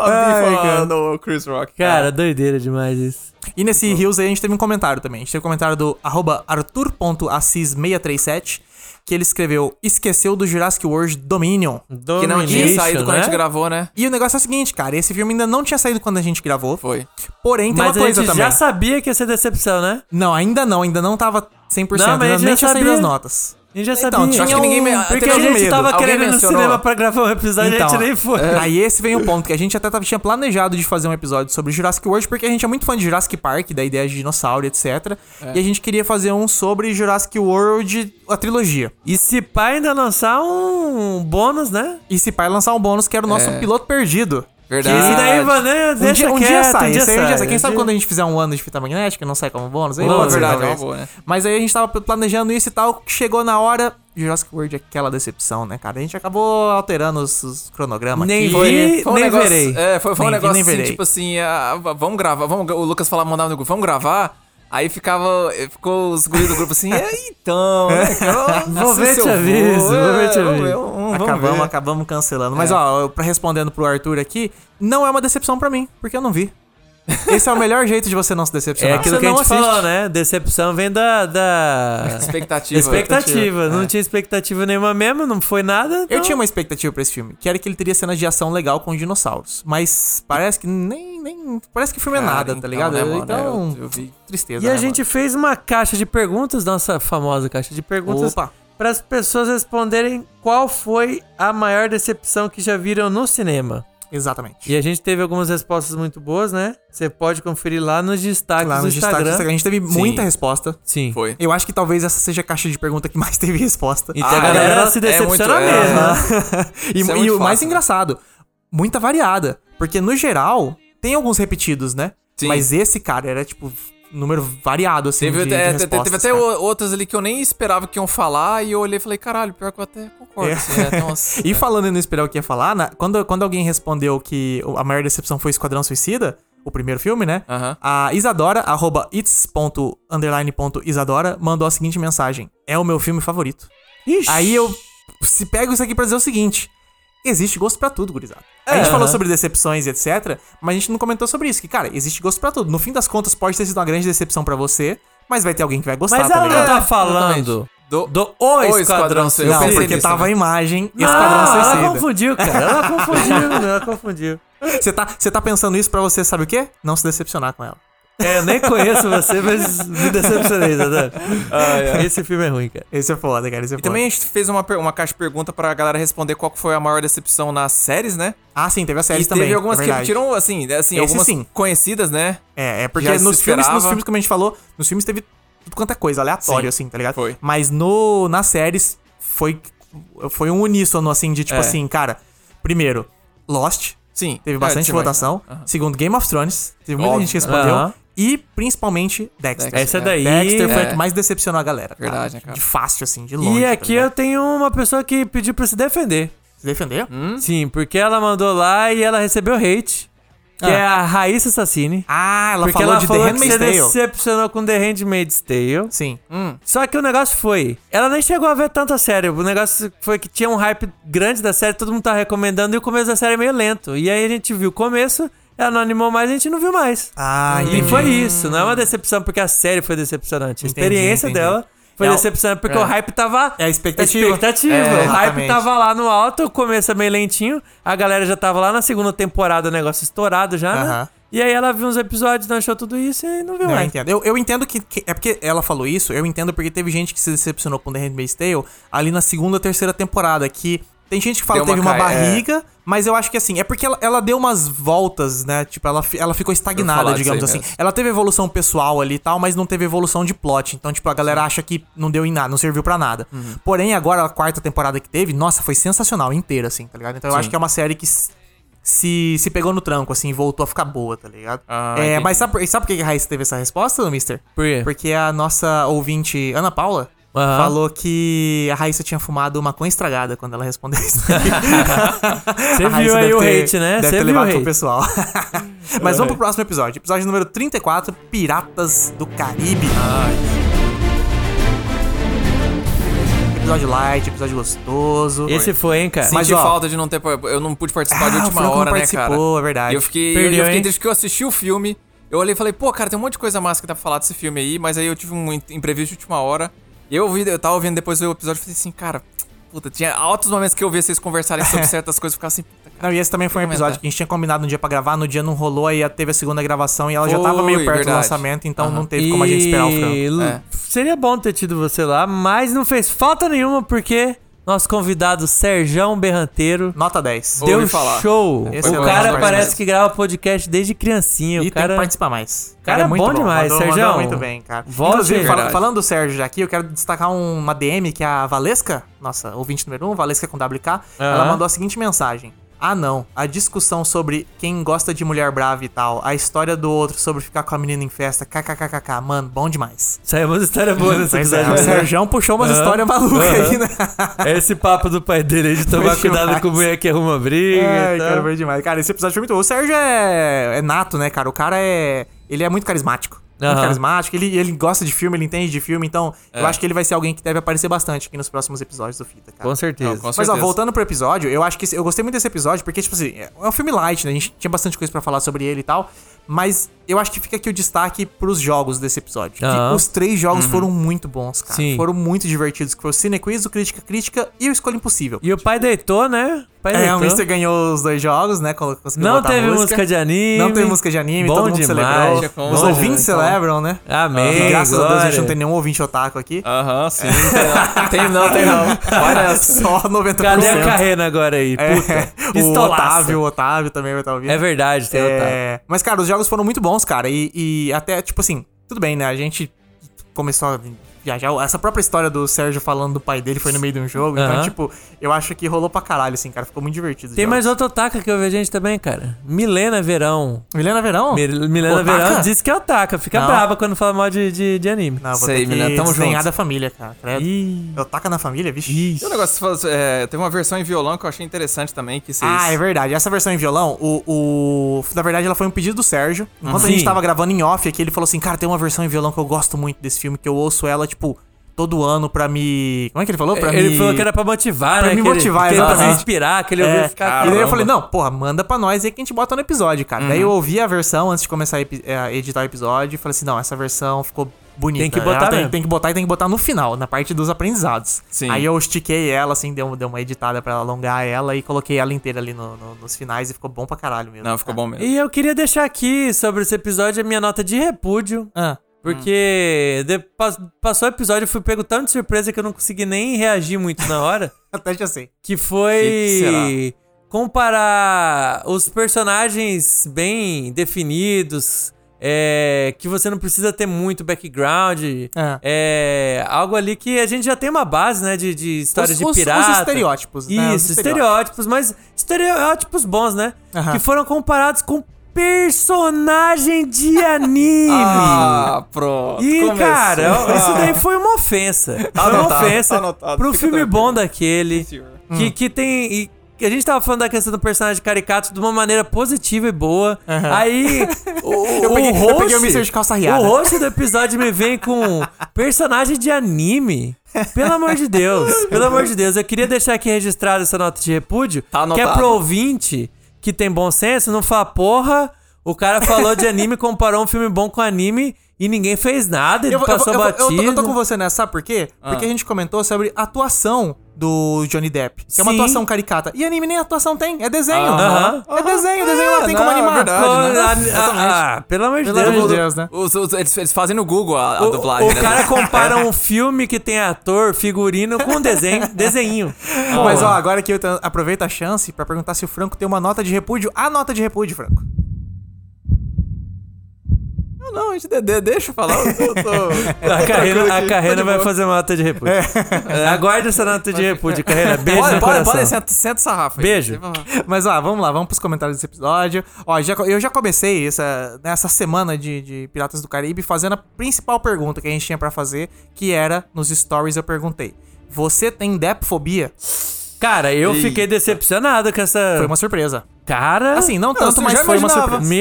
Speaker 3: Ai, cara.
Speaker 4: no "Ah, Chris Rock.
Speaker 5: Cara, doideira demais isso.
Speaker 3: E nesse Rios aí a gente teve um comentário também. A gente teve um comentário do arroba arthur.assis637 que ele escreveu, esqueceu do Jurassic World Dominion.
Speaker 4: Que
Speaker 5: um
Speaker 4: não tinha saído quando a gente gravou, né?
Speaker 3: E o negócio é o seguinte, cara, esse filme ainda não tinha saído quando a gente gravou.
Speaker 4: Foi.
Speaker 3: Porém, tem
Speaker 5: Mas
Speaker 3: uma coisa
Speaker 5: a gente
Speaker 3: também.
Speaker 5: já sabia que ia ser decepção, né?
Speaker 3: Não, ainda não, ainda não tava 100%,
Speaker 5: Não, mas a
Speaker 3: ainda
Speaker 5: gente
Speaker 3: nem
Speaker 5: já
Speaker 3: tinha saído
Speaker 5: sabia.
Speaker 3: as notas.
Speaker 5: A gente já
Speaker 3: Então,
Speaker 5: sabia.
Speaker 3: tinha
Speaker 4: Acho que ninguém me-
Speaker 5: Porque
Speaker 4: teve
Speaker 5: a gente
Speaker 3: medo.
Speaker 5: tava
Speaker 4: Alguém
Speaker 5: querendo ir no
Speaker 4: mencionou.
Speaker 5: cinema pra gravar um episódio e a gente nem foi.
Speaker 3: Então, é. Aí esse vem o ponto, que a gente até tava- tinha planejado de fazer um episódio sobre Jurassic World, porque a gente é muito fã de Jurassic Park, da ideia de dinossauro, etc.
Speaker 5: É.
Speaker 3: E a gente queria fazer um sobre Jurassic World, a trilogia.
Speaker 5: E se pá ainda lançar um bônus, né?
Speaker 3: E se pai lançar um bônus, que era o nosso piloto perdido.
Speaker 5: Que esse daí, mano, né,
Speaker 3: Um
Speaker 5: É. deixa
Speaker 3: dia, um
Speaker 5: quieto,
Speaker 3: dia sai, esse aí um dia sai. Quem
Speaker 5: um
Speaker 3: sabe
Speaker 5: dia-
Speaker 3: quando a gente fizer um ano de fita magnética, não sai como bônus? Aí
Speaker 5: Boa,
Speaker 3: pode ser,
Speaker 4: verdade, é uma
Speaker 3: talvez.
Speaker 4: boa, né?
Speaker 3: Mas aí a gente tava planejando isso e tal, chegou na hora. Jurassic World é aquela decepção, né, cara? A gente acabou alterando os, os cronogramas
Speaker 5: Nem
Speaker 3: aqui.
Speaker 5: vi.
Speaker 4: Foi, foi um
Speaker 5: nem
Speaker 4: negócio,
Speaker 5: verei.
Speaker 4: É, foi, foi um
Speaker 3: Nem vi,
Speaker 4: negócio
Speaker 3: nem
Speaker 4: assim,
Speaker 3: verei.
Speaker 4: tipo assim, ah, v- vamos gravar, vamos, o Lucas falava, mandava no grupo, vamos gravar. Aí ficava, eh, ficou os guris do grupo assim, é, então, né, cara, eu-
Speaker 5: Vou
Speaker 4: se
Speaker 5: ver,
Speaker 4: eu
Speaker 5: te aviso, vou
Speaker 4: é,
Speaker 5: ver, te
Speaker 4: vamos
Speaker 5: aviso.
Speaker 4: vamos- vamos
Speaker 3: Acabamos,
Speaker 4: ver.
Speaker 3: acabamos cancelando. Mas, ó, eu- pra- respondendo pro Arthur aqui, não é uma decepção pra mim, porque eu não vi. Esse é o melhor jeito de você não se
Speaker 5: É
Speaker 3: decepcionar.
Speaker 5: aquilo
Speaker 3: Você
Speaker 5: que a
Speaker 3: não assim,
Speaker 5: gente
Speaker 3: assiste.
Speaker 5: falou, né? Decepção vem da. da...
Speaker 4: Expectativa.
Speaker 5: expectativa. Não tinha expectativa nenhuma mesmo, não foi nada.
Speaker 3: é. Eu
Speaker 5: então-
Speaker 3: tinha uma expectativa pra esse filme, que era que ele teria cenas de ação legal com dinossauros. Mas parece que nem. nem parece que o filme é
Speaker 4: Cara,
Speaker 3: nada, tá
Speaker 4: então,
Speaker 3: ligado?
Speaker 4: né, mano,
Speaker 3: então,
Speaker 4: eu- eu vi.
Speaker 3: tristeza.
Speaker 5: E a
Speaker 3: né,
Speaker 5: gente fez uma caixa de perguntas, nossa famosa caixa de
Speaker 3: mano?
Speaker 5: perguntas,
Speaker 3: Opa!
Speaker 5: para as pessoas responderem qual foi a maior decepção que já viram no cinema.
Speaker 3: Exatamente.
Speaker 5: E a gente teve algumas respostas muito boas, né? Você pode conferir lá nos destaques
Speaker 3: Lá
Speaker 5: do
Speaker 3: no destaque do
Speaker 5: Instagram.
Speaker 3: Instagram, a gente teve muita resposta.
Speaker 5: Sim.
Speaker 4: Foi.
Speaker 3: Eu acho que talvez essa seja a caixa de pergunta que mais teve resposta.
Speaker 5: Então
Speaker 4: Ah,
Speaker 5: a galera
Speaker 4: galera,
Speaker 5: se
Speaker 4: é muito-
Speaker 5: decepciona
Speaker 4: é.
Speaker 5: mesmo. né?
Speaker 3: E,
Speaker 4: Isso é
Speaker 3: e
Speaker 4: muito
Speaker 3: o mais
Speaker 4: fácil, né?
Speaker 3: engraçado, muita variada. Porque no geral, tem alguns repetidos, né?
Speaker 4: Sim.
Speaker 3: Mas esse, cara, era tipo número variado, assim.
Speaker 4: Teve,
Speaker 3: de, de
Speaker 4: até- te- teve
Speaker 3: respostas,
Speaker 4: até
Speaker 3: cara.
Speaker 4: o- outras ali que eu nem esperava que iam falar, e eu olhei e falei, caralho, pior que eu até concordo.
Speaker 3: É.
Speaker 4: assim, né? Tem umas-
Speaker 3: E falando em não esperar o que ia falar, na- quando, quando alguém respondeu que o- a maior decepção foi Esquadrão Suicida, o primeiro filme, né?
Speaker 4: Aham.
Speaker 3: A Isadora, arroba its.underline.isadora, mandou a seguinte mensagem. É o meu filme favorito.
Speaker 5: Ixi.
Speaker 3: Aí eu se pego isso aqui pra dizer o seguinte. Existe gosto pra tudo, gurizada. A gente
Speaker 5: É.
Speaker 3: falou sobre decepções e etc, mas a gente não comentou sobre isso. Que, cara, existe gosto pra tudo. No fim das contas, pode ter sido uma grande decepção pra você, mas vai ter alguém que vai gostar,
Speaker 5: Mas
Speaker 3: tá
Speaker 5: ela não
Speaker 3: ligado?
Speaker 5: tá
Speaker 4: exatamente.
Speaker 5: falando
Speaker 4: Do-
Speaker 5: do O
Speaker 4: O
Speaker 5: Esquadrão
Speaker 4: Esquadrão
Speaker 5: Suicida.
Speaker 4: eu
Speaker 3: não,
Speaker 4: pensei
Speaker 3: porque
Speaker 4: nisso,
Speaker 3: tava
Speaker 4: né?
Speaker 3: a imagem
Speaker 5: Não,
Speaker 3: Esquadrão Suicida.
Speaker 5: ela Ah, confundiu, cara. Ela confundiu, ela confundiu.
Speaker 3: Você tá, você tá pensando isso pra você, sabe o quê? Não se decepcionar com ela.
Speaker 5: É, eu nem conheço você, mas me decepcionei, tá Zadar. Esse filme é ruim, cara.
Speaker 3: Esse é foda, cara. Esse é foda.
Speaker 4: Também a gente fez uma, per- uma caixa de pergunta pra galera responder qual que foi a maior decepção nas séries, né?
Speaker 3: Ah, sim, teve a série
Speaker 4: E
Speaker 3: também.
Speaker 4: teve algumas
Speaker 3: é
Speaker 4: que
Speaker 3: verdade.
Speaker 4: tiram, assim, assim
Speaker 3: Esse
Speaker 4: algumas
Speaker 3: sim.
Speaker 4: conhecidas, né?
Speaker 3: É, é porque
Speaker 4: Já se
Speaker 3: nos filmes, nos
Speaker 4: esperava.
Speaker 3: filmes, como a gente falou, nos filmes teve tudo quanto é coisa, aleatório, assim, tá ligado?
Speaker 4: foi.
Speaker 3: Mas no, nas séries foi, foi um uníssono, assim, de tipo
Speaker 4: É.
Speaker 3: assim, cara. Primeiro, Lost.
Speaker 4: Sim.
Speaker 3: Teve
Speaker 4: É,
Speaker 3: bastante
Speaker 4: tinha mais,
Speaker 3: votação.
Speaker 4: né? Aham.
Speaker 3: Segundo, Game of Thrones. Teve muita
Speaker 4: Óbvio.
Speaker 3: gente que respondeu.
Speaker 5: Aham.
Speaker 3: E principalmente Dexter.
Speaker 4: Dexter.
Speaker 5: Essa daí.
Speaker 3: Dexter foi a
Speaker 4: É.
Speaker 3: que mais decepcionou a galera. cara.
Speaker 4: Verdade, né, cara?
Speaker 3: De fácil, assim, de longe.
Speaker 5: E
Speaker 3: tá
Speaker 5: aqui é-
Speaker 3: ligado?
Speaker 5: eu tenho uma pessoa que pediu pra se defender.
Speaker 3: Se defender?
Speaker 4: Hum?
Speaker 5: Sim, porque ela mandou lá e ela recebeu hate. Que é a Raíssa Assassini.
Speaker 3: Ah, ela
Speaker 5: porque
Speaker 3: falou
Speaker 5: ela
Speaker 3: de
Speaker 5: falou
Speaker 3: The
Speaker 5: que se
Speaker 3: Handmaid's Tale.
Speaker 5: decepcionou com The Handmaid's Tale.
Speaker 3: Sim.
Speaker 5: Só que o negócio foi, ela nem chegou a ver tanta série. O negócio foi que tinha um hype grande da série, todo mundo tava recomendando e o começo da série é meio lento. E aí a gente viu o começo, ela não animou mais, a gente não viu mais.
Speaker 3: Ah,
Speaker 5: E foi isso, não é uma decepção porque a série foi decepcionante. A
Speaker 3: Entendi,
Speaker 5: experiência
Speaker 3: entendi.
Speaker 5: dela foi
Speaker 3: É o-
Speaker 5: decepcionante porque
Speaker 3: é.
Speaker 5: o hype tava.
Speaker 3: É a expectativa.
Speaker 5: expectativa.
Speaker 3: É,
Speaker 5: o hype
Speaker 3: exatamente.
Speaker 5: tava lá no alto, o começo é meio lentinho, a galera já tava lá na segunda temporada, o negócio estourado já, né?
Speaker 3: Aham.
Speaker 5: E aí ela viu uns episódios, não achou tudo isso e não viu
Speaker 3: Não, eu
Speaker 5: mais.
Speaker 3: entendo. Eu, eu entendo que, que- É porque ela falou isso, eu entendo porque teve gente que se decepcionou com The Handmaid's Tale ali na segunda ou terceira temporada, que. Tem gente que fala
Speaker 4: Deu
Speaker 3: que teve
Speaker 4: uma
Speaker 3: uma
Speaker 4: ca- é.
Speaker 3: barriga, mas eu acho que assim, é porque ela, ela deu umas voltas, né? Tipo, ela, fi- ela ficou
Speaker 4: falar
Speaker 3: estagnada,
Speaker 4: disso
Speaker 3: digamos
Speaker 4: aí
Speaker 3: assim.
Speaker 4: mesmo.
Speaker 3: Ela teve evolução pessoal ali e tal, mas não teve evolução de plot. Então, tipo, a galera acha que não deu em nada, não serviu pra nada.
Speaker 4: Uhum.
Speaker 3: Porém, agora a quarta temporada que teve, nossa, foi sensacional, inteira, assim, tá ligado? Então eu acho que é uma série que s- se, se pegou no tranco, assim, e voltou a ficar boa, tá ligado?
Speaker 4: Ah,
Speaker 3: é,
Speaker 4: entendi.
Speaker 3: mas sabe, por- sabe por que a Raíssa teve essa resposta, Mister?
Speaker 5: Por quê?
Speaker 3: Porque a nossa ouvinte, Ana Paula,
Speaker 5: Aham.
Speaker 3: falou que a Raíssa tinha fumado maconha estragada quando ela respondeu isso. Você
Speaker 5: viu aí o hate, né?
Speaker 3: Ah, Deve
Speaker 5: Você
Speaker 3: ter
Speaker 5: viu o
Speaker 3: levado pro
Speaker 5: hate.
Speaker 3: pessoal. Mas vamos pro próximo episódio. Episódio número 34, Piratas do Caribe. Episódio light, episódio gostoso.
Speaker 5: Esse foi, hein, cara?
Speaker 4: Senti
Speaker 3: Mas, ó-
Speaker 4: falta de não ter. Eu não pude participar de
Speaker 3: Ah, o
Speaker 4: última
Speaker 3: Franco não
Speaker 4: hora, né, cara?
Speaker 3: participou, é verdade.
Speaker 4: E Eu fiquei. eu-
Speaker 5: Perdeu,
Speaker 4: eu fiquei
Speaker 5: hein?
Speaker 4: desde que eu assisti o filme. Eu olhei e falei, pô, cara, tem um monte de coisa massa que dá pra falar desse filme aí, mas aí eu tive um in- imprevisto de última hora. E eu, ouvi, eu tava ouvindo depois do episódio e falei assim, cara, puta, tinha altos momentos que eu vi vocês conversarem sobre certas coisas e ficava assim, puta, cara.
Speaker 3: Não, e esse também foi um
Speaker 4: Comentar.
Speaker 3: episódio que a gente tinha combinado um dia pra gravar, no dia não rolou, aí teve a segunda gravação e ela já
Speaker 4: Foi,
Speaker 3: tava meio perto do
Speaker 4: verdade.
Speaker 3: lançamento, então
Speaker 4: Aham.
Speaker 3: não teve como a gente esperar o frango.
Speaker 5: E, Lu,
Speaker 4: É.
Speaker 5: Seria bom ter tido você lá, mas não fez falta nenhuma porque nosso convidado Serjão Berranteiro
Speaker 3: Nota 10.
Speaker 4: Ouvi
Speaker 5: deu
Speaker 4: falar.
Speaker 5: show.
Speaker 3: Esse é
Speaker 5: o
Speaker 3: bom,
Speaker 5: cara
Speaker 3: demais
Speaker 5: parece
Speaker 3: mesmo.
Speaker 5: que grava podcast desde criancinha.
Speaker 3: E
Speaker 5: o cara
Speaker 3: tem que participar mais. O
Speaker 5: cara é bom demais,
Speaker 3: mandou,
Speaker 5: Serjão.
Speaker 3: Mandou muito bem, cara.
Speaker 5: Volte.
Speaker 3: Inclusive, fala-
Speaker 4: Verdade.
Speaker 3: falando do Sérgio já aqui, eu quero destacar um- uma DM que é a Valesca, nossa, ouvinte número 1, Valesca com WK, ela
Speaker 5: Aham.
Speaker 3: mandou a seguinte mensagem. Ah, não. A discussão sobre quem gosta de mulher brava e tal. A história do outro sobre ficar com a menina em festa. KKKKK. Mano, bom demais.
Speaker 5: Saiu umas histórias boas nesse
Speaker 3: Pois é,
Speaker 5: episódio.
Speaker 3: o
Speaker 5: né?
Speaker 3: Serjão puxou umas
Speaker 5: Aham,
Speaker 3: histórias malucas
Speaker 5: aham.
Speaker 3: aí, né?
Speaker 5: É esse papo do pai dele aí de tomar
Speaker 3: Foi
Speaker 5: cuidado
Speaker 3: demais.
Speaker 5: com mulher que arruma briga.
Speaker 3: Ai,
Speaker 5: e tal.
Speaker 3: cara, foi demais. Cara, esse episódio foi muito bom. O Sérgio é, é nato, né, cara? O cara é. Ele é muito carismático. Muito
Speaker 5: Aham. É.
Speaker 3: carismático. Ele, ele gosta de filme, ele entende de filme, então eu acho que ele vai ser alguém que deve aparecer bastante aqui nos próximos episódios do Fita, cara.
Speaker 5: Com certeza.
Speaker 4: Não, com
Speaker 3: Mas ó,
Speaker 4: certeza.
Speaker 3: voltando pro episódio, eu acho que esse- eu gostei muito desse episódio, porque, tipo assim, é um filme light, né? A gente tinha bastante coisa pra falar sobre ele e tal. Mas eu acho que fica aqui o destaque pros jogos desse episódio.
Speaker 5: Aham. Uhum.
Speaker 3: Que os três jogos foram muito bons, cara.
Speaker 5: Sim.
Speaker 3: Foram muito divertidos. Que foi o Cine Quiz, o Crítica Crítica e o Escolha Impossível.
Speaker 5: E o pai deitou, né? O pai
Speaker 3: É,
Speaker 5: deitou.
Speaker 3: o Mr. ganhou os dois jogos, né? Colo- Conseguiu
Speaker 5: Não
Speaker 3: botar
Speaker 5: teve música. de anime.
Speaker 3: Não teve música de anime,
Speaker 5: Bom
Speaker 3: todo mundo
Speaker 5: demais.
Speaker 4: Já
Speaker 3: celebrou.
Speaker 4: com-
Speaker 3: Os
Speaker 4: bom
Speaker 3: ouvintes
Speaker 5: demais.
Speaker 3: celebram, né?
Speaker 5: Amém.
Speaker 3: E graças a Deus a gente
Speaker 5: glória. Ah,
Speaker 3: não tem nenhum ouvinte otaku aqui.
Speaker 4: Aham, sim. Tem não, tem não.
Speaker 3: Olha só, 90%.
Speaker 5: Cadê a carreira agora aí? Puta.
Speaker 3: É, o
Speaker 5: Pistolaça.
Speaker 3: Otávio, o Otávio também vai estar ouvindo.
Speaker 5: É verdade, tem Otávio.
Speaker 3: É, Mas, cara, os jogos foram muito bons, cara. E, e até, tipo assim, tudo bem, né? A gente começou a viajar. Essa própria história do Sérgio falando do pai dele foi no meio de um jogo. Então,
Speaker 5: Aham.
Speaker 3: tipo, eu acho que rolou pra caralho, assim, cara. Ficou muito divertido. os
Speaker 5: Tem
Speaker 3: jogos.
Speaker 5: mais outra otaka que eu vi a gente também, cara. Milena Verão.
Speaker 3: Milena
Speaker 4: Oh,
Speaker 3: Verão?
Speaker 5: Mil- Milena
Speaker 3: Otaka?
Speaker 5: Verão disse que é otaka. Fica
Speaker 3: Não.
Speaker 5: brava quando fala mal de, de, de anime.
Speaker 3: Não, né? vou
Speaker 4: Sei,
Speaker 3: ter que
Speaker 4: Milena, tamo
Speaker 3: desenhar
Speaker 4: junto.
Speaker 3: da família, cara. Credo.
Speaker 5: Ih.
Speaker 3: Eu taca na família, vixe.
Speaker 5: Ixi.
Speaker 4: Tem um negócio, que você fala, é, teve uma versão em violão que eu achei interessante também, que vocês...
Speaker 3: Ah, é verdade. Essa versão em violão, o, o- Na verdade, ela foi um pedido do Sérgio. Enquanto a
Speaker 5: Sim.
Speaker 3: gente tava gravando em off aqui, ele falou assim: Cara, tem uma versão em violão que eu gosto muito desse filme, que eu ouço ela, tipo, todo ano pra me. Como é que ele falou? Pra
Speaker 5: ele
Speaker 3: me.
Speaker 5: falou que era pra motivar,
Speaker 3: pra
Speaker 5: né?
Speaker 3: me
Speaker 5: que ele-
Speaker 3: motivar,
Speaker 5: que ele, Pra se
Speaker 3: exatamente.
Speaker 5: inspirar, que ele
Speaker 3: É,
Speaker 5: ouviu ficar...
Speaker 3: E daí
Speaker 5: calmo.
Speaker 3: eu falei, não, porra, manda pra nós aí que a gente bota no episódio, cara. Daí eu
Speaker 5: Uhum.
Speaker 3: ouvi a versão antes de começar a epi- é, a editar o episódio e falei assim, não, essa versão ficou bonita.
Speaker 5: Tem que
Speaker 3: Ela
Speaker 5: botar
Speaker 3: tem,
Speaker 5: mesmo.
Speaker 3: tem que botar e tem que botar no final, na parte dos aprendizados.
Speaker 4: Sim.
Speaker 3: Aí eu estiquei ela, assim, deu, deu uma editada pra alongar ela e coloquei ela inteira ali no- no- nos finais e ficou bom pra caralho mesmo.
Speaker 4: Não, ficou bom mesmo.
Speaker 5: É. E eu queria deixar aqui sobre esse episódio a minha nota de repúdio.
Speaker 3: Ah,
Speaker 5: Porque de- pas- passou o episódio, eu fui pego tão de surpresa que eu não consegui nem reagir muito na hora.
Speaker 3: até já sei.
Speaker 5: que
Speaker 4: Que
Speaker 5: foi
Speaker 4: que
Speaker 5: comparar os personagens bem definidos, é, que você não precisa ter muito background.
Speaker 3: Ah.
Speaker 5: É, algo ali que a gente já tem uma base, né? De, de história
Speaker 3: Os-
Speaker 5: de
Speaker 3: os- os
Speaker 5: pirata.
Speaker 3: estereótipos, né, os
Speaker 5: Isso, estereótipos, mas estereótipos bons, né?
Speaker 3: Aham.
Speaker 5: Que foram comparados com personagem de anime.
Speaker 4: Ah, pronto.
Speaker 5: Ih,
Speaker 4: começou. Ah.
Speaker 5: cara, ó, isso daí foi uma ofensa. foi uma
Speaker 4: anotado,
Speaker 5: ofensa
Speaker 4: tá anotado,
Speaker 5: pro
Speaker 4: fica
Speaker 5: filme
Speaker 4: tranquilo.
Speaker 5: bom daquele.
Speaker 4: senhor. Hum.
Speaker 5: Que, que tem. e que a gente tava falando da questão do personagem caricato de uma maneira positiva e boa. Aí. O, eu
Speaker 3: peguei-
Speaker 5: o
Speaker 3: eu peguei o
Speaker 5: host-
Speaker 3: Mr. de calça riada.
Speaker 5: O host do episódio me vem com personagem de anime. Pelo amor de Deus. Pelo amor de Deus. Eu queria deixar aqui registrado essa nota de repúdio.
Speaker 4: Tá
Speaker 5: que é
Speaker 4: anotado.
Speaker 5: pro ouvinte que tem bom senso, não fala, porra, o cara falou de anime, comparou um filme bom com anime e ninguém fez nada, ele
Speaker 3: vou-
Speaker 5: passou
Speaker 3: eu, vou- eu tô-
Speaker 5: batido.
Speaker 3: eu tô com você nessa, sabe por quê? Porque a gente comentou sobre a atuação do Johnny Depp. Que é uma
Speaker 5: Sim.
Speaker 3: atuação caricata. E anime nem atuação tem, é desenho.
Speaker 5: Aham.
Speaker 3: É desenho, desenho não tem
Speaker 4: não,
Speaker 3: como animar.
Speaker 4: é verdade,
Speaker 5: Pô,
Speaker 4: né?
Speaker 5: ah, ah, ah, pelo amor de
Speaker 3: Pelo amor de Deus,
Speaker 5: Deus.
Speaker 3: né?
Speaker 4: Os- os- eles, eles fazem no Google a, a
Speaker 5: O,
Speaker 4: dublagem,
Speaker 5: o
Speaker 4: né?
Speaker 5: cara compara
Speaker 3: É.
Speaker 5: um filme que tem ator, figurino, com um desenho, desenho.
Speaker 3: Mas ó,
Speaker 5: Porra.
Speaker 3: agora que eu tenho- aproveito a chance pra perguntar se o Franco tem uma nota de repúdio. A nota de repúdio, Franco.
Speaker 4: Não, Ah, não, a gente de- de- deixa eu falar. eu tô- tô-
Speaker 5: A Carrena, a Carrena
Speaker 4: de
Speaker 5: vai
Speaker 4: boa.
Speaker 5: fazer uma nota de repúdio.
Speaker 3: É.
Speaker 5: É, Aguarde essa nota de repúdio, Carrena. Beijo
Speaker 4: Bora,
Speaker 5: no
Speaker 4: bora,
Speaker 5: coração.
Speaker 4: bora, senta, senta essa rafa aí.
Speaker 5: Beijo.
Speaker 3: Mas ó, vamos lá, vamos pros comentários desse episódio. Ó, já co- eu já comecei essa, nessa semana de, de Piratas do Caribe fazendo a principal pergunta que a gente tinha pra fazer, que era nos stories eu perguntei. Você tem depfobia?
Speaker 5: Cara, eu fiquei decepcionado com essa...
Speaker 3: Foi uma surpresa.
Speaker 5: Cara...
Speaker 3: Assim, não tanto,
Speaker 4: É. Ah, você
Speaker 3: mas
Speaker 4: já
Speaker 3: foi uma
Speaker 4: imaginava. Ah,
Speaker 3: surpresa.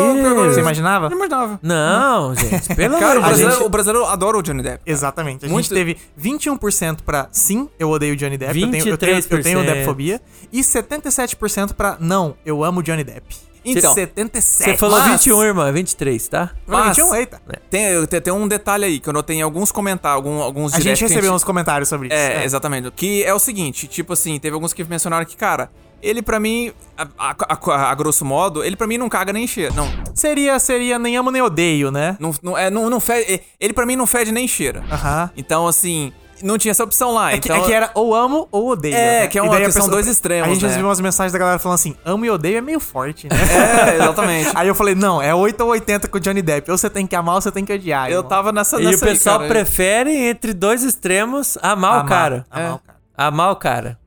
Speaker 5: é Meu
Speaker 3: Você
Speaker 5: Deus.
Speaker 3: imaginava?
Speaker 4: Não imaginava.
Speaker 5: Não, gente. Pelo
Speaker 4: Cara, o
Speaker 5: amor de
Speaker 4: brasileiro,
Speaker 5: Deus.
Speaker 3: é
Speaker 4: o brasileiro adora o Johnny Depp.
Speaker 3: Exatamente. A
Speaker 4: Muito-
Speaker 3: gente teve 21% pra sim, eu odeio Johnny Depp, eu tenho, eu tenho, eu
Speaker 5: 23%.
Speaker 3: tenho depfobia. E 77% pra não, eu amo Johnny Depp.
Speaker 4: Então,
Speaker 3: 77%.
Speaker 5: Você falou
Speaker 4: Mas-
Speaker 5: 21, irmã. 23, tá?
Speaker 4: mas-
Speaker 3: 21, eita.
Speaker 4: Tem, eu- tem, tem um detalhe aí que eu notei em alguns comentários, algum, alguns
Speaker 3: A gente
Speaker 4: directs que
Speaker 3: recebeu uns comentários sobre isso.
Speaker 4: É, exatamente. Que é o seguinte, tipo assim, teve alguns que mencionaram que, cara, ele pra mim, a, a- a- a grosso modo, ele pra mim não caga nem cheira. Não,
Speaker 3: Seria, seria nem amo nem odeio, né?
Speaker 4: não, não, é, não, não fede. Ele pra mim não fede nem cheira.
Speaker 3: Aham.
Speaker 4: Então, assim, não tinha essa opção lá.
Speaker 3: É, que-
Speaker 4: então,
Speaker 3: é que era ou amo ou odeio.
Speaker 4: É,
Speaker 3: né?
Speaker 4: que é
Speaker 3: E
Speaker 4: uma-
Speaker 3: daí a
Speaker 4: que são dois extremos,
Speaker 3: A gente
Speaker 4: né?
Speaker 3: recebeu umas mensagens da galera falando assim: amo e odeio é meio forte, né?
Speaker 4: É, exatamente.
Speaker 3: Aí eu falei: não, é 8 ou 80 com o Johnny Depp. Ou você tem que amar ou você tem que odiar.
Speaker 4: Eu
Speaker 3: irmão.
Speaker 4: tava nessa.
Speaker 5: E
Speaker 3: assim,
Speaker 5: o
Speaker 3: é.
Speaker 4: nessa aí,
Speaker 5: pessoal
Speaker 4: cara.
Speaker 5: prefere entre dois extremos amar, o
Speaker 3: Amar,
Speaker 5: cara.
Speaker 3: amar
Speaker 5: É.
Speaker 3: o cara.
Speaker 5: Amar o cara.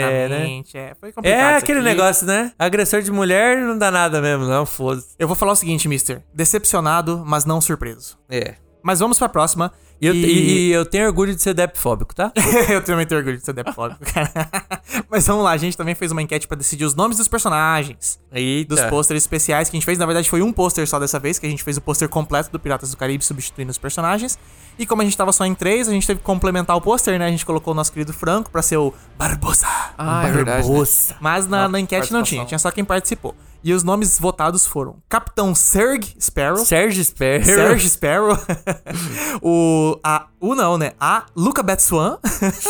Speaker 3: Exatamente. É, Foi complicado.
Speaker 5: É
Speaker 3: isso
Speaker 5: aquele
Speaker 3: aqui.
Speaker 5: negócio, né? Agressor de mulher não dá nada mesmo, não, foda-se.
Speaker 3: Eu vou falar o seguinte, mister. Decepcionado, mas não surpreso.
Speaker 5: É.
Speaker 3: Mas vamos pra próxima.
Speaker 5: E eu, e- e eu tenho orgulho de ser depfóbico, tá?
Speaker 3: eu também tenho orgulho de ser depósito, cara. Mas vamos lá, a gente também fez uma enquete pra decidir os nomes dos personagens.
Speaker 5: E
Speaker 3: Dos pôsteres especiais que a gente fez. Na verdade, foi um pôster só dessa vez, que a gente fez o pôster completo do Piratas do Caribe, substituindo os personagens. E como a gente tava só em três, a gente teve que complementar o pôster, né? A gente colocou o nosso querido Franco pra ser o Barbosa.
Speaker 4: Ah, é verdade, né?
Speaker 3: Mas na, na enquete não
Speaker 4: participação.
Speaker 3: tinha, tinha só quem participou. E os nomes votados foram Capitão Serg Sparrow.
Speaker 5: Sérgio Sperry.
Speaker 3: Serge Sparrow. o. A, o não, né? A Luca Betswan.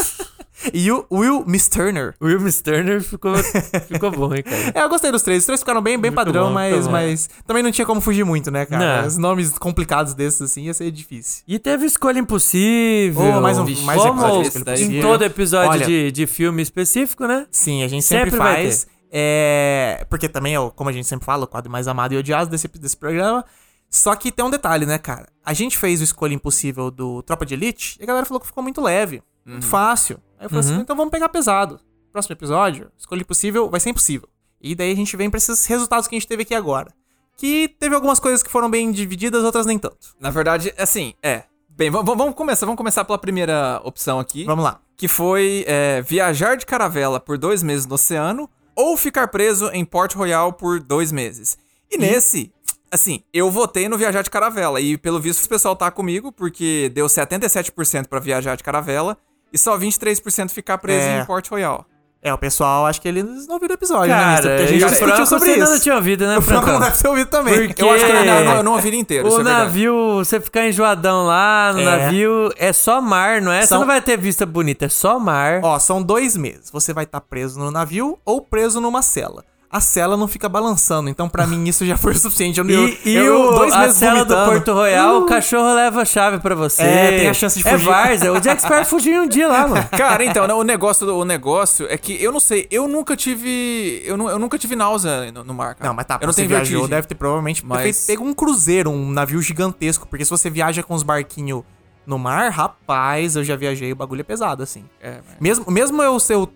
Speaker 3: e o Will Miss Turner.
Speaker 5: Will Turner ficou, ficou bom, hein, cara?
Speaker 3: É, eu gostei dos três. Os três ficaram bem, bem padrão,
Speaker 5: bom, muito
Speaker 3: mas,
Speaker 5: bom.
Speaker 3: mas também não tinha como fugir muito, né, cara?
Speaker 5: Não.
Speaker 3: Os nomes complicados desses, assim, ia ser difícil.
Speaker 5: E teve Escolha Impossível.
Speaker 3: Oh, mais um- mais um
Speaker 5: Como
Speaker 3: episódio
Speaker 4: de Escolha
Speaker 5: em
Speaker 4: Impossível.
Speaker 5: todo episódio
Speaker 3: Olha.
Speaker 5: de, de filme específico, né?
Speaker 3: Sim, a gente sempre,
Speaker 5: Sempre vai
Speaker 3: faz. É, porque também, é o- como a gente sempre fala, o quadro mais amado e odiado desse, desse programa. Só que tem um detalhe, né, cara? A gente fez o Escolha Impossível do Tropa de Elite e a galera falou que ficou muito leve, muito fácil. Aí eu falei assim, então vamos pegar pesado. Próximo episódio, Escolha Impossível vai ser impossível. E daí a gente vem pra esses resultados que a gente teve aqui agora. Que teve algumas coisas que foram bem divididas, outras nem tanto.
Speaker 4: Na verdade, assim, é. Bem, va- va- vamos começar, vamos começar pela primeira opção aqui,
Speaker 3: Vamos lá.
Speaker 4: que foi é, viajar de caravela por dois meses no oceano ou ficar preso em Port Royal por dois meses. E nesse, assim, eu votei no viajar de caravela e pelo visto o pessoal tá comigo porque deu 77% pra viajar de caravela e só 23% ficar preso
Speaker 3: É.
Speaker 4: em Port Royal.
Speaker 3: É, o pessoal acha que eles não viram o episódio, né, Mister?
Speaker 5: Cara,
Speaker 3: Porque a
Speaker 5: e
Speaker 3: gente
Speaker 5: o
Speaker 3: discutiu
Speaker 5: Franco
Speaker 3: sobre
Speaker 5: você
Speaker 3: isso.
Speaker 5: não tinha ouvido, né,
Speaker 3: O Franco não
Speaker 5: Franco?
Speaker 3: deve ter ouvido também.
Speaker 5: Porque-
Speaker 4: Eu acho que eu não,
Speaker 5: É.
Speaker 4: não, eu não ouvi ele inteiro, isso
Speaker 5: O
Speaker 4: é verdade.
Speaker 5: navio, você ficar enjoadão lá no
Speaker 3: É.
Speaker 5: navio, é só mar, não é?
Speaker 3: São-
Speaker 5: Você não vai ter vista bonita, é só mar.
Speaker 3: Ó, são dois meses. Você vai estar preso no navio ou preso numa cela. A cela não fica balançando, então pra mim isso já foi o suficiente. Eu, eu,
Speaker 5: E, e
Speaker 3: eu-
Speaker 5: o,
Speaker 3: dois
Speaker 5: a
Speaker 3: meses
Speaker 5: cela do
Speaker 3: vomitando. Uh!
Speaker 5: Porto Royal, o cachorro leva a chave pra você.
Speaker 3: É, tem a chance de
Speaker 5: É
Speaker 3: fugir.
Speaker 5: várzea. O Jack Sparrow fugiu um dia lá, mano.
Speaker 4: Cara, então, né, o negócio, do- o negócio é que eu não sei, eu nunca tive. Eu, nu- eu nunca tive náusea no, no mar, cara.
Speaker 3: Não, mas tá,
Speaker 4: eu não
Speaker 3: você
Speaker 4: tenho
Speaker 3: viajou,
Speaker 4: vertigem.
Speaker 3: deve ter provavelmente ter
Speaker 4: Mas-
Speaker 3: feito- pego um cruzeiro, um navio gigantesco, porque se você viaja com os barquinhos no mar, rapaz, eu já viajei, o bagulho é pesado, assim.
Speaker 4: É, mas-
Speaker 3: Mesmo, mesmo eu ser o-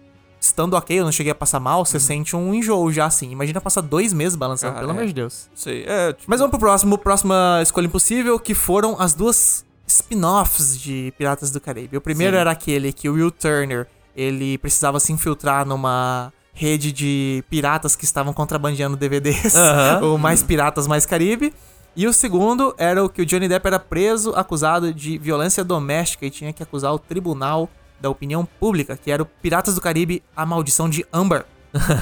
Speaker 3: estando ok, eu não cheguei a passar mal,
Speaker 5: Uhum.
Speaker 3: você sente um enjoo já, assim. Imagina passar dois meses balançando,
Speaker 4: Cara,
Speaker 3: pelo
Speaker 4: é.
Speaker 3: amor de Deus.
Speaker 4: não sei. É, tipo,
Speaker 3: Mas vamos pro próximo, próxima escolha impossível, que foram as duas spin-offs de Piratas do Caribe. O primeiro era aquele que o Will Turner, ele precisava se infiltrar numa rede de piratas que estavam contrabandeando DVDs,
Speaker 5: Aham.
Speaker 3: ou mais piratas, mais Caribe. E o segundo era o que o Johnny Depp era preso, acusado de violência doméstica e tinha que acusar o tribunal da opinião pública, que era o Piratas do Caribe, a maldição de Amber.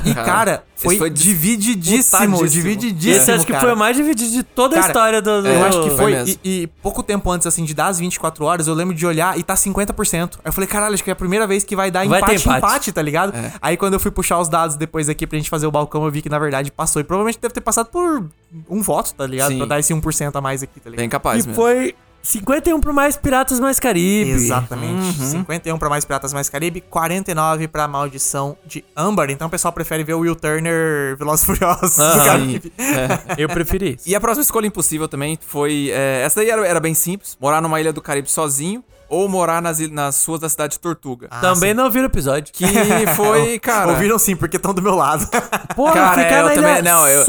Speaker 3: E cara,
Speaker 4: esse
Speaker 3: foi,
Speaker 4: foi
Speaker 3: divididíssimo,
Speaker 4: disputadíssimo.
Speaker 3: divididíssimo.
Speaker 5: Isso acho que
Speaker 3: cara.
Speaker 5: foi o mais dividido de toda a
Speaker 3: Cara,
Speaker 5: história do. do-
Speaker 3: Eu acho que
Speaker 4: foi
Speaker 3: foi.
Speaker 4: mesmo.
Speaker 3: E, e pouco tempo antes, assim, de dar as 24 horas, eu lembro de olhar e tá 50%. Aí eu falei, caralho, acho que é a primeira vez que vai dar
Speaker 5: Vai
Speaker 3: empate,
Speaker 5: ter
Speaker 3: empate.
Speaker 5: empate.
Speaker 3: tá ligado? Aí quando eu fui puxar os dados depois aqui pra gente fazer o balcão, eu vi que na verdade passou. E provavelmente deve ter passado por um voto, tá ligado?
Speaker 4: Sim.
Speaker 3: Pra dar esse 1% a mais aqui, tá ligado?
Speaker 4: bem capaz
Speaker 5: E
Speaker 4: mesmo.
Speaker 5: foi 51 pro mais Piratas Mais Caribe.
Speaker 3: Exatamente. 51 pra mais Piratas Mais Caribe, 49 pra Maldição de Amber. Então o pessoal prefere ver o Will Turner Velozes e Furiosos.
Speaker 5: Ah,
Speaker 3: do Caribe.
Speaker 4: Sim. É.
Speaker 5: Eu preferi isso.
Speaker 4: E a próxima escolha impossível também foi. é, essa daí era, era bem simples: morar numa ilha do Caribe sozinho ou morar nas, il- nas ruas da cidade de Tortuga.
Speaker 5: Também não ouviram o episódio. Que,
Speaker 4: E foi, cara.
Speaker 3: Então, Ouviram sim, porque estão do meu lado.
Speaker 5: porra,
Speaker 4: Cara,
Speaker 5: ficar
Speaker 4: eu
Speaker 5: na ilha
Speaker 4: também- não, eu-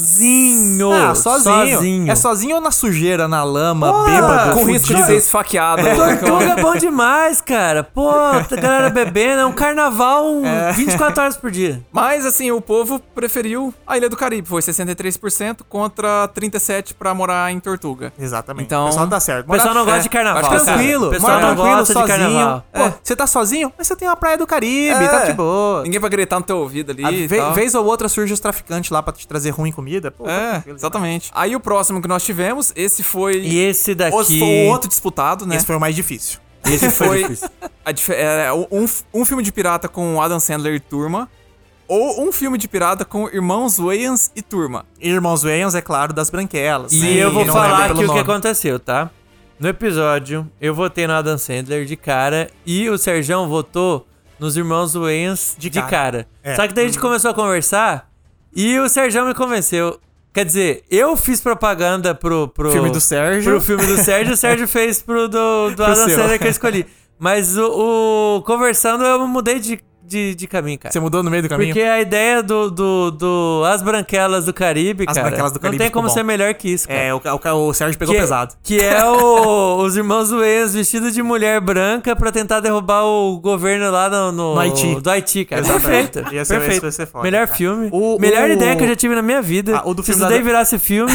Speaker 5: sozinho.
Speaker 3: Ah, sozinho.
Speaker 5: sozinho.
Speaker 3: É sozinho ou na sujeira, na lama,
Speaker 5: Porra,
Speaker 3: bêbado,
Speaker 4: com risco de
Speaker 3: fudido?
Speaker 4: ser esfaqueado. né?
Speaker 5: Tortuga é bom demais, cara. Pô, a galera bebendo, é um carnaval 24 horas por dia.
Speaker 4: Mas assim, o povo preferiu a Ilha do Caribe, foi 63% contra 37% pra morar em Tortuga.
Speaker 3: Exatamente.
Speaker 4: Então-
Speaker 3: o pessoal tá certo.
Speaker 5: O pessoal não
Speaker 3: Morar-
Speaker 5: gosta de carnaval.
Speaker 4: acho
Speaker 3: é
Speaker 5: cara.
Speaker 3: Tranquilo,
Speaker 5: O pessoal
Speaker 3: mora
Speaker 5: não
Speaker 3: tranquilo,
Speaker 5: gosta de
Speaker 3: sozinho.
Speaker 5: carnaval. É,
Speaker 3: Pô, você tá sozinho, mas você tem uma praia do Caribe, tá de boa.
Speaker 4: Ninguém vai gritar no teu ouvido ali.
Speaker 3: A
Speaker 4: e
Speaker 3: ve-
Speaker 4: tal.
Speaker 3: vez ou outra surge os traficantes lá pra te trazer ruim comida. Pô, tá
Speaker 4: É,
Speaker 3: tranquilo.
Speaker 4: exatamente. Aí o próximo que nós tivemos, esse foi.
Speaker 5: E esse daqui.
Speaker 4: Ou se foi o outro disputado, né?
Speaker 3: Esse foi o mais difícil.
Speaker 4: Esse foi. a dif- é, um, um filme de pirata com Adam Sandler e turma. Ou um filme de pirata com irmãos Wayans e turma.
Speaker 3: Irmãos Wayans, é claro, das branquelas.
Speaker 5: E
Speaker 3: né?
Speaker 5: eu vou
Speaker 3: não lembro
Speaker 5: falar
Speaker 3: pelo
Speaker 5: aqui o que
Speaker 3: nome.
Speaker 5: aconteceu, tá? No episódio, eu votei no Adam Sandler de cara e o Serjão votou nos irmãos Wayans de,
Speaker 3: cara. É. Uhum.
Speaker 5: cara. Só que daí a gente começou a conversar e o Serjão me convenceu. Quer dizer, eu fiz propaganda pro, pro
Speaker 3: Filme do Sérgio.
Speaker 5: Pro filme do Sérgio, o Sérgio fez pro do, do Adam
Speaker 3: seu.
Speaker 5: Sandler que eu escolhi. Mas o, o- conversando eu mudei de, de, de caminho, cara.
Speaker 3: Você mudou no meio do caminho?
Speaker 5: Porque a ideia do, do, do As Branquelas do Caribe,
Speaker 3: As
Speaker 5: cara,
Speaker 3: Branquelas do Caribe
Speaker 5: não tem
Speaker 3: ficou
Speaker 5: como
Speaker 3: bom.
Speaker 5: ser melhor que isso, cara.
Speaker 3: É, o, o, o Sérgio pegou
Speaker 5: que,
Speaker 3: pesado.
Speaker 5: Que é o- os irmãos Wayans vestidos de mulher branca pra tentar derrubar o governo lá no, no-
Speaker 3: No Haiti.
Speaker 5: do Haiti, cara.
Speaker 3: Exatamente.
Speaker 5: é Perfeito.
Speaker 3: Ia ser-
Speaker 5: perfeito.
Speaker 3: isso ia ser foda,
Speaker 5: melhor
Speaker 3: cara.
Speaker 5: filme.
Speaker 3: O-
Speaker 5: melhor
Speaker 3: o-
Speaker 5: ideia que eu já tive na minha vida.
Speaker 3: Ah, o do
Speaker 5: Se
Speaker 3: filme
Speaker 5: isso
Speaker 3: da-
Speaker 5: daí virasse filme,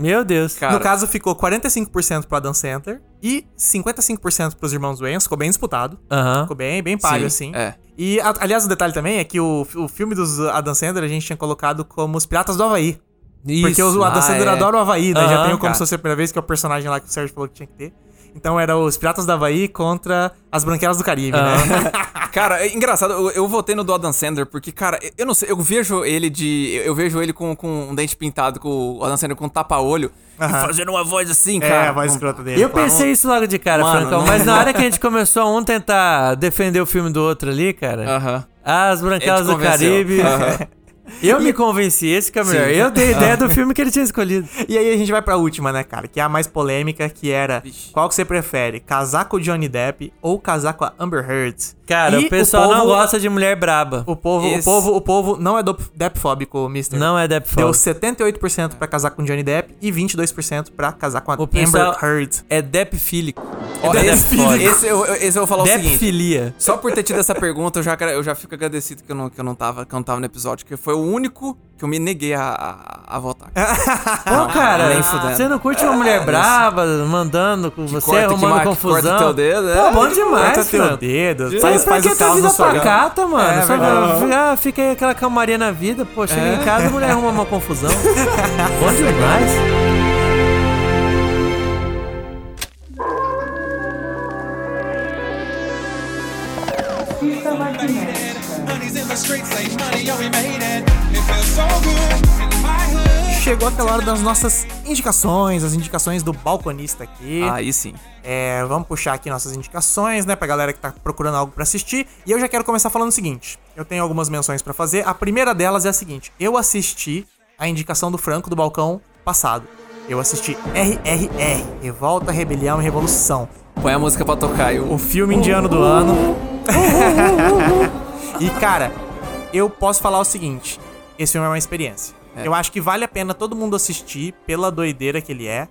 Speaker 5: meu Deus.
Speaker 4: Cara,
Speaker 3: No caso, ficou 45% pro Adam Center e 55% pros irmãos Wayans. Ficou bem disputado.
Speaker 5: Aham.
Speaker 3: Ficou bem, bem páreo, assim.
Speaker 4: Sim, é.
Speaker 3: E, a- aliás, o detalhe também é que o, o filme dos Adam Sandler a gente tinha colocado como Os Piratas do Havaí. Porque
Speaker 5: Isso.
Speaker 3: o Adam
Speaker 5: Ah,
Speaker 3: Sandler
Speaker 5: é.
Speaker 3: adora o Havaí, né? Já
Speaker 5: Aham,
Speaker 3: tem o Como
Speaker 5: cara.
Speaker 3: Se Fosse a Primeira Vez, que é o personagem lá que o Sérgio falou que tinha que ter. Então era os Piratas do Havaí contra as Branquelas do Caribe, né?
Speaker 4: Cara, é engraçado, eu, eu votei no do Adam Sandler porque, cara, eu- eu não sei, eu vejo ele de. Eu, eu vejo ele com, com um dente pintado, com o Adam Sandler com um tapa-olho, e fazendo uma voz assim,
Speaker 5: É,
Speaker 4: cara. Não-
Speaker 3: É, escrota dele.
Speaker 5: Eu pensei isso logo de cara,
Speaker 4: Mano,
Speaker 5: Francão,
Speaker 4: não-
Speaker 5: mas na hora que a gente começou a um tentar defender o filme do outro ali, cara,
Speaker 4: Aham.
Speaker 5: As
Speaker 4: Ele
Speaker 5: Branquelas
Speaker 4: te
Speaker 5: do
Speaker 4: convenceu.
Speaker 5: Caribe.
Speaker 4: Aham.
Speaker 5: Eu me convenci, esse que é o melhor.
Speaker 4: Sim.
Speaker 5: Eu dei ideia do filme que ele tinha escolhido.
Speaker 3: E aí a gente vai pra última, né, cara? Que é a mais polêmica, que era...
Speaker 4: Vixe.
Speaker 3: Qual que você prefere? Casar com o Johnny Depp ou casar com a Amber Heard?
Speaker 5: Cara,
Speaker 3: E
Speaker 5: o pessoal
Speaker 3: povo-
Speaker 5: não gosta de mulher braba.
Speaker 3: O povo,
Speaker 4: Esse-
Speaker 3: o povo, o povo não é dop- deppfóbico, mister.
Speaker 5: Não é Depp
Speaker 3: Deu
Speaker 5: Fóbico.
Speaker 3: 78% pra casar com Johnny Depp e 22% pra casar com a
Speaker 5: O
Speaker 3: Amber
Speaker 5: pessoal-
Speaker 3: Heard.
Speaker 5: É Depp Fílico.
Speaker 4: Ó,
Speaker 5: É
Speaker 4: esse,
Speaker 5: Depp Fílico.
Speaker 4: esse eu, eu- esse eu vou falar o
Speaker 5: Depp
Speaker 4: seguinte.
Speaker 5: É Filia.
Speaker 4: Só por ter tido essa pergunta, eu já, eu já fico agradecido que eu, não, que, eu não tava, que eu não tava no episódio, que foi o único que eu me neguei a, a, a votar.
Speaker 5: É,
Speaker 3: Ah,
Speaker 5: Pô, cara,
Speaker 4: nem fudendo.
Speaker 5: você não curte uma
Speaker 3: É,
Speaker 5: mulher braba, mandando com você,
Speaker 4: corta, que
Speaker 5: arrumando
Speaker 4: marca, que
Speaker 5: confusão.
Speaker 4: corta o teu dedo,
Speaker 5: Pô,
Speaker 4: é.
Speaker 5: bom
Speaker 3: Corta
Speaker 5: demais,
Speaker 3: teu
Speaker 5: cara.
Speaker 3: dedo,
Speaker 5: Faz,
Speaker 3: faz,
Speaker 5: pra
Speaker 3: faz
Speaker 5: que
Speaker 3: o
Speaker 5: a tua
Speaker 3: caos
Speaker 5: vida
Speaker 3: no seu
Speaker 5: pacata, mano?
Speaker 3: É
Speaker 5: Só
Speaker 3: verdade.
Speaker 5: fica, ah, fica aquela calmaria na vida, pô. Chega em casa, a mulher arruma uma confusão. bom demais.
Speaker 3: É, Chegou aquela hora das nossas indicações, as indicações do balconista aqui.
Speaker 5: Ah,
Speaker 4: Aí sim.
Speaker 3: É, vamos puxar aqui nossas indicações, né, pra galera que tá procurando algo pra assistir. E eu já quero começar falando o seguinte: eu tenho algumas menções pra fazer. A primeira delas é a seguinte: eu assisti a indicação do Franco do Balcão passado. Eu assisti RRR Revolta, Rebelião e Revolução.
Speaker 4: Põe a música pra tocar e
Speaker 3: O
Speaker 4: o.
Speaker 3: um filme indiano do ano. e, cara, eu posso falar o seguinte: esse filme é uma experiência. Eu acho que vale a pena todo mundo assistir pela doideira que ele é.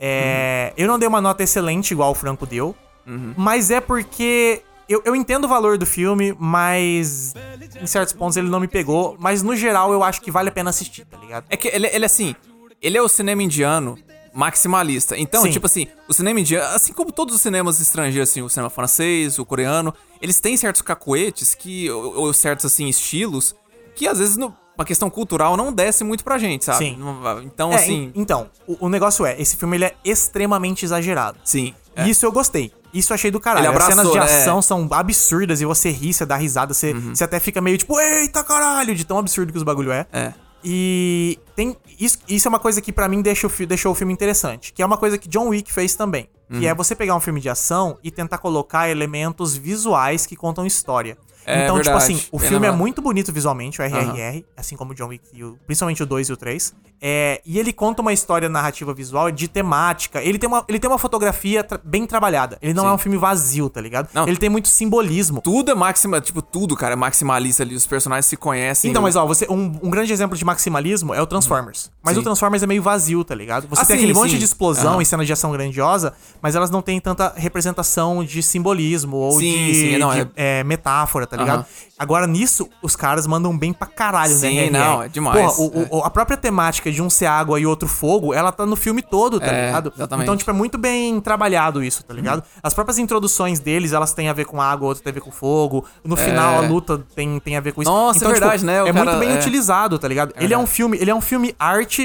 Speaker 3: É, Eu não dei uma nota excelente igual o Franco deu, mas é porque eu, eu entendo o valor do filme, mas em certos pontos ele não me pegou. Mas no geral eu acho que vale a pena assistir, tá ligado?
Speaker 4: É que ele, ele assim, ele é o cinema indiano maximalista. Então,
Speaker 3: Sim.
Speaker 4: tipo assim, o cinema indiano, assim como todos os cinemas estrangeiros, assim, o cinema francês, o coreano, eles têm certos cacoetes que, ou, ou certos, assim, estilos, que às vezes, no, uma questão cultural, não desce muito pra gente, sabe?
Speaker 3: Sim.
Speaker 4: Não- Então,
Speaker 3: É, en-
Speaker 4: assim,
Speaker 3: então, o, o negócio é, esse filme ele é extremamente exagerado.
Speaker 4: sim. é.
Speaker 3: E Isso eu gostei. Isso eu achei do caralho.
Speaker 4: Ele abraçou,
Speaker 3: As cenas de
Speaker 4: né? Uhum.
Speaker 3: ação são absurdas e você ri, você dá risada, você, você até fica meio tipo, eita caralho, de tão absurdo que os bagulho é.
Speaker 4: É.
Speaker 3: E tem isso, isso é uma coisa que pra mim deixa o fi- deixou o filme interessante, que é uma coisa que John Wick fez também,
Speaker 4: Uhum.
Speaker 3: que é você pegar um filme de ação e tentar colocar elementos visuais que contam história.
Speaker 4: É
Speaker 3: então,
Speaker 4: verdade,
Speaker 3: tipo assim, o
Speaker 4: bem
Speaker 3: filme é
Speaker 4: lembrado.
Speaker 3: muito bonito visualmente, o RRR, assim como o John Wick, e o- principalmente o 2 e o 3. É, e ele conta uma história narrativa visual de temática. Ele tem uma, ele tem uma fotografia tra- bem trabalhada. Ele não é um filme vazio, tá ligado?
Speaker 4: Não.
Speaker 3: Ele tem muito simbolismo.
Speaker 4: Tudo é maxima, tipo, tudo, cara, é maximalista ali. Os personagens se conhecem.
Speaker 3: Então,
Speaker 4: o-
Speaker 3: mas ó, você, um, um grande exemplo de maximalismo é o Transformers. Mas
Speaker 4: Sim.
Speaker 3: o Transformers é meio vazio, tá ligado? Você
Speaker 4: Ah,
Speaker 3: tem
Speaker 4: sim,
Speaker 3: aquele monte
Speaker 4: sim.
Speaker 3: de explosão
Speaker 4: Aham.
Speaker 3: e cena de ação grandiosa, mas elas não têm tanta representação de simbolismo ou
Speaker 4: Sim,
Speaker 3: de,
Speaker 4: sim, não,
Speaker 3: de,
Speaker 4: é-
Speaker 3: é, metáfora, tá ligado?
Speaker 4: Aham.
Speaker 3: Agora, nisso, os caras mandam bem pra caralho, né?
Speaker 4: Sim,
Speaker 3: RRR.
Speaker 4: não, é demais.
Speaker 3: Porra, o-
Speaker 4: É.
Speaker 3: o- a própria temática de um ser água e outro fogo, ela tá no filme todo, tá
Speaker 4: É,
Speaker 3: ligado?
Speaker 4: exatamente. Uhum.
Speaker 3: Então, tipo, é muito bem trabalhado isso, tá ligado? As próprias introduções deles, elas têm a ver com água, outra tem a ver com fogo. No
Speaker 4: É.
Speaker 3: final, a luta tem, tem a ver com isso.
Speaker 4: Nossa, é
Speaker 3: tipo,
Speaker 4: verdade, né? O
Speaker 3: é
Speaker 4: cara-
Speaker 3: muito bem
Speaker 4: é.
Speaker 3: utilizado, tá ligado? ele é um filme, ele é um filme arte,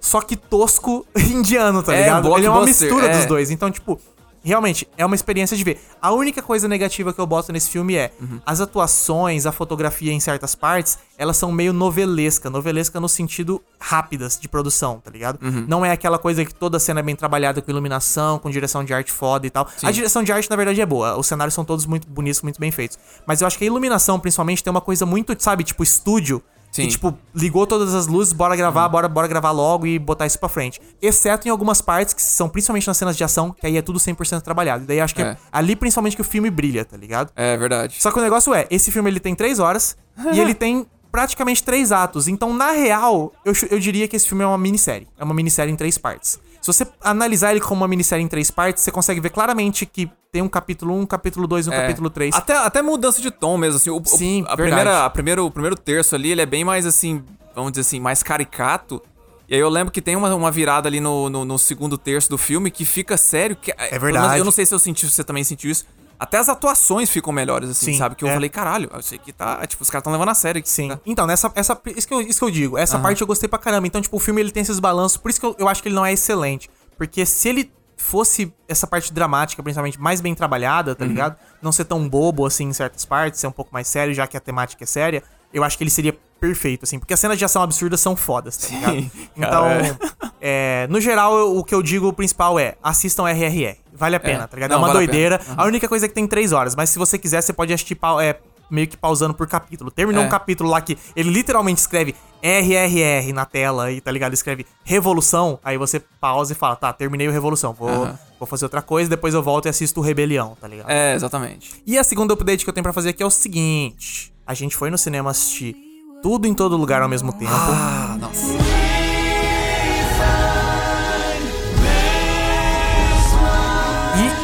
Speaker 3: só que tosco indiano, tá
Speaker 4: É,
Speaker 3: ligado? ele é uma
Speaker 4: blockbuster,
Speaker 3: mistura
Speaker 4: é.
Speaker 3: dos dois. Então, tipo, realmente, é uma experiência de ver. A única coisa negativa que eu boto nesse filme é as atuações, a fotografia em certas partes, elas são meio novelesca. Novelesca no sentido rápidas de produção, tá ligado? Não é aquela coisa que toda cena é bem trabalhada com iluminação, com direção de arte foda e tal. A direção de arte, na verdade, é boa. Os cenários são todos muito bonitos, muito bem feitos. Mas eu acho que a iluminação, principalmente, tem uma coisa muito, sabe, tipo, estúdio.
Speaker 4: Sim.
Speaker 3: Que, tipo, ligou todas as luzes, bora gravar, bora, bora gravar logo e botar isso pra frente. Exceto em algumas partes, que são principalmente nas cenas de ação, que aí é tudo 100% trabalhado. E daí acho que é.
Speaker 4: É.
Speaker 3: ali principalmente que o filme brilha, tá ligado?
Speaker 4: É verdade.
Speaker 3: Só que o negócio é, esse filme ele tem três horas e ele tem praticamente três atos. Então, na real, eu, chu- eu diria que esse filme é uma minissérie. É uma minissérie em três partes. Se você analisar ele como uma minissérie em três partes, você consegue ver claramente que tem um capítulo 1, um capítulo 2 e um
Speaker 4: É.
Speaker 3: capítulo 3.
Speaker 4: Até, até mudança de tom mesmo, assim. O, o-
Speaker 3: Sim,
Speaker 4: a
Speaker 3: verdade.
Speaker 4: primeira, a primeiro, O primeiro terço ali, ele é bem mais, assim, vamos dizer assim, mais caricato. E aí eu lembro que tem uma, uma virada ali no, no, no segundo terço do filme que fica sério. Que, é
Speaker 3: verdade.
Speaker 4: Eu não sei se eu senti, se você também sentiu isso. Até as atuações ficam melhores, assim,
Speaker 3: Sim,
Speaker 4: sabe? Que eu
Speaker 3: é.
Speaker 4: falei, caralho, eu sei que tá. Tipo, os caras estão levando a sério aqui.
Speaker 3: Sim.
Speaker 4: tá?
Speaker 3: Então, nessa, essa, isso, que eu, isso que eu digo. Essa parte eu gostei pra caramba. Então, tipo, o filme ele tem esses balanços. Por isso que eu, eu acho que ele não é excelente. Porque se ele fosse essa parte dramática, principalmente, mais bem trabalhada,
Speaker 4: Uhum.
Speaker 3: tá ligado? Não ser tão bobo, assim, em certas partes, ser um pouco mais sério, já que a temática é séria, eu acho que ele seria perfeito, assim. Porque as cenas de ação absurdas são fodas, tá ligado? Então, é, no geral, eu- o que eu digo, o principal é, assistam RRR. Vale a pena, tá ligado?
Speaker 4: Não,
Speaker 3: é uma
Speaker 4: vale a pena.
Speaker 3: doideira. A única coisa é que tem três horas, mas se você quiser, você pode assistir pau- é, meio que pausando por capítulo. Terminou
Speaker 4: É.
Speaker 3: um capítulo lá que ele literalmente escreve RRR na tela e tá ligado? Escreve Revolução, aí você pausa e fala, tá, terminei o Revolução, vou,
Speaker 4: Aham.
Speaker 3: vou fazer outra coisa, depois eu volto e assisto o Rebelião, tá ligado?
Speaker 4: É, exatamente.
Speaker 3: E a segunda update que eu tenho pra fazer aqui é o seguinte: a gente foi no cinema assistir tudo em todo lugar ao mesmo tempo.
Speaker 4: Ah, nossa.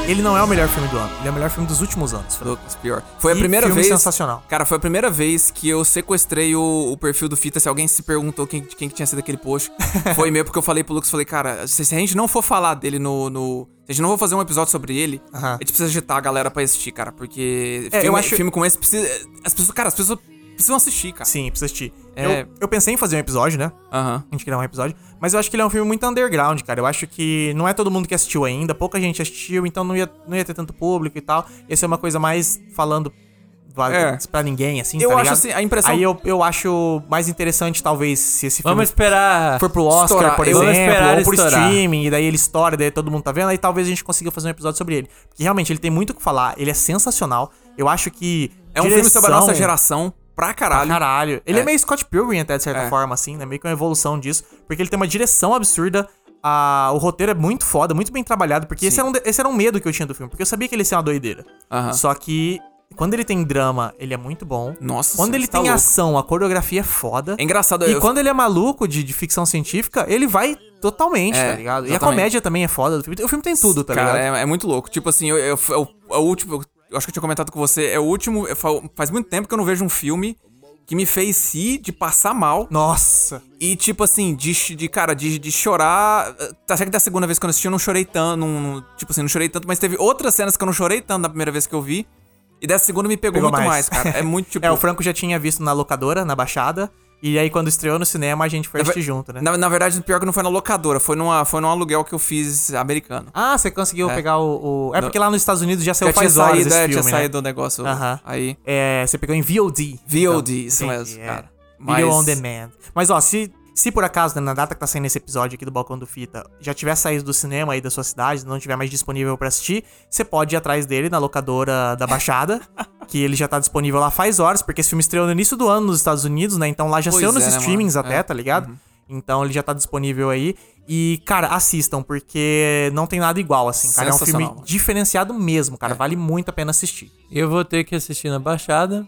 Speaker 3: E ele não é o melhor filme do ano, ele é o melhor filme dos últimos anos. Fran.
Speaker 4: Lucas, pior. Foi a
Speaker 3: E
Speaker 4: primeira
Speaker 3: filme
Speaker 4: vez.
Speaker 3: sensacional.
Speaker 4: Cara, foi a primeira vez que eu sequestrei o, o perfil do Fita. Se alguém se perguntou quem, quem que tinha sido aquele post, foi meu, porque eu falei pro Lucas, falei, cara, se, se a gente não for falar dele no. no- se a gente não for fazer um episódio sobre ele,
Speaker 3: Aham.
Speaker 4: a gente precisa agitar a galera pra assistir, cara. Porque
Speaker 3: É, eu
Speaker 4: filme,
Speaker 3: acho-
Speaker 4: filme como esse precisa. As pessoas, cara, as pessoas precisam assistir, cara.
Speaker 3: Sim, precisa assistir.
Speaker 4: É.
Speaker 3: Eu, eu pensei em fazer um episódio, né?
Speaker 4: Aham.
Speaker 3: a gente criar um episódio. Mas eu acho que ele é um filme muito underground, cara. Eu acho que não é todo mundo que assistiu ainda, pouca gente assistiu, então não ia, não ia ter tanto público e tal. Essa é uma coisa mais falando va-
Speaker 4: É.
Speaker 3: pra ninguém, assim,
Speaker 4: Eu
Speaker 3: tá
Speaker 4: acho,
Speaker 3: ligado?
Speaker 4: assim, a impressão-
Speaker 3: Aí eu, eu acho mais interessante, talvez, se esse filme
Speaker 5: Vamos esperar.
Speaker 3: for pro Oscar,
Speaker 4: Estourar.
Speaker 3: por
Speaker 4: Vamos
Speaker 3: exemplo,
Speaker 5: esperar
Speaker 3: ou pro
Speaker 5: estourar.
Speaker 3: streaming, e daí ele estoura, daí todo mundo tá vendo, aí talvez a gente consiga fazer um episódio sobre ele. Porque realmente, ele tem muito o que falar, ele é sensacional. Eu acho que...
Speaker 4: É um filme sobre a nossa
Speaker 3: direção-
Speaker 4: geração pra
Speaker 3: pra
Speaker 4: caralho.
Speaker 3: caralho. Ele é.
Speaker 4: É.
Speaker 3: meio Scott Pilgrim, até, de certa
Speaker 4: É.
Speaker 3: forma, assim, né? Meio que uma evolução disso. Porque ele tem uma direção absurda. a- o roteiro é muito foda, muito bem trabalhado. Porque esse
Speaker 4: Sim.
Speaker 3: era, um, de- esse era um medo que eu tinha do filme. Porque eu sabia que ele ia ser uma doideira.
Speaker 4: Aham.
Speaker 3: Só que quando ele tem drama, ele é muito bom.
Speaker 4: Nossa
Speaker 3: Quando
Speaker 4: senhora,
Speaker 3: ele
Speaker 4: você tá
Speaker 3: tem
Speaker 4: louco.
Speaker 3: ação, a coreografia é foda.
Speaker 4: É engraçado.
Speaker 3: E
Speaker 4: eu-
Speaker 3: quando ele é maluco de, de ficção científica, ele vai totalmente,
Speaker 4: É,
Speaker 3: tá ligado? E a
Speaker 4: exatamente.
Speaker 3: comédia também é foda do filme. O filme tem tudo, tá
Speaker 4: cara,
Speaker 3: ligado?
Speaker 4: é, é muito louco. Tipo assim, eu, eu- é o- é o último. Eu acho que eu tinha comentado com você. É o último. eu fa- Faz muito tempo que eu não vejo um filme que me fez rir de passar mal.
Speaker 3: Nossa.
Speaker 4: E, tipo assim, de, ch- de, cara, de, de chorar. eh, Tá certo que da segunda vez que eu assisti, eu não chorei tanto. não- não- tipo assim, não chorei tanto, mas teve outras cenas que eu não chorei tanto da primeira vez que eu vi. E dessa segunda me pegou,
Speaker 3: Pegou
Speaker 4: muito
Speaker 3: mais.
Speaker 4: mais. cara. É muito tipo.
Speaker 3: É, o Franco já tinha visto na locadora, na Baixada. E aí, quando estreou no cinema, a gente foi assistir junto, né?
Speaker 4: na, na verdade, o pior que não foi na locadora, foi, numa, foi num aluguel que eu fiz americano.
Speaker 3: Ah, você conseguiu pegar o, o- É porque lá nos Estados Unidos já saiu
Speaker 4: já
Speaker 3: faz
Speaker 4: tinha
Speaker 3: horas
Speaker 4: saído,
Speaker 3: esse
Speaker 4: é,
Speaker 3: filme,
Speaker 4: tinha
Speaker 3: né?
Speaker 4: saído do negócio
Speaker 3: Aham.
Speaker 4: aí.
Speaker 3: É, você pegou em VOD.
Speaker 4: VOD, isso
Speaker 3: entendi,
Speaker 4: mesmo,
Speaker 3: é.
Speaker 4: cara.
Speaker 3: Video
Speaker 4: Mas-
Speaker 3: On Demand. Mas, ó, se, se por acaso, né, na data que tá saindo esse episódio aqui do Balcão do Fita, já tiver saído do cinema aí da sua cidade, não tiver mais disponível pra assistir, você pode ir atrás dele na locadora da Baixada, que ele já tá disponível lá faz horas, porque esse filme estreou no início do ano nos Estados Unidos, né? Então lá já
Speaker 4: Pois
Speaker 3: saiu
Speaker 4: é,
Speaker 3: nos
Speaker 4: né, mano?
Speaker 3: streamings até,
Speaker 4: É.
Speaker 3: tá ligado? Então ele já tá disponível aí. E, cara, assistam, porque não tem nada igual, assim, cara. É um filme
Speaker 4: Sensacional. É.
Speaker 3: diferenciado mesmo, cara. Vale muito a pena assistir.
Speaker 5: Eu vou ter que assistir na Baixada,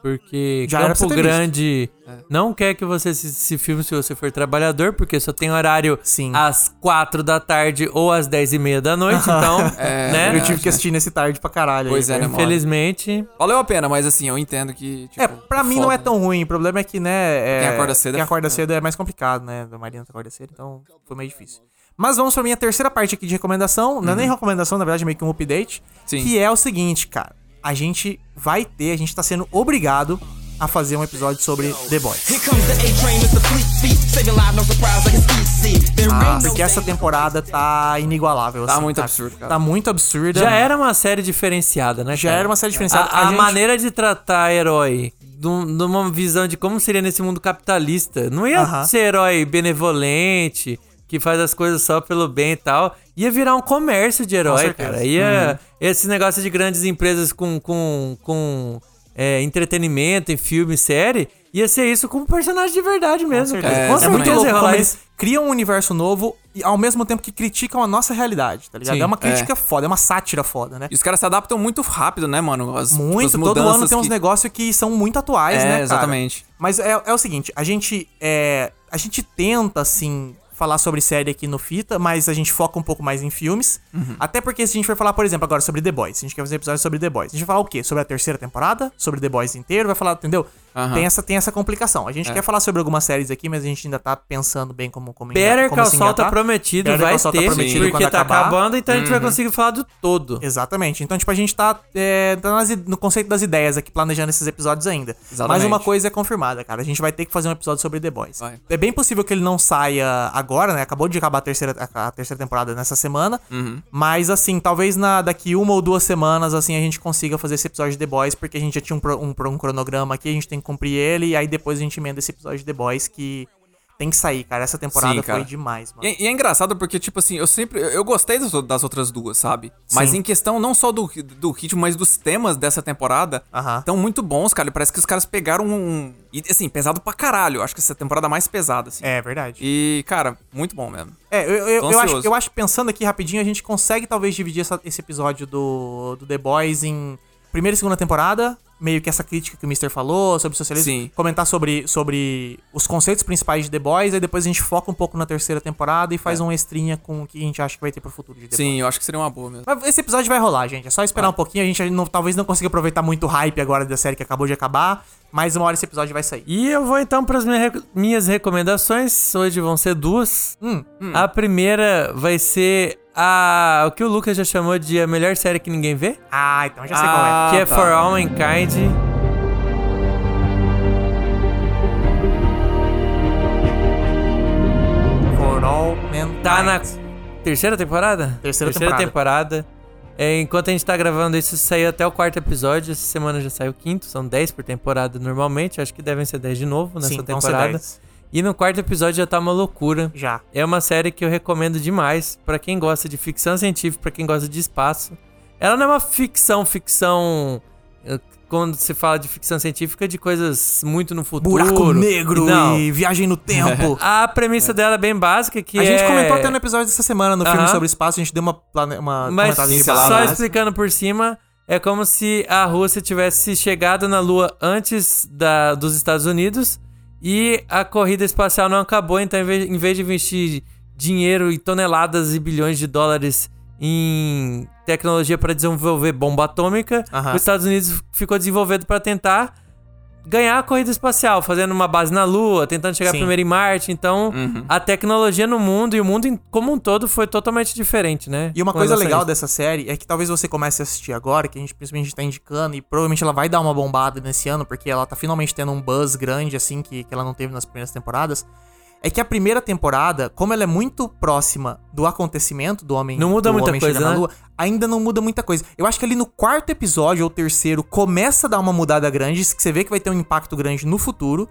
Speaker 5: porque
Speaker 3: Já era pra
Speaker 5: Campo
Speaker 3: você ter É.
Speaker 5: Grande não quer que você assista esse filme se você for trabalhador, porque só tem horário
Speaker 3: Sim.
Speaker 5: às quatro da tarde ou às dez e meia da noite, então,
Speaker 3: É.
Speaker 5: né?
Speaker 3: eu tive que assistir nesse tarde pra caralho.
Speaker 4: É Pois
Speaker 3: aí,
Speaker 4: é,
Speaker 3: velho.
Speaker 4: né, mano?
Speaker 5: Infelizmente,
Speaker 4: Valeu a pena, mas assim, eu entendo que. Tipo,
Speaker 3: É, pra mim não é tão ruim. O problema é que, né. É,
Speaker 4: Quem acorda cedo é
Speaker 3: quem acorda
Speaker 4: f-
Speaker 3: cedo é mais complicado, né? Da Marina acorda cedo, então foi meio difícil. Mas vamos pra minha terceira parte aqui de recomendação. Não é nem recomendação, na verdade, é meio que um update.
Speaker 4: Uhum. Sim.
Speaker 3: Que é o seguinte, cara. A gente vai ter, a gente tá sendo obrigado a fazer um episódio sobre The Boys.
Speaker 7: Here comes the A train with the fleet feet, saving lives, no surprise like a ski seat. There ain't no
Speaker 3: Ah, Porque essa temporada tá inigualável.
Speaker 4: Tá muito absurdo, cara.
Speaker 3: Tá muito absurda.
Speaker 5: já era uma série diferenciada, né?
Speaker 3: Já
Speaker 5: cara?
Speaker 3: era uma
Speaker 4: É.
Speaker 3: série diferenciada.
Speaker 5: A, a
Speaker 3: gente-
Speaker 5: maneira de tratar herói, dum- numa visão de como seria nesse mundo capitalista, não ia
Speaker 3: Aham.
Speaker 5: ser herói benevolente, que faz as coisas só pelo bem e tal. Ia virar um comércio de herói,
Speaker 3: certeza. Uhum.
Speaker 5: cara. Ia esse negócio de grandes empresas com, com, com é, entretenimento em filme e série. Ia ser isso com um personagem de verdade mesmo, cara.
Speaker 4: certeza.
Speaker 5: com
Speaker 3: É, é muito
Speaker 5: certeza
Speaker 3: louco
Speaker 5: ia
Speaker 3: como
Speaker 5: rolar
Speaker 3: eles
Speaker 5: isso.
Speaker 3: criam um universo novo e ao mesmo tempo que criticam a nossa realidade, tá ligado?
Speaker 4: Sim,
Speaker 3: é uma
Speaker 4: é.
Speaker 3: crítica foda, é uma sátira foda, né?
Speaker 4: E os caras se adaptam muito rápido, né, mano? As, tipo, as
Speaker 3: Muito, todo
Speaker 4: mudanças
Speaker 3: ano tem uns
Speaker 4: que-
Speaker 3: negócios que são muito atuais,
Speaker 4: É,
Speaker 3: né, cara?
Speaker 4: exatamente.
Speaker 3: Mas é, é o seguinte, a gente é, a gente tenta assim falar sobre série aqui no Fita, mas a gente foca um pouco mais em filmes.
Speaker 4: Uhum.
Speaker 3: Até porque se a gente for falar, por exemplo, agora sobre The Boys, se a gente quer fazer episódio sobre The Boys, a gente vai falar o quê? Sobre a terceira temporada, sobre The Boys inteiro, vai falar, entendeu?
Speaker 4: Aham. É.
Speaker 3: Tem essa tem essa complicação. A gente quer falar sobre algumas séries aqui, mas a gente ainda tá pensando bem como como
Speaker 5: Better
Speaker 3: Né? como assim,
Speaker 5: Call
Speaker 3: se
Speaker 5: Saul tá
Speaker 3: engatar.
Speaker 5: prometido,
Speaker 3: Better
Speaker 5: vai
Speaker 3: Call Saul tá
Speaker 5: ter,
Speaker 3: prometido
Speaker 5: porque
Speaker 3: quando
Speaker 5: tá
Speaker 3: acabar. Uhum.
Speaker 5: acabando, então a gente vai conseguir falar do todo.
Speaker 3: Exatamente. Então, tipo, a gente tá, é, tá nas i- no conceito das ideias aqui, planejando esses episódios ainda.
Speaker 4: Exatamente.
Speaker 3: Mas uma coisa é confirmada, cara. A gente vai ter que fazer um episódio sobre The Boys.
Speaker 4: Vai.
Speaker 3: É bem possível que ele não saia agora, né? Acabou de acabar a terceira, a, a terceira temporada nessa semana.
Speaker 4: Uhum.
Speaker 3: Mas, assim, talvez na, daqui uma ou duas semanas, assim, a gente consiga fazer esse episódio de The Boys, porque a gente já tinha um, pro- um, pro- um cronograma aqui, a gente tem que cumprir ele, e aí depois a gente emenda esse episódio de The Boys que tem que sair, cara. Essa temporada
Speaker 4: Sim, cara.
Speaker 3: foi demais, mano.
Speaker 4: E, e é engraçado porque, tipo assim, eu sempre. Eu eu gostei das, das outras duas, sabe? Mas
Speaker 3: Sim.
Speaker 4: em questão não só do, do ritmo, mas dos temas dessa temporada,
Speaker 3: Aham.
Speaker 4: estão muito bons, cara. E Parece que os caras pegaram um. E assim, pesado pra caralho. Eu Acho que essa é a temporada mais pesada, assim.
Speaker 3: É verdade.
Speaker 4: E, cara, muito bom mesmo.
Speaker 3: É, eu, eu,
Speaker 4: Tô
Speaker 3: eu, acho,
Speaker 4: ansioso.
Speaker 3: eu acho que pensando aqui rapidinho, a gente consegue talvez dividir essa- esse episódio do, do The Boys em primeira e segunda temporada, meio que essa crítica que o Mister falou sobre socialismo,
Speaker 4: Sim.
Speaker 3: comentar sobre, sobre os conceitos principais de The Boys, aí depois a gente foca um pouco na terceira temporada e faz uma estrinha com o que a gente acha que vai ter pro futuro de The Boys.
Speaker 4: É. Sim, Ah. eu acho que seria uma boa mesmo.
Speaker 3: Mas esse episódio vai rolar, gente. É só esperar um pouquinho. A gente não- talvez não consiga aproveitar muito o hype agora da série que acabou de acabar, mas uma hora esse episódio vai sair.
Speaker 5: E eu vou então para as minhas, rec- minhas recomendações. Hoje vão ser duas.
Speaker 3: Hum,
Speaker 5: A primeira vai ser a o que o Lucas já chamou de a melhor série que ninguém vê,
Speaker 3: Ah, então já sei
Speaker 4: Ah,
Speaker 5: que é
Speaker 4: tá.
Speaker 5: For All Mankind.
Speaker 3: qual é. For All Men.
Speaker 5: Tá na terceira temporada?
Speaker 3: Terceira
Speaker 5: temporada. É, enquanto a gente tá gravando isso, saiu até o quarto episódio. Essa semana já saiu o quinto. São 10 por temporada normalmente. Acho que devem ser 10 de novo nessa
Speaker 3: Sim, vão ser
Speaker 5: temporada.
Speaker 3: 10.
Speaker 5: E no quarto episódio já tá uma loucura.
Speaker 3: Já.
Speaker 5: É uma série que eu recomendo demais pra quem gosta de ficção científica, pra quem gosta de espaço. Ela não é uma ficção, ficção. eh, Quando se fala de ficção científica, de coisas muito no futuro.
Speaker 3: buraco negro
Speaker 5: Não.
Speaker 3: e viagem no tempo.
Speaker 5: A premissa dela é bem básica, que
Speaker 3: a gente
Speaker 5: é-
Speaker 3: comentou até no episódio dessa semana, no filme
Speaker 5: Aham.
Speaker 3: sobre espaço, a gente deu uma, plane... uma
Speaker 5: Mas
Speaker 3: comentadinha de
Speaker 5: só
Speaker 3: palavra, né?
Speaker 5: explicando por cima, é como se a Rússia tivesse chegado na Lua antes da, dos Estados Unidos e a corrida espacial não acabou, então em vez, em vez de investir dinheiro e toneladas e bilhões de dólares em tecnologia para desenvolver bomba atômica,
Speaker 3: Aham.
Speaker 5: os Estados Unidos ficou desenvolvendo para tentar ganhar a corrida espacial, fazendo uma base na Lua, tentando chegar
Speaker 3: Sim. Uhum.
Speaker 5: primeiro em Marte. Então, a tecnologia no mundo e o mundo em- como um todo foi totalmente diferente, né?
Speaker 3: E uma
Speaker 5: Com
Speaker 3: coisa
Speaker 5: relação a
Speaker 3: legal
Speaker 5: isso.
Speaker 3: dessa série é que talvez você comece a assistir agora, que a gente principalmente tá indicando, e provavelmente ela vai dar uma bombada nesse ano, porque ela tá finalmente tendo um buzz grande, assim, que, que ela não teve nas primeiras temporadas. É que a primeira temporada, como ela é muito próxima do acontecimento do homem
Speaker 5: Não muda
Speaker 3: do
Speaker 5: muita
Speaker 3: homem chegar
Speaker 5: coisa,
Speaker 3: na
Speaker 5: né?
Speaker 3: Lua, ainda não muda muita coisa. Eu acho que ali no quarto episódio ou terceiro começa a dar uma mudada grande, que você vê que vai ter um impacto grande no futuro.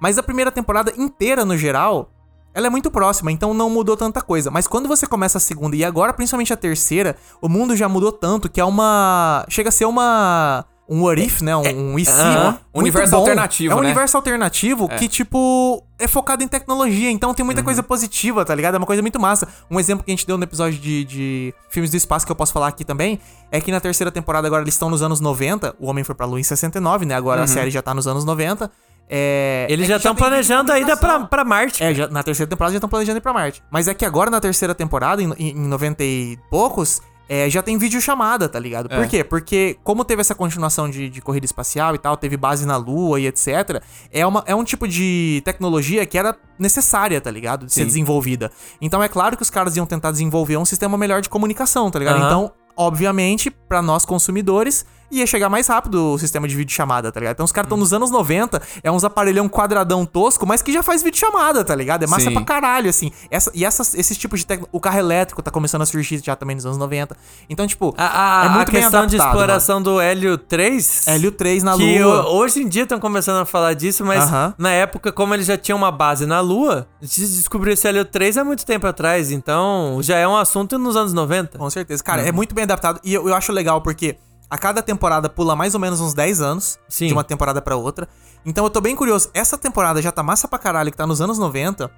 Speaker 3: Mas a primeira temporada inteira, no geral, ela é muito próxima, então não mudou tanta coisa. Mas quando você começa a segunda e agora, principalmente a terceira, o mundo já mudou tanto que é uma. Chega a ser uma. Um what if, né? Um e se.
Speaker 4: É, aham.
Speaker 3: muito
Speaker 4: Universo
Speaker 3: bom.
Speaker 4: alternativo,
Speaker 3: É um
Speaker 4: né?
Speaker 3: universo alternativo que, tipo, é focado em tecnologia. Então tem
Speaker 5: Uhum.
Speaker 3: muita coisa positiva, tá ligado? É uma coisa muito massa. Um exemplo que a gente deu no episódio de, de filmes do espaço que eu posso falar aqui também é que na terceira temporada agora eles estão nos anos 90. O Homem foi pra Lua em 69, né? Agora a série já tá nos anos 90. É,
Speaker 5: Uhum. Eles
Speaker 3: é
Speaker 5: já
Speaker 3: que
Speaker 5: estão
Speaker 3: tem
Speaker 5: planejando a ida pra, pra Marte.
Speaker 3: é, já- na terceira temporada já estão planejando ir pra Marte. Mas é que agora, na terceira temporada, em, em em 90 e poucos, é, já tem vídeo chamada, tá ligado?
Speaker 5: É.
Speaker 3: Por quê? Porque como teve essa continuação de, de corrida espacial e tal, teve base na Lua e etc., é, uma, é um tipo de tecnologia que era necessária, tá ligado? De ser desenvolvida. Então é claro que os caras iam tentar desenvolver um sistema melhor de comunicação, tá ligado?
Speaker 5: Aham.
Speaker 3: Então, obviamente, pra nós consumidores, ia chegar mais rápido o sistema de videochamada, tá ligado? Então os caras
Speaker 5: Hum.
Speaker 3: estão nos anos 90, é uns aparelhão quadradão tosco, mas que já faz videochamada, tá ligado? É massa
Speaker 4: Sim.
Speaker 3: pra caralho, assim. Essa, e essas, esses tipos de tecnologia. O carro elétrico tá começando a surgir já também nos anos 90. Então, tipo,
Speaker 5: A, a-
Speaker 3: é muito
Speaker 5: a
Speaker 3: bem
Speaker 5: questão de
Speaker 3: adaptado,
Speaker 5: exploração do Hélio 3.
Speaker 3: mano. Hélio 3 na
Speaker 5: que
Speaker 3: Lua.
Speaker 5: ho- hoje em dia estão começando a falar disso, mas
Speaker 3: Aham.
Speaker 5: na época, como eles já tinham uma base na Lua, a gente descobriu esse Hélio 3 há muito tempo atrás. Então já é um assunto nos anos 90. Uhum.
Speaker 3: Com certeza. Cara, é muito bem adaptado. E eu, eu acho legal porque. A cada temporada pula mais ou menos uns 10 anos
Speaker 5: Sim.
Speaker 3: de uma temporada pra outra. Então eu tô bem curioso. Essa temporada já tá massa pra caralho, que tá nos anos 90.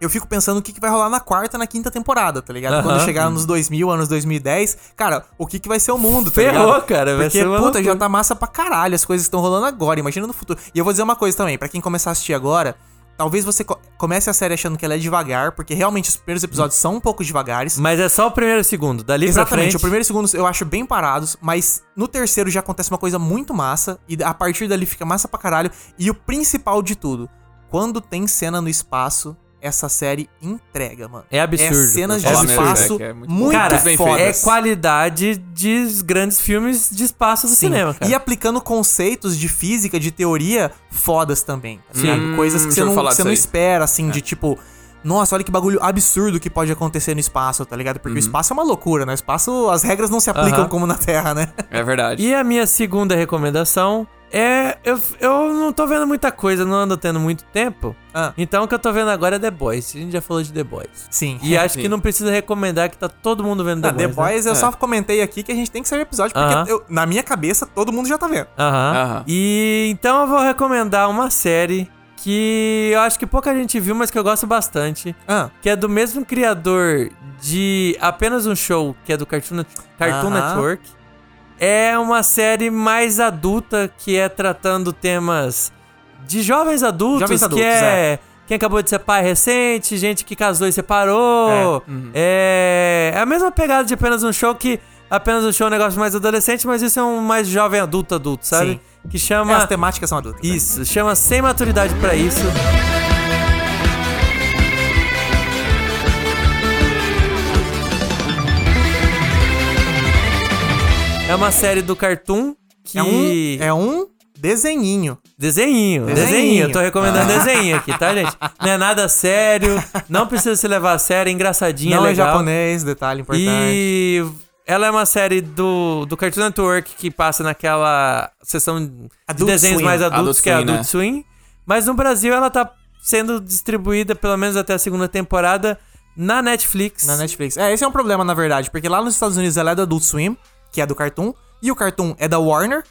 Speaker 3: Eu fico pensando o que, que vai rolar na quarta, na quinta temporada, tá ligado? Quando
Speaker 5: Aham.
Speaker 3: chegar nos 2000, anos 2010, cara, o que, que vai ser o mundo, tá
Speaker 5: Ferrou,
Speaker 3: ligado?
Speaker 5: cara, vai
Speaker 3: Porque,
Speaker 5: ser é uma
Speaker 3: puta,
Speaker 5: loucura.
Speaker 3: já tá massa pra caralho as coisas que estão rolando agora. Imagina no futuro. E eu vou dizer uma coisa também, pra quem começar a assistir agora, talvez você co- comece a série achando que ela é devagar, porque realmente os primeiros episódios são um pouco devagares.
Speaker 5: Mas é só o primeiro e o segundo. Dali pra
Speaker 3: Exatamente,
Speaker 5: frente.
Speaker 3: o primeiro e o segundo eu acho bem parados, mas no terceiro já acontece uma coisa muito massa, e a partir dali fica massa pra caralho. E o principal de tudo, quando tem cena no espaço, essa série entrega, mano.
Speaker 5: É absurdo.
Speaker 3: É cenas de
Speaker 4: Falar mesmo,
Speaker 3: espaço
Speaker 4: é que é muito
Speaker 3: muito,
Speaker 4: bom. Cara,
Speaker 3: bem
Speaker 4: é
Speaker 3: fodas.
Speaker 5: É qualidade de grandes filmes de espaço do
Speaker 3: Sim.
Speaker 5: cinema, cara.
Speaker 3: E aplicando conceitos de física, de teoria, fodas também. tá ligado?
Speaker 4: Hum,
Speaker 3: Coisas que você
Speaker 4: deixa eu
Speaker 3: não,
Speaker 4: falar
Speaker 3: você
Speaker 4: disso
Speaker 3: não
Speaker 4: aí. É.
Speaker 3: espera, assim, de tipo. Nossa, olha que bagulho absurdo que pode acontecer no espaço, tá ligado?
Speaker 4: Uhum.
Speaker 3: Porque o espaço é uma loucura, né? O espaço, as regras não se aplicam
Speaker 5: Aham.
Speaker 3: como na Terra, né?
Speaker 4: É verdade.
Speaker 5: E a minha segunda recomendação é. Eu, eu não tô vendo muita coisa, não ando tendo muito tempo.
Speaker 3: Ah.
Speaker 5: Então o que eu tô vendo agora é The Boys. A gente já falou de The Boys.
Speaker 3: Sim.
Speaker 5: E acho
Speaker 4: Sim.
Speaker 5: que não precisa recomendar que tá todo mundo vendo The
Speaker 3: Ah, The
Speaker 5: Boys. né?
Speaker 3: Boys, eu só comentei aqui que a gente tem que sair o episódio, porque
Speaker 5: Aham.
Speaker 3: eu- na minha cabeça todo mundo já tá vendo.
Speaker 5: Aham.
Speaker 4: Aham.
Speaker 5: E então eu vou recomendar uma série que eu acho que pouca gente viu, mas que eu gosto bastante.
Speaker 3: Ah,
Speaker 5: Que é do mesmo criador de apenas um show, que é do Cartoon, Net- Cartoon
Speaker 3: Aham.
Speaker 5: Network. É uma série mais adulta que é tratando temas de jovens adultos,
Speaker 3: Jovens
Speaker 5: que
Speaker 3: adultos,
Speaker 5: é, quem acabou de ser pai recente, gente que casou e separou. É, é a mesma pegada de apenas um show que apenas um show é um negócio mais adolescente, mas isso é um mais jovem adulto adulto, sabe?
Speaker 3: Sim.
Speaker 5: Que chama
Speaker 3: é, as temáticas são adultas. né?
Speaker 5: isso, chama Sem Maturidade pra Isso. É uma série do Cartoon que.
Speaker 3: É um, é um desenhinho.
Speaker 5: Desenhinho, desenhinho,
Speaker 3: Desenhinho. Ah.
Speaker 5: Eu tô recomendando desenhinho aqui, tá, gente? Não é nada sério, não precisa se levar a sério, é engraçadinho,
Speaker 3: Não
Speaker 5: é
Speaker 3: é
Speaker 5: legal.
Speaker 3: japonês, detalhe importante.
Speaker 5: E ela é uma série do, do Cartoon Network que passa naquela sessão de
Speaker 3: Adult
Speaker 5: desenhos
Speaker 3: Swim.
Speaker 5: mais adultos,
Speaker 4: Adult
Speaker 5: que é
Speaker 4: Swim, né?
Speaker 5: Adult Swim. Mas no Brasil ela tá sendo distribuída, pelo menos até a segunda temporada, na Netflix.
Speaker 3: Na Netflix. É, esse é um problema, na verdade, porque lá nos Estados Unidos ela é da Adult Swim, que é do Cartoon, e o Cartoon é da Warner,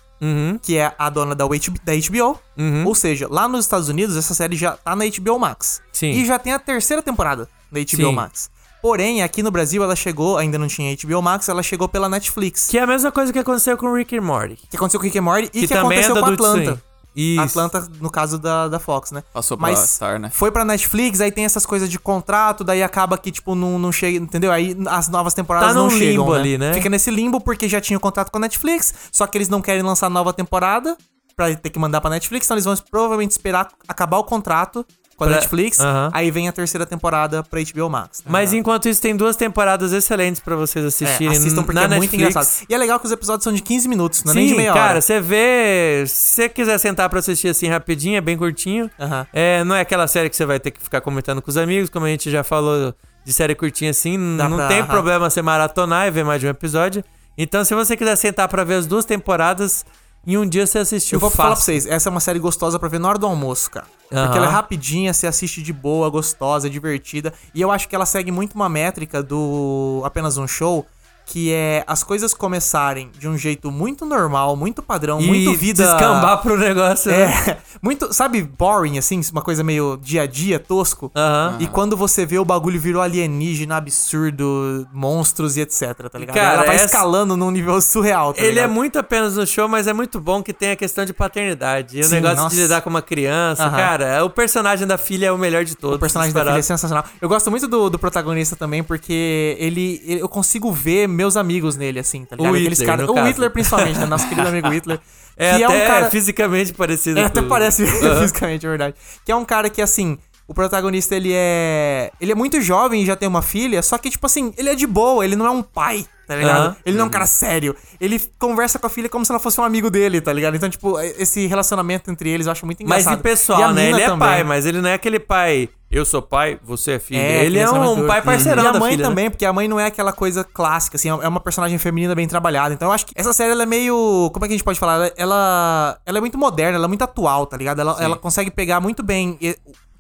Speaker 3: que é a dona da, H- da HBO. Ou seja, lá nos Estados Unidos essa série já tá na HBO Max.
Speaker 5: Sim.
Speaker 3: E já tem a terceira temporada da HBO
Speaker 5: Sim.
Speaker 3: Max. Porém, aqui no Brasil ela chegou, ainda não tinha HBO Max, ela chegou pela Netflix. Que,
Speaker 5: Que é a mesma coisa que aconteceu com Rick and Morty.
Speaker 3: aconteceu com o Rick and Morty e que,
Speaker 5: Que, também é
Speaker 3: aconteceu
Speaker 5: da
Speaker 3: com a
Speaker 5: Adult
Speaker 3: Atlanta.
Speaker 5: Swim. Isso.
Speaker 3: Atlanta, no caso da, da Fox, né?
Speaker 4: Passou pra
Speaker 3: Mas
Speaker 4: Star, né?
Speaker 3: Foi pra Netflix, aí tem essas coisas de contrato, daí acaba que, tipo, não, não chega, entendeu? Aí as novas temporadas
Speaker 5: Tá
Speaker 3: não
Speaker 5: num
Speaker 3: chegam.
Speaker 5: limbo
Speaker 3: né?
Speaker 5: ali, né?
Speaker 3: Fica nesse limbo porque já tinha o contrato com a Netflix, só que eles não querem lançar nova temporada pra ter que mandar pra Netflix, então eles vão provavelmente esperar acabar o contrato com a
Speaker 5: Pra-
Speaker 3: Netflix,
Speaker 5: Aham.
Speaker 3: aí vem a terceira temporada pra HBO Max. né?
Speaker 5: Mas enquanto isso, tem duas temporadas excelentes pra vocês
Speaker 3: é,
Speaker 5: assistirem
Speaker 3: assistam porque
Speaker 5: na
Speaker 3: é muito
Speaker 5: Netflix.
Speaker 3: engraçado. E é legal que os episódios são de 15 minutos, não é nem
Speaker 5: Sim,
Speaker 3: de meia
Speaker 5: cara,
Speaker 3: hora.
Speaker 5: você vê. Se você quiser sentar pra assistir assim rapidinho, é bem curtinho.
Speaker 3: Aham.
Speaker 5: É, não é aquela série que você vai ter que ficar comentando com os amigos, como a gente já falou de série curtinha assim.
Speaker 3: Dá
Speaker 5: não
Speaker 3: pra-
Speaker 5: tem
Speaker 3: aham.
Speaker 5: problema você maratonar e ver mais de um episódio. Então, se você quiser sentar pra ver as duas temporadas, em um dia você assistiu
Speaker 3: Eu vou falar pra
Speaker 5: fácil.
Speaker 3: vocês, essa é uma série gostosa pra ver na hora do almoço, cara.
Speaker 5: Aham.
Speaker 3: Porque ela é rapidinha, você assiste de boa, gostosa, divertida. E eu acho que ela segue muito uma métrica do Apenas um Show, que é as coisas começarem de um jeito muito normal, muito padrão,
Speaker 5: E
Speaker 3: muito vida.
Speaker 5: Descambar pro negócio. né?
Speaker 3: É, muito, sabe, boring, assim, uma coisa meio dia a dia, tosco.
Speaker 5: Aham.
Speaker 3: E quando você vê o bagulho virou alienígena, absurdo, monstros e etc, tá ligado?
Speaker 5: Cara,
Speaker 3: ela vai
Speaker 5: essa-
Speaker 3: escalando num nível surreal, tá
Speaker 5: Ele é
Speaker 3: ligado?
Speaker 5: muito apenas no show, mas é muito bom que tem a questão de paternidade. E o
Speaker 3: Sim,
Speaker 5: negócio
Speaker 3: nossa.
Speaker 5: de lidar com uma criança.
Speaker 3: Aham.
Speaker 5: Cara, o personagem da filha é o melhor de todos.
Speaker 3: O personagem da filha é sensacional. Eu gosto muito do, do protagonista também, porque ele, ele- Eu consigo ver meus amigos nele, assim, tá ligado?
Speaker 5: O
Speaker 3: Aqueles
Speaker 5: Hitler,
Speaker 3: caras-
Speaker 5: no
Speaker 3: o
Speaker 5: caso.
Speaker 3: Hitler, principalmente, né? Nosso querido amigo Hitler.
Speaker 5: É
Speaker 3: que
Speaker 5: até
Speaker 3: é um cara.
Speaker 5: fisicamente parecido.
Speaker 3: É, até
Speaker 5: com-
Speaker 3: parece
Speaker 5: Aham.
Speaker 3: fisicamente, é verdade. Que é um cara que, assim. O protagonista, ele é. Ele é muito jovem e já tem uma filha, só que, tipo assim, ele é de boa, ele não é um pai, tá ligado?
Speaker 5: Aham. Uhum.
Speaker 3: Ele não é um cara sério. Ele conversa com a filha como se ela fosse um amigo dele, tá ligado? Então, tipo, esse relacionamento entre eles eu acho muito
Speaker 5: Mas
Speaker 3: engraçado.
Speaker 5: e pessoal,
Speaker 3: E a
Speaker 5: né?
Speaker 3: mina
Speaker 5: Ele é
Speaker 3: também.
Speaker 5: pai, mas ele não é aquele pai. Eu sou pai, você é filho. ele
Speaker 3: aquele
Speaker 5: é
Speaker 3: relacionamento
Speaker 5: um pai
Speaker 4: Uhum.
Speaker 3: duro.
Speaker 5: parceirão
Speaker 3: E a
Speaker 5: da
Speaker 3: mãe
Speaker 5: filha, né?
Speaker 3: também, porque a mãe não é aquela coisa clássica, assim, é uma personagem feminina bem trabalhada. Então eu acho que essa série ela é meio. Como é que a gente pode falar? Ela, ela, ela é muito moderna, ela é muito atual, tá ligado? Ela, ela consegue pegar muito bem e-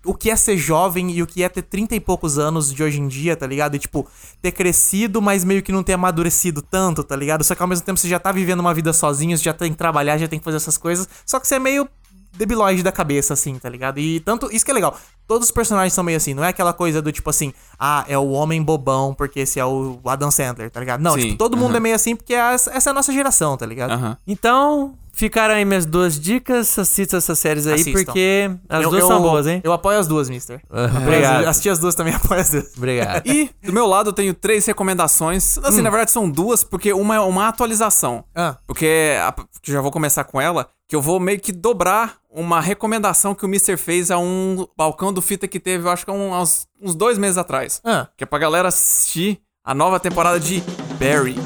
Speaker 3: o que é ser jovem e o que é ter 30 e poucos anos de hoje em dia, tá ligado? E, tipo, ter crescido, mas meio que não ter amadurecido tanto, tá ligado? Só que ao mesmo tempo você já tá vivendo uma vida sozinho, você já tem que trabalhar, já tem que fazer essas coisas. Só que você é meio debilóide da cabeça, assim, tá ligado? E tanto. Isso que é legal. Todos os personagens são meio assim, não é aquela coisa do tipo assim, ah, é o homem bobão porque esse é o Adam Sandler, tá ligado? Não,
Speaker 4: Sim,
Speaker 3: tipo, todo mundo
Speaker 4: aham.
Speaker 3: é meio assim porque essa essa é a nossa geração, tá ligado?
Speaker 4: Aham.
Speaker 5: Então, ficaram aí minhas duas dicas. Assista essas séries aí,
Speaker 3: Assistam.
Speaker 5: porque as
Speaker 3: Eu-
Speaker 5: duas
Speaker 3: eu-
Speaker 5: são boas, hein?
Speaker 3: Eu apoio as duas, mister.
Speaker 5: Obrigado.
Speaker 3: Assisti as duas também, apoio as duas.
Speaker 5: Obrigado.
Speaker 4: E do meu lado eu tenho três recomendações. Assim, na verdade são duas, porque uma é uma atualização.
Speaker 3: Ah.
Speaker 4: Porque a- que já vou começar com ela, que eu vou meio que dobrar uma recomendação que o Mr. fez a um balcão do fita que teve, eu acho que há um- há uns, uns dois meses atrás.
Speaker 3: Ah.
Speaker 4: Que é pra galera assistir a nova temporada de Barry.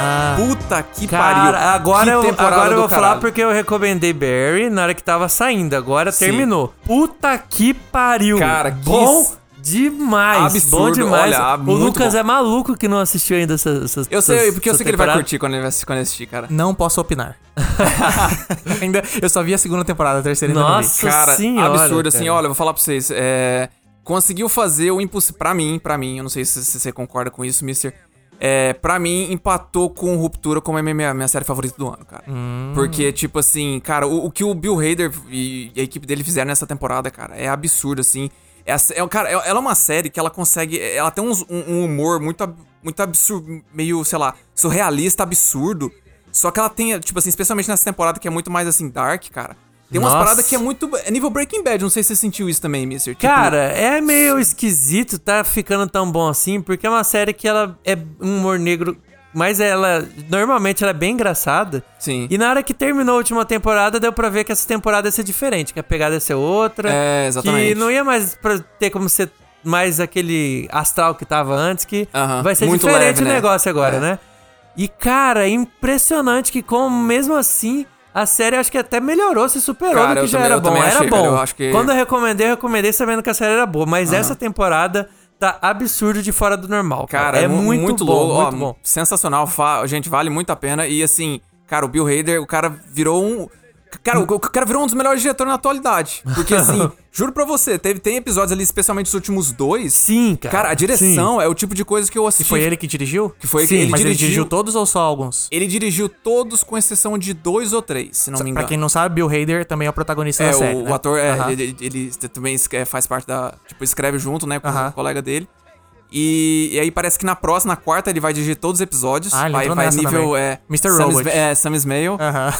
Speaker 4: Ah. Puta que pariu.
Speaker 5: Cara, agora
Speaker 4: Que
Speaker 5: eu,
Speaker 4: temporada
Speaker 5: agora eu
Speaker 4: do
Speaker 5: vou falar
Speaker 4: caralho.
Speaker 5: porque eu recomendei Barry na hora que tava saindo. Agora
Speaker 4: Sim.
Speaker 5: terminou. Puta que pariu.
Speaker 4: Cara, que
Speaker 5: bom
Speaker 4: s-
Speaker 5: demais.
Speaker 4: absurdo,
Speaker 5: Bom demais.
Speaker 4: olha, ah,
Speaker 5: o
Speaker 4: muito
Speaker 5: Lucas
Speaker 4: bom.
Speaker 5: é maluco que não assistiu ainda essas. essas
Speaker 4: Eu sei,
Speaker 5: essas-
Speaker 4: porque eu
Speaker 5: essas
Speaker 4: sei que ele vai
Speaker 5: temporadas.
Speaker 4: curtir quando ele vai assistir, quando ele assistir, cara.
Speaker 3: Não posso opinar. ainda, eu só vi a segunda temporada, a terceira ainda não vi.
Speaker 5: Nossa
Speaker 4: Cara,
Speaker 5: senhora.
Speaker 4: absurdo, assim,
Speaker 5: cara.
Speaker 4: olha, eu vou falar pra vocês. é, conseguiu fazer o impossível. Pra mim, pra mim, eu não sei se, se você concorda com isso, Mister. É, pra mim, empatou com Ruptura como é minha- minha, minha série favorita do ano, cara.
Speaker 5: Hum.
Speaker 4: Porque, tipo assim, cara, o, o que o Bill Hader e, e a equipe dele fizeram nessa temporada, cara, é absurdo, assim. É, a- é, cara, ela é uma série que ela consegue. Ela tem uns- um, um humor muito, ab- muito absurdo, meio, sei lá, surrealista, absurdo. Só que ela tem, tipo assim, especialmente nessa temporada que é muito mais assim, dark, cara. Tem umas
Speaker 5: Nossa.
Speaker 4: paradas que é muito. É nível Breaking Bad, não sei se você sentiu isso também, Mister. Tipo,
Speaker 5: Cara, é meio esquisito tá ficando tão bom assim, porque é uma série que ela é um humor negro, mas ela normalmente ela é bem engraçada.
Speaker 4: Sim.
Speaker 5: E na hora que terminou a última temporada, deu pra ver que essa temporada ia ser diferente, que a pegada ia ser outra.
Speaker 4: É, exatamente.
Speaker 5: Que não ia mais pra ter como ser mais aquele astral que tava antes, que
Speaker 4: Aham,
Speaker 5: vai ser
Speaker 4: muito
Speaker 5: diferente
Speaker 4: leve,
Speaker 5: o
Speaker 4: né?
Speaker 5: negócio agora,
Speaker 4: É.
Speaker 5: né? E cara, é impressionante que como mesmo assim a série acho que até melhorou, se superou
Speaker 4: Cara,
Speaker 5: do
Speaker 4: eu
Speaker 5: que já
Speaker 4: também-
Speaker 5: era
Speaker 4: eu
Speaker 5: bom.
Speaker 4: também
Speaker 5: Era
Speaker 4: achei,
Speaker 5: bom.
Speaker 4: cara, eu acho que-
Speaker 5: Quando eu recomendei, eu recomendei sabendo que a série era boa, mas essa temporada tá absurdo de fora do normal. Cara,
Speaker 4: Cara,
Speaker 5: é
Speaker 4: mu-
Speaker 5: muito, bom,
Speaker 4: louco, ó,
Speaker 5: muito bom.
Speaker 4: Sensacional, fa- gente, vale muito a pena. E assim, cara, o Bill Hader, o cara virou um. Cara, o, o cara virou um dos melhores diretores na atualidade. Porque assim, juro pra você, teve, tem episódios ali, especialmente os últimos dois.
Speaker 5: Sim, cara.
Speaker 4: Cara, a direção é o tipo de coisa que eu
Speaker 3: E
Speaker 4: assisti.
Speaker 3: foi ele que dirigiu?
Speaker 4: Que foi ele
Speaker 3: Sim,
Speaker 4: que- ele
Speaker 3: mas ele
Speaker 4: dirigiu-
Speaker 3: dirigiu todos ou só alguns?
Speaker 4: Ele dirigiu todos, com exceção de dois ou três, se não me
Speaker 3: Pra
Speaker 4: engano.
Speaker 3: quem não sabe, Bill Hader também é o protagonista
Speaker 4: É,
Speaker 3: da série.
Speaker 4: o,
Speaker 3: né?
Speaker 4: o ator, é,
Speaker 3: Aham.
Speaker 4: ele, ele também es- é, faz parte da. Tipo, escreve junto, né, com
Speaker 3: Aham.
Speaker 4: o colega dele. E, e aí parece que na próxima, na quarta, ele vai dirigir todos os episódios.
Speaker 3: Ah, ele
Speaker 4: vai,
Speaker 3: entrou
Speaker 4: vai
Speaker 3: nessa
Speaker 4: nível.
Speaker 3: também.
Speaker 4: É,
Speaker 3: Mr.
Speaker 4: Sam
Speaker 3: Robot.
Speaker 4: Sma- É, Sam Ismail.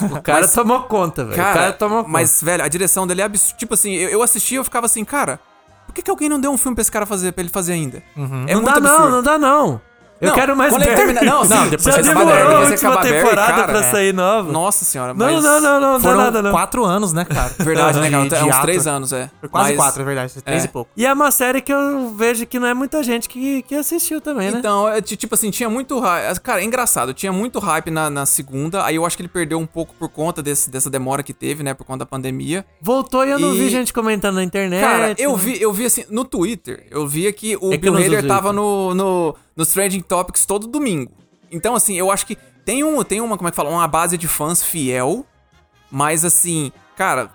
Speaker 5: O cara tomou conta, velho. O
Speaker 4: Cara,
Speaker 5: cara tomou conta.
Speaker 4: mas, velho, a direção dele é absurda. Tipo assim, eu, eu assisti e eu ficava assim, cara, por que, que alguém não deu um filme pra esse cara fazer, pra ele fazer ainda? É
Speaker 5: Uhum. não dá não, não dá não. Eu
Speaker 4: Não,
Speaker 5: quero mais
Speaker 4: quando ele
Speaker 5: Barry.
Speaker 4: terminar- não, não, depois
Speaker 5: Já
Speaker 4: que acabar
Speaker 5: demorou
Speaker 4: Barry,
Speaker 5: a
Speaker 4: depois que
Speaker 5: última
Speaker 4: acabar Barry,
Speaker 5: temporada
Speaker 4: cara,
Speaker 5: pra
Speaker 4: é.
Speaker 5: sair nova.
Speaker 4: Nossa senhora,
Speaker 5: não,
Speaker 4: mas.
Speaker 5: não, não, não, não dá
Speaker 3: Foram
Speaker 5: nada não.
Speaker 3: quatro anos, né, cara?
Speaker 4: Verdade, né,
Speaker 3: De-
Speaker 4: cara?
Speaker 3: de
Speaker 4: É uns
Speaker 3: ato.
Speaker 4: três anos, é.
Speaker 3: Foi quase
Speaker 4: Mas-
Speaker 3: quatro, é verdade. Três
Speaker 4: É.
Speaker 3: e pouco.
Speaker 5: E é uma série que eu vejo que não é muita gente que, que assistiu também, né?
Speaker 4: Então, é, ti- tipo assim, tinha muito hype. Cara, é engraçado, tinha muito hype na, na segunda, aí eu acho que ele perdeu um pouco por conta desse, dessa demora que teve, né? Por conta da pandemia.
Speaker 5: Voltou e eu não
Speaker 4: E-
Speaker 5: vi gente comentando na internet.
Speaker 4: Cara, eu vi, eu vi assim, no Twitter, eu via que o
Speaker 5: É que
Speaker 4: Bill
Speaker 5: eu não uso
Speaker 4: Hader
Speaker 5: Twitter.
Speaker 4: tava no, no, nos Trending Topics todo domingo. Então, assim, eu acho que tem, um, tem uma, como é que fala? Uma base de fãs fiel, mas assim, cara,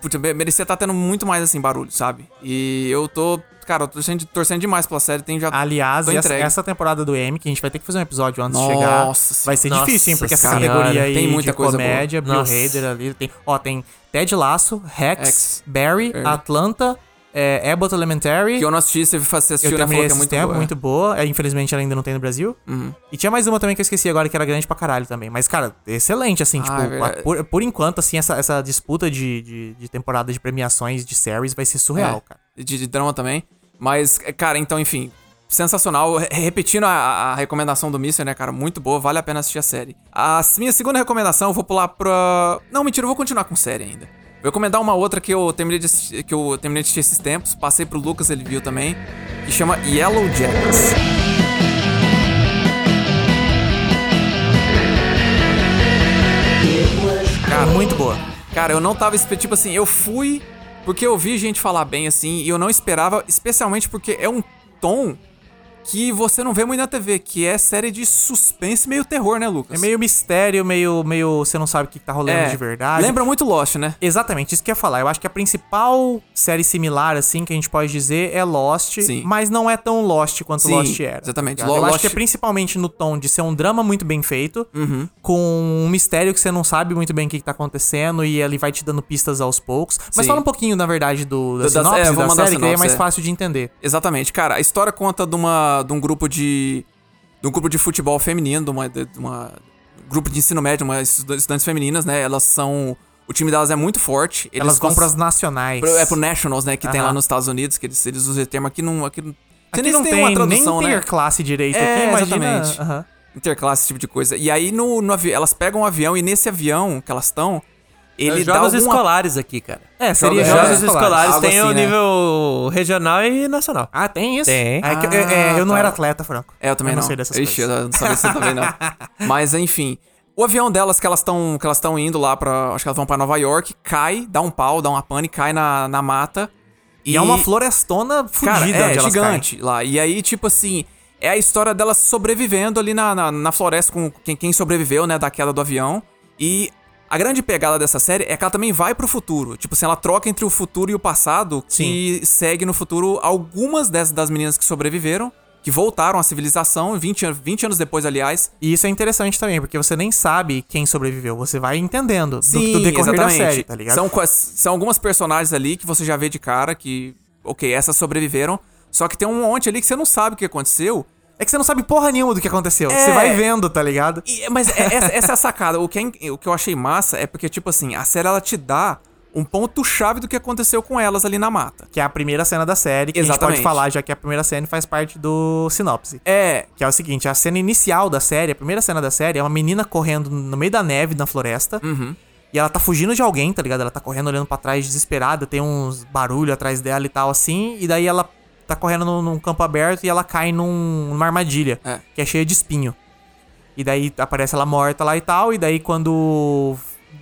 Speaker 4: putz, me- merecia estar tendo muito mais assim barulho, sabe? E eu tô, cara, eu tô torcendo, torcendo demais pela série, tem já.
Speaker 3: Aliás,
Speaker 4: tô
Speaker 3: essa,
Speaker 4: entregue.
Speaker 3: essa temporada do M, que a gente vai ter que fazer um episódio antes
Speaker 4: Nossa
Speaker 3: de chegar.
Speaker 4: senhora.
Speaker 3: Vai ser
Speaker 5: Nossa
Speaker 3: difícil, hein? Porque essa
Speaker 5: senhora.
Speaker 3: categoria aí
Speaker 4: Tem muita
Speaker 3: de
Speaker 4: coisa boa.
Speaker 3: comédia, Bill
Speaker 5: Nossa.
Speaker 3: Hader ali. Tem, ó, tem Ted Lasso, Rex,
Speaker 4: Rex,
Speaker 3: Barry,
Speaker 4: Barry.
Speaker 3: Atlanta, é, Abbott Elementary.
Speaker 4: Que eu não assisti, você você
Speaker 3: Eu
Speaker 4: assistiu, né? Falou
Speaker 3: terminei
Speaker 4: que é
Speaker 3: esse
Speaker 4: muito
Speaker 3: tempo,
Speaker 4: boa. Uhum.
Speaker 3: muito boa. É, infelizmente ela ainda não tem no Brasil. E tinha mais uma também que eu esqueci agora, que era grande pra caralho também. Mas, cara, excelente, assim,
Speaker 4: Ah, é
Speaker 3: tipo,
Speaker 4: verdade.
Speaker 3: a- por, por enquanto, assim, essa, essa disputa de, de, de temporada de premiações de séries vai ser surreal,
Speaker 4: É,
Speaker 3: cara.
Speaker 4: De, de drama também. Mas, é, cara, então, enfim, sensacional. Re- Repetindo a, a recomendação do Mister, né, cara? Muito boa, vale a pena assistir a série. A s- minha segunda recomendação, eu vou pular pra. Não, mentira, eu vou continuar com série ainda. Vou recomendar uma outra que eu terminei de assistir, que eu terminei de assistir esses tempos, passei pro Lucas, ele viu também, que chama Yellow Jackets.
Speaker 3: Cara, muito boa.
Speaker 4: Cara, eu não tava. espe- Tipo assim, eu fui porque eu vi gente falar bem assim e eu não esperava, especialmente porque é um tom que você não vê muito na TV, que é série de suspense meio terror, né, Lucas?
Speaker 3: É meio mistério, meio, meio você não sabe o que tá rolando
Speaker 4: É.
Speaker 3: de verdade.
Speaker 4: Lembra muito Lost, né?
Speaker 3: Exatamente, isso que eu ia falar. Eu acho que a principal série similar, assim, que a gente pode dizer é Lost,
Speaker 4: Sim.
Speaker 3: mas não é tão Lost quanto
Speaker 4: Sim,
Speaker 3: Lost era.
Speaker 4: exatamente.
Speaker 3: tá ligado? Eu
Speaker 4: Lo-
Speaker 3: acho que é
Speaker 4: Lost-
Speaker 3: principalmente no tom de ser um drama muito bem feito,
Speaker 4: Uhum.
Speaker 3: com um mistério que você não sabe muito bem o que, que tá acontecendo e ele vai te dando pistas aos poucos. Mas
Speaker 4: Sim.
Speaker 3: fala um pouquinho, na verdade, do, da,
Speaker 4: Da- da-
Speaker 3: sinopse
Speaker 4: é, vamos
Speaker 3: da
Speaker 4: mandar a
Speaker 3: série, que aí é
Speaker 4: sinopse,
Speaker 3: mais
Speaker 4: é.
Speaker 3: fácil de entender.
Speaker 4: Exatamente, cara. A história conta de, uma, de um grupo de. De um grupo de futebol feminino, de uma. De de uma grupo de ensino médio, uma estu- estudantes femininas, né? Elas são. O time delas é muito forte. Eles
Speaker 3: Elas vão
Speaker 4: cons-
Speaker 3: pras nacionais.
Speaker 4: pro- É pro Nationals, né? Que tem
Speaker 3: Aham.
Speaker 4: lá nos Estados Unidos, que eles, eles usam esse termo aqui não. Aqui,
Speaker 3: Aqui não tem, nem ter classe direito
Speaker 4: né? É,
Speaker 3: aqui, imagina.
Speaker 4: exatamente.
Speaker 3: aham.
Speaker 4: Interclasse, esse tipo de coisa. E aí no, no avi- elas pegam um avião e nesse avião que elas estão, ele dá
Speaker 5: jogos
Speaker 4: alguma...
Speaker 5: escolares aqui, cara.
Speaker 3: É, seria
Speaker 4: Jogos-
Speaker 5: Jogos
Speaker 4: escolares.
Speaker 5: escolares
Speaker 4: Algo
Speaker 5: tem o
Speaker 4: assim, né?
Speaker 5: nível regional e nacional.
Speaker 3: Ah, tem isso?
Speaker 5: Tem.
Speaker 3: É que eu-
Speaker 4: Ah,
Speaker 3: eu, é, eu não era atleta, Franco.
Speaker 4: É, eu também não.
Speaker 3: não sei dessas
Speaker 4: Ixi,
Speaker 3: coisas.
Speaker 4: eu não sabia se eu também não. Mas enfim, o avião delas que elas estão que elas estão indo lá para, acho que elas vão pra Nova York, cai, dá um pau, dá uma pane, cai na, na mata.
Speaker 3: E, é uma florestona fudida
Speaker 4: Cara,
Speaker 3: onde
Speaker 4: é
Speaker 3: elas
Speaker 4: gigante lá. E aí, tipo assim, é a história delas sobrevivendo ali na, na, na floresta com quem, quem sobreviveu, né, da queda do avião. E a grande pegada dessa série é que ela também vai pro futuro. Tipo assim, ela troca entre o futuro e o passado que segue no futuro algumas dessas das meninas que sobreviveram, que voltaram à civilização 20, an- 20 anos depois, aliás.
Speaker 3: E isso é interessante também, porque você nem sabe quem sobreviveu. Você vai entendendo do-
Speaker 4: Sim,
Speaker 3: do, decorrer
Speaker 4: exatamente.
Speaker 3: da série, tá ligado?
Speaker 4: São, quas- são algumas personagens ali que você já vê de cara que, ok, essas sobreviveram. Só que tem um monte ali que você não sabe o que aconteceu.
Speaker 3: É que você não sabe porra nenhuma do que aconteceu. Você
Speaker 4: É.
Speaker 3: vai vendo, tá ligado?
Speaker 4: E- mas é- essa, essa é a sacada. O que, é in- o que eu achei massa é porque, tipo assim, a série ela te dá um ponto-chave do que aconteceu com elas ali na mata.
Speaker 3: Que é a primeira cena da série, que a gente pode
Speaker 4: Exatamente.
Speaker 3: falar, já que a primeira cena faz parte do sinopse.
Speaker 4: É,
Speaker 3: Que é o seguinte, a cena inicial da série, a primeira cena da série, é uma menina correndo no meio da neve na floresta.
Speaker 4: Uhum.
Speaker 3: E ela tá fugindo de alguém, tá ligado? Ela tá correndo olhando pra trás desesperada, tem uns barulho atrás dela e tal assim. E daí ela tá correndo num, num campo aberto e ela cai num- numa armadilha,
Speaker 4: É.
Speaker 3: que é cheia de espinho. E daí aparece ela morta lá e tal. E daí quando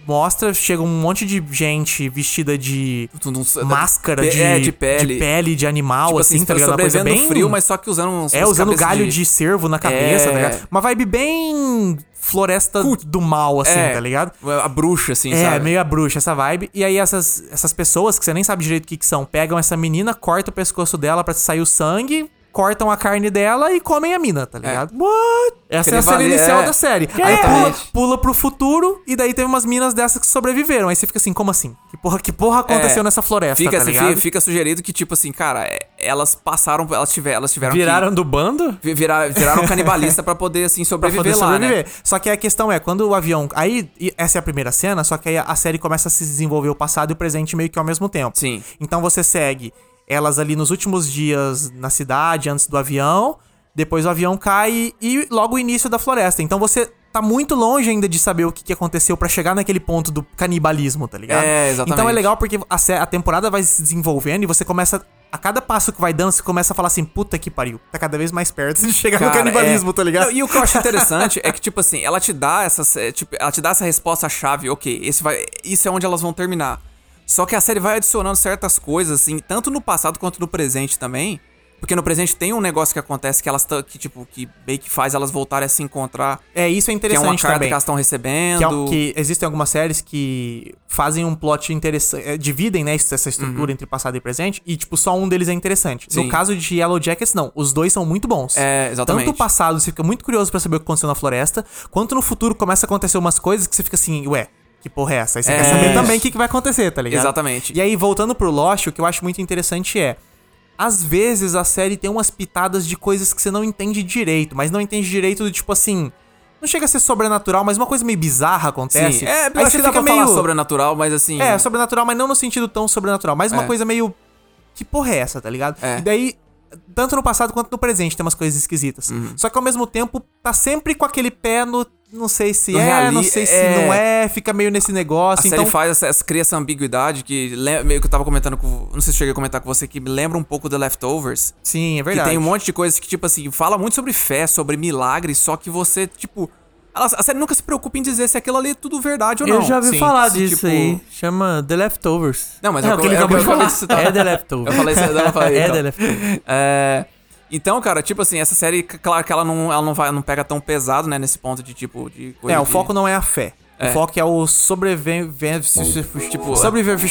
Speaker 3: mostra, chega um monte de gente vestida de
Speaker 4: Tu não-
Speaker 3: máscara,
Speaker 4: pe-
Speaker 3: de,
Speaker 4: é, de pele.
Speaker 3: de pele de animal,
Speaker 4: tipo
Speaker 3: assim, tá ligado? Uma coisa
Speaker 4: sobrevivendo
Speaker 3: bem
Speaker 4: frio, mas só que usando uns
Speaker 3: é,
Speaker 4: uns
Speaker 3: usando
Speaker 4: cabeças
Speaker 3: galho de... cervo na cabeça,
Speaker 4: É.
Speaker 3: tá ligado? Uma vibe bem floresta do mal, assim,
Speaker 4: É.
Speaker 3: tá ligado?
Speaker 4: A bruxa, assim,
Speaker 3: É,
Speaker 4: sabe?
Speaker 3: meio a bruxa essa vibe. E aí essas, essas pessoas, que você nem sabe direito o que, que são, pegam essa menina, cortam o pescoço dela pra sair o sangue, cortam a carne dela e comem a mina, tá ligado? What? Essa é a
Speaker 4: Aquele
Speaker 3: cena
Speaker 4: vale-
Speaker 3: inicial
Speaker 4: é.
Speaker 3: da série. Aí pula,
Speaker 4: Exatamente.
Speaker 3: pula pro futuro e daí teve umas minas dessas que sobreviveram. Aí você fica assim, como assim? Que porra, que porra aconteceu
Speaker 4: É.
Speaker 3: nessa floresta,
Speaker 4: Fica,
Speaker 3: tá
Speaker 4: fi-
Speaker 3: ligado?
Speaker 4: fica sugerido que, tipo assim, cara, é, elas passaram, elas tiveram, elas tiveram que-
Speaker 5: Viraram do bando?
Speaker 4: vi- viraram, viraram canibalista pra poder, assim,
Speaker 3: Pra
Speaker 4: sobreviver
Speaker 3: poder
Speaker 4: lá,
Speaker 3: sobreviver.
Speaker 4: né?
Speaker 3: Só que a questão é, quando o avião. Aí, e essa é a primeira cena, só que aí a série começa a se desenvolver o passado e o presente meio que ao mesmo tempo.
Speaker 4: Sim.
Speaker 3: Então você segue elas ali nos últimos dias na cidade, antes do avião, depois o avião cai e logo o início da floresta. Então você tá muito longe ainda de saber o que, que aconteceu pra chegar naquele ponto do canibalismo, tá ligado?
Speaker 4: É, exatamente.
Speaker 3: Então é legal porque a, sé- a temporada vai se desenvolvendo e você começa. A cada passo que vai dando, você começa a falar assim, puta que pariu, tá cada vez mais perto de chegar no
Speaker 4: Cara,
Speaker 3: canibalismo,
Speaker 4: é.
Speaker 3: tá ligado?
Speaker 4: Não, E o que eu acho interessante é que, tipo assim, ela te dá essas. é, tipo, ela te dá essa resposta-chave, ok, esse vai, isso é onde elas vão terminar. Só que a série vai adicionando certas coisas, assim, tanto no passado quanto no presente também. Porque no presente tem um negócio que acontece que elas tão- que, tipo, que meio que faz elas voltarem a se encontrar.
Speaker 3: É, isso é
Speaker 4: Que é uma
Speaker 3: interessante
Speaker 4: carta
Speaker 3: também.
Speaker 4: que elas estão recebendo.
Speaker 3: Que, é o- que existem algumas séries que fazem um plot interessante. é, dividem, né, essa essa estrutura entre passado e presente. E, tipo, só um deles é interessante. No
Speaker 4: Uhum. Sim.
Speaker 3: caso de Yellow Jackets, não. Os dois são muito bons.
Speaker 4: É, exatamente.
Speaker 3: Tanto o passado, você fica muito curioso pra saber o que aconteceu na floresta, quanto no futuro começa a acontecer umas coisas que você fica assim, ué. Que porra é essa? Aí você quer saber também o que, que vai acontecer, tá ligado?
Speaker 4: Exatamente.
Speaker 3: E aí, voltando pro Lost, o que eu acho muito interessante é. Às vezes a série tem umas pitadas de coisas que você não entende direito, mas não entende direito do tipo assim. Não chega a ser sobrenatural, mas uma coisa meio bizarra acontece.
Speaker 4: Sim. É,
Speaker 3: Aí
Speaker 4: eu acho
Speaker 3: você
Speaker 4: que dá
Speaker 3: fica
Speaker 4: pra falar sobrenatural, mas assim.
Speaker 3: É, sobrenatural, mas não no sentido tão sobrenatural, mas uma
Speaker 4: É.
Speaker 3: coisa meio. Que porra é essa, tá ligado?
Speaker 4: É.
Speaker 3: E daí, tanto no passado quanto no presente, tem umas coisas esquisitas.
Speaker 4: Uhum.
Speaker 3: Só que ao mesmo tempo, tá sempre com aquele pé no. Não sei se
Speaker 4: No
Speaker 3: é,
Speaker 4: reali-
Speaker 3: não sei se
Speaker 4: é.
Speaker 3: não é, fica meio nesse
Speaker 4: A
Speaker 3: negócio. então,
Speaker 4: série faz essa, essa- cria essa ambiguidade que lem- meio que eu tava comentando com. Não sei se cheguei a comentar com você, que me lembra um pouco The Leftovers.
Speaker 3: sim, é
Speaker 4: Que
Speaker 3: verdade.
Speaker 4: tem um monte de coisas que, tipo assim, fala muito sobre fé, sobre milagres, só que você, tipo. ela- a série nunca se preocupa em dizer se aquilo ali é tudo verdade ou não.
Speaker 5: Eu já ouvi
Speaker 4: Sim.
Speaker 5: falar
Speaker 4: Se,
Speaker 5: disso
Speaker 4: tipo-
Speaker 5: aí. Chama The Leftovers.
Speaker 4: Não, mas
Speaker 5: é
Speaker 4: eu-
Speaker 5: o que ele
Speaker 4: eu-
Speaker 5: acabou
Speaker 4: eu
Speaker 5: de
Speaker 4: acabei
Speaker 5: falar.
Speaker 4: de citar.
Speaker 5: É The
Speaker 4: Eu
Speaker 5: Leftovers.
Speaker 4: falei isso, eu não falei.
Speaker 5: É
Speaker 4: então.
Speaker 5: The Leftovers.
Speaker 4: É, Então, cara, tipo assim, essa série, c- claro que ela não, ela não, vai, não pega tão pesado, né? Nesse ponto de tipo. De coisa
Speaker 3: É, o
Speaker 4: de-
Speaker 3: foco não é a fé.
Speaker 4: É.
Speaker 3: O foco é o sobreviver... Tipo, sobreviver...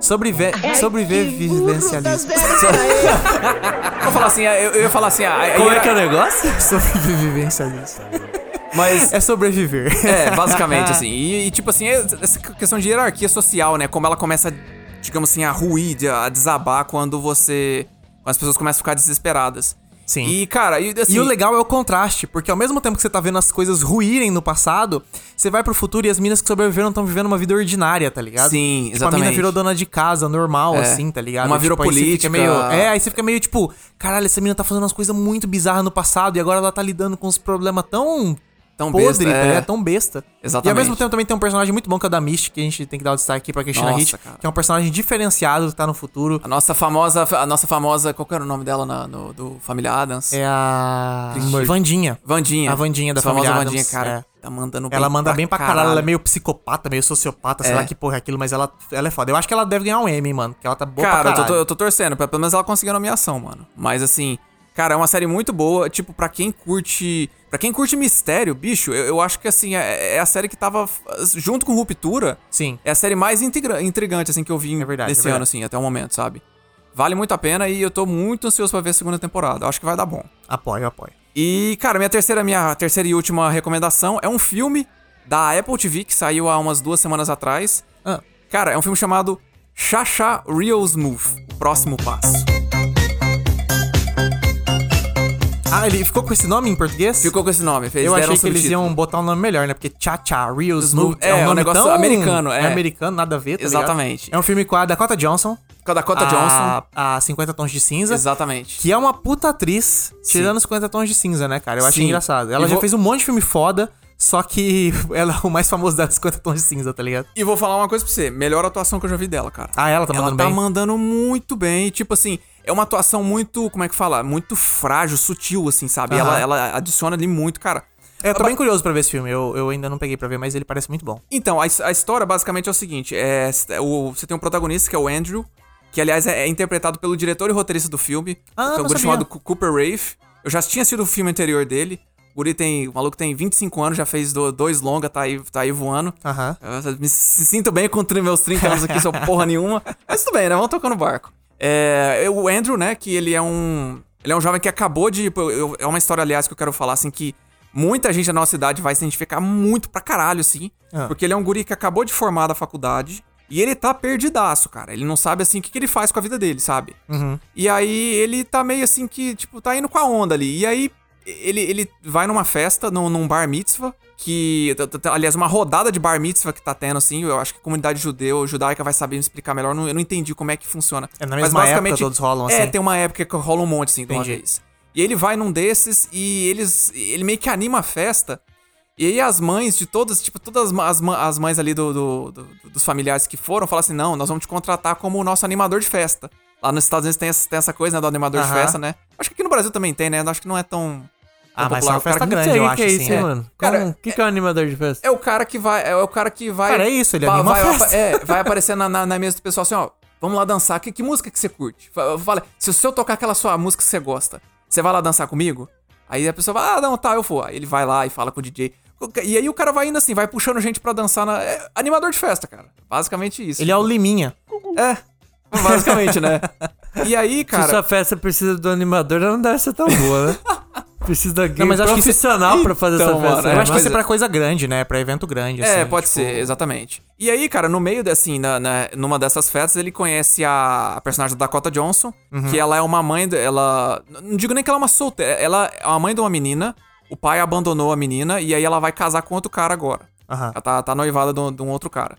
Speaker 3: Sobreviver... Sobrevivencialismo.
Speaker 4: Eu vou falar assim, eu, eu ia falar assim. A, a-
Speaker 5: Como é
Speaker 4: a-
Speaker 5: que é o negócio?
Speaker 3: Sobrevivencialismo. Mas... É sobreviver.
Speaker 4: É, basicamente, assim. E, e, tipo assim, é- essa questão de hierarquia social, né? Como ela começa, digamos assim, a ruir, de- a desabar quando você. Quando as pessoas começam a ficar desesperadas.
Speaker 3: Sim.
Speaker 4: E, cara, e, assim,
Speaker 3: E o legal é o contraste, porque ao mesmo tempo que você tá vendo as coisas ruírem no passado, você vai pro futuro e as minas que sobreviveram estão vivendo uma vida ordinária, tá ligado?
Speaker 4: Sim,
Speaker 3: tipo, A mina
Speaker 4: exatamente.
Speaker 3: virou dona de casa, normal,
Speaker 4: É.
Speaker 3: assim, tá ligado?
Speaker 4: Uma virou
Speaker 3: aí você fica
Speaker 4: política.
Speaker 3: meio- é, aí você fica meio tipo, caralho, essa mina tá fazendo umas coisas muito bizarras no passado e agora ela tá lidando com uns problemas tão.
Speaker 4: Tão
Speaker 3: podre,
Speaker 4: besta,
Speaker 3: tá
Speaker 4: é.
Speaker 3: ligado? Tão besta. E ao
Speaker 4: Exatamente.
Speaker 3: mesmo tempo também tem um personagem muito bom que é o da Misty, que a gente tem que dar o destaque aqui pra Cristina
Speaker 4: Nossa,
Speaker 3: Hitch,
Speaker 4: cara.
Speaker 3: que é um personagem diferenciado, que tá no futuro.
Speaker 4: A nossa famosa. A nossa famosa. Qual que era o nome dela na- no, do Família Adams?
Speaker 3: É a. Vandinha.
Speaker 4: Vandinha.
Speaker 3: A Vandinha da
Speaker 4: Essa famosa
Speaker 3: Família
Speaker 4: Vandinha,
Speaker 3: Addams,
Speaker 4: cara.
Speaker 3: é.
Speaker 4: Tá mandando bem
Speaker 3: Ela manda bem pra caralho. ela é meio psicopata, meio sociopata, sei
Speaker 4: É.
Speaker 3: lá que porra é aquilo, mas ela, ela é foda. Eu acho que ela deve ganhar um M, mano, porque ela tá boa
Speaker 4: Cara,
Speaker 3: pra
Speaker 4: eu tô-
Speaker 3: caralho.
Speaker 4: tô, eu tô torcendo. pra- Pelo menos ela conseguiu a nomeação, mano. Mas assim, cara, é uma série muito boa. Tipo, pra quem curte. Pra quem curte mistério, bicho, eu, eu acho que assim, é, é a série que tava. f- Junto com Ruptura.
Speaker 3: Sim.
Speaker 4: É a série mais integra- intrigante, assim, que eu vi
Speaker 3: É verdade,
Speaker 4: desse
Speaker 3: é verdade.
Speaker 4: ano, assim, até o momento, sabe? Vale muito a pena e eu tô muito ansioso pra ver a segunda temporada. Eu acho que vai dar bom.
Speaker 3: Apoio, apoio.
Speaker 4: E, cara, minha terceira, minha terceira e última recomendação é um filme da Apple TV que saiu há umas duas semanas atrás.
Speaker 3: Ah,
Speaker 4: Cara, é um filme chamado Chacha Real Smooth, O Próximo Passo.
Speaker 3: Ah, ele ficou com esse nome em português?
Speaker 4: Ficou com esse nome. Eles
Speaker 3: Eu
Speaker 4: deram
Speaker 3: achei que
Speaker 4: um
Speaker 3: eles
Speaker 4: subtítulo.
Speaker 3: iam botar um nome melhor, né? Porque Cha Cha, Real Smooth,
Speaker 4: é, é um
Speaker 3: nome
Speaker 4: negócio
Speaker 3: tão-
Speaker 4: americano, é.
Speaker 3: americano, nada a ver, tá ligado?
Speaker 4: Exatamente. Ah.
Speaker 3: É um filme com a Dakota Johnson.
Speaker 4: Com a
Speaker 3: a,
Speaker 4: Dakota Johnson.
Speaker 3: A 50 Tons de Cinza.
Speaker 4: Exatamente.
Speaker 3: Que é uma puta atriz, tirando os 50 tons de cinza, né, cara? Eu achei
Speaker 4: Sim.
Speaker 3: engraçado. Ela
Speaker 4: E
Speaker 3: já
Speaker 4: vou-
Speaker 3: fez um monte de filme foda, só que ela é o mais famoso das 50 tons de cinza, tá ligado?
Speaker 4: E vou falar uma coisa pra você. Melhor atuação que eu já vi dela, cara.
Speaker 3: Ah, ela tá
Speaker 4: ela
Speaker 3: mandando
Speaker 4: tá
Speaker 3: bem.
Speaker 4: mandando muito bem. Tipo assim, é uma atuação muito, como é que fala? Muito frágil, sutil, assim, sabe?
Speaker 3: Aham.
Speaker 4: Ela, ela adiciona ali muito, cara.
Speaker 3: É, eu tô
Speaker 4: Ba-
Speaker 3: bem curioso pra ver esse filme. Eu, eu ainda não peguei pra ver, mas ele parece muito bom.
Speaker 4: Então, a, his- a história basicamente é o seguinte: é, s- é o- você tem um protagonista que é o Andrew, que aliás é, é interpretado pelo diretor e roteirista do filme,
Speaker 3: Ah,
Speaker 4: que é
Speaker 3: não
Speaker 4: um guri
Speaker 3: sabia.
Speaker 4: chamado Cu- Cooper Rafe. Eu já tinha assistido o filme anterior dele. O guri tem, o maluco tem 25 anos, já fez do- dois longa, tá aí, tá aí voando.
Speaker 3: Aham.
Speaker 4: Eu me sinto bem com tri- meus 30 anos aqui, sou porra nenhuma. Mas tudo bem, né? Vamos tocando o barco. É, eu- o Andrew, né, que ele é um. Ele é um jovem que acabou de. eu- eu- é uma história, aliás, que eu quero falar, assim, que muita gente da nossa idade vai se identificar muito pra caralho, assim.
Speaker 3: Ah.
Speaker 4: Porque ele é um guri que acabou de formar da faculdade e ele tá perdidaço, cara. Ele não sabe, assim, o que, que ele faz com a vida dele, sabe? E aí ele tá meio assim que, tipo, tá indo com a onda ali. E aí ele, ele vai numa festa, num, num bar mitzvah, que. t- t- Aliás, uma rodada de bar mitzvah que tá tendo, assim. Eu acho que a comunidade judeu, judaica vai saber me explicar melhor. Eu não, eu não entendi como é que funciona.
Speaker 3: É na mesma época todos rolam,
Speaker 4: É,
Speaker 3: assim?
Speaker 4: tem uma época que rola um monte, assim, de uma
Speaker 3: Entendi.
Speaker 4: vez. E ele vai num desses e eles. Ele meio que anima a festa. E aí as mães de todas, tipo, todas as ma- as, ma- as mães ali do, do- do- dos familiares que foram, falam assim, não, nós vamos te contratar como o nosso animador de festa. Lá nos Estados Unidos tem essa, tem essa coisa, né, do animador de
Speaker 3: Aham.
Speaker 4: festa, né? Acho que aqui no Brasil também tem, né? Acho que não é tão, tão
Speaker 3: Ah, mas é uma
Speaker 4: O cara
Speaker 3: festa
Speaker 4: que-
Speaker 5: Não
Speaker 3: grande,
Speaker 5: sei
Speaker 3: eu
Speaker 5: o que que é
Speaker 3: acho,
Speaker 5: isso,
Speaker 3: sim, é.
Speaker 5: mano.
Speaker 4: Cara,
Speaker 5: Cara, o que, que é um animador de festa?
Speaker 4: É o cara que vai, é o cara que vai...
Speaker 3: Cara, é isso, ele
Speaker 4: vai-
Speaker 3: anima a
Speaker 4: vai-
Speaker 3: festa.
Speaker 4: É, vai aparecer na, na, na mesa do pessoal assim, ó, vamos lá dançar, que, que música que você curte? Fa- Fala, se, se eu tocar aquela sua música que você gosta, você vai lá dançar comigo? Aí a pessoa vai, ah, não, tá, eu vou. Aí ele vai lá e fala com o DJ. E aí o cara vai indo assim, vai puxando gente pra dançar na... é animador de festa, cara. Basicamente isso.
Speaker 3: Ele é um- o Liminha.
Speaker 4: Basicamente, né? E aí,
Speaker 5: Se
Speaker 3: é
Speaker 5: sua
Speaker 4: cara.
Speaker 5: festa precisa do animador, ela não deve ser tão boa, né? precisa de alguém
Speaker 3: Não, mas acho que isso-
Speaker 5: profissional pra fazer
Speaker 4: Então,
Speaker 5: essa festa.
Speaker 4: mano,
Speaker 5: né?
Speaker 3: eu acho que
Speaker 4: mas
Speaker 3: isso é
Speaker 4: é-
Speaker 3: pra coisa grande, né? Pra evento grande, assim.
Speaker 4: É, pode
Speaker 3: tipo-
Speaker 4: ser, exatamente. E aí, cara, no meio, de, assim, na, na- numa dessas festas, ele conhece a, a personagem da Dakota Johnson,
Speaker 3: Uhum.
Speaker 4: que ela é uma mãe. do- Ela. Não digo nem que ela é uma solteira. Ela é uma mãe de uma menina. O pai abandonou a menina e aí ela vai casar com outro cara agora.
Speaker 3: Aham.
Speaker 4: Ela tá, tá noivada de um, de um outro cara.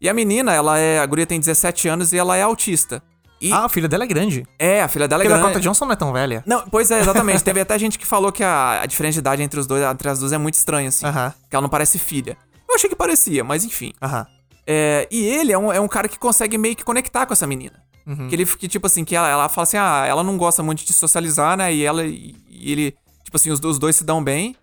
Speaker 4: E a menina, ela é. A guria tem 17 anos e ela é autista. E
Speaker 3: Ah, a filha dela é grande.
Speaker 4: é, a filha dela é
Speaker 3: Porque a
Speaker 4: grande.
Speaker 3: Dakota Johnson não é tão velha.
Speaker 4: Não, pois é, exatamente. Teve até gente que falou que a, a diferença de idade entre, os dois, entre as duas é muito estranha, assim.
Speaker 3: Aham.
Speaker 4: Que ela não parece filha. Eu achei que parecia, mas enfim.
Speaker 3: Aham.
Speaker 4: É, e ele é um, é um cara que consegue meio que conectar com essa menina.
Speaker 3: Uhum.
Speaker 4: Que ele, que, tipo assim, que ela, ela fala assim, ah, ela não gosta muito de socializar, né? E ela e, e ele, tipo assim, os, do- os dois se dão bem.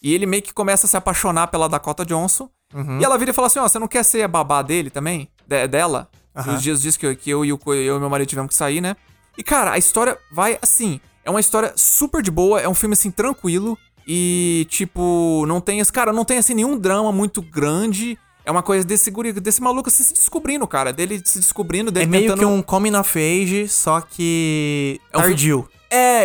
Speaker 4: E ele meio que começa a se apaixonar pela Dakota Johnson.
Speaker 3: Uhum.
Speaker 4: E ela vira e fala assim, ó, você não quer ser a babá dele também? De- dela? Os dias dias que, eu, que eu, e o, co- eu e meu marido tivemos que sair, né? E, cara, a história vai assim. É É uma história super de boa, é um filme assim tranquilo e tipo, não tem, esse- cara, não tem assim nenhum drama muito grande. É uma coisa desse guri, desse maluco assim, se descobrindo, cara, dele se descobrindo, dele
Speaker 3: É meio
Speaker 4: tentando-
Speaker 3: que um coming of age, só que
Speaker 4: É um fi-
Speaker 3: tardio.
Speaker 4: É,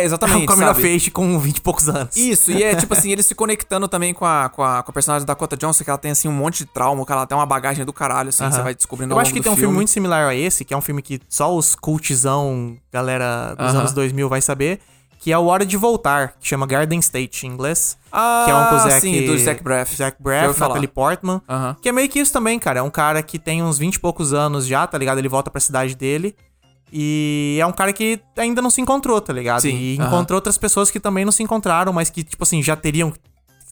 Speaker 3: É um
Speaker 4: exatamente,
Speaker 3: coming
Speaker 4: sabe?
Speaker 3: of age com 20 e poucos anos.
Speaker 4: Isso, e é tipo assim, ele se conectando também com a, com a, com a personagem da Dakota Johnson, que ela tem assim um monte de trauma, que ela tem uma bagagem do caralho, assim, que você vai descobrindo
Speaker 3: Eu
Speaker 4: ao
Speaker 3: acho
Speaker 4: longo
Speaker 3: que
Speaker 4: do
Speaker 3: tem um filme. muito similar a esse, que é um filme que só os cultizão, galera dos
Speaker 4: Aham.
Speaker 3: anos 2000 vai saber, que é o Hora de Voltar, que chama Garden State em inglês.
Speaker 4: Ah,
Speaker 3: que é um com o Zac,
Speaker 4: sim, do Zac Braff.
Speaker 3: Zac
Speaker 4: Já ouvi
Speaker 3: Braff,
Speaker 4: falar.
Speaker 3: Natalie Portman.
Speaker 4: Aham.
Speaker 3: Que é meio que isso também, cara. É um cara que tem uns 20 e poucos anos já, tá ligado? Ele volta pra cidade dele. E é um cara que ainda não se encontrou, tá ligado?
Speaker 4: Sim,
Speaker 3: e
Speaker 4: aham.
Speaker 3: encontrou outras pessoas que também não se encontraram, mas que, tipo assim, já teriam que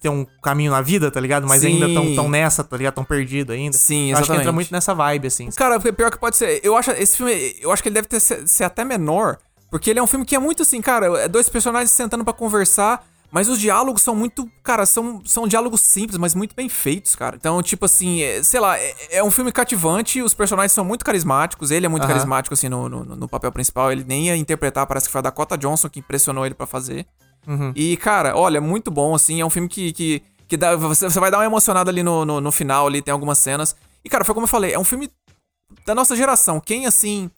Speaker 3: ter um caminho na vida, tá ligado? Mas ainda
Speaker 4: Sim.
Speaker 3: tão, tão nessa, tá ligado? Tão perdido ainda.
Speaker 4: Sim,
Speaker 3: Eu Acho que entra
Speaker 4: exatamente.
Speaker 3: muito nessa vibe, assim.
Speaker 4: Cara, porque pior que pode ser. Eu acho esse filme, eu acho que ele deve ter, ser, ser até menor, porque ele é um filme que é muito assim, cara, é dois personagens sentando pra conversar, mas os diálogos são muito, cara, são, são diálogos simples, mas muito bem feitos, cara. Então, tipo assim, é- sei lá, é, é um filme cativante, os personagens são muito carismáticos, ele é muito
Speaker 3: Aham.
Speaker 4: carismático assim no, no, no papel principal, ele nem ia interpretar, parece que foi a Dakota Johnson que impressionou ele pra fazer.
Speaker 3: Uhum.
Speaker 4: E, cara, olha, muito bom, assim. É um filme que, que, que dá, você, você vai dar uma emocionada ali no, no, no final, ali tem algumas cenas. E, cara, foi como eu falei, é um filme da nossa geração. Quem, assim.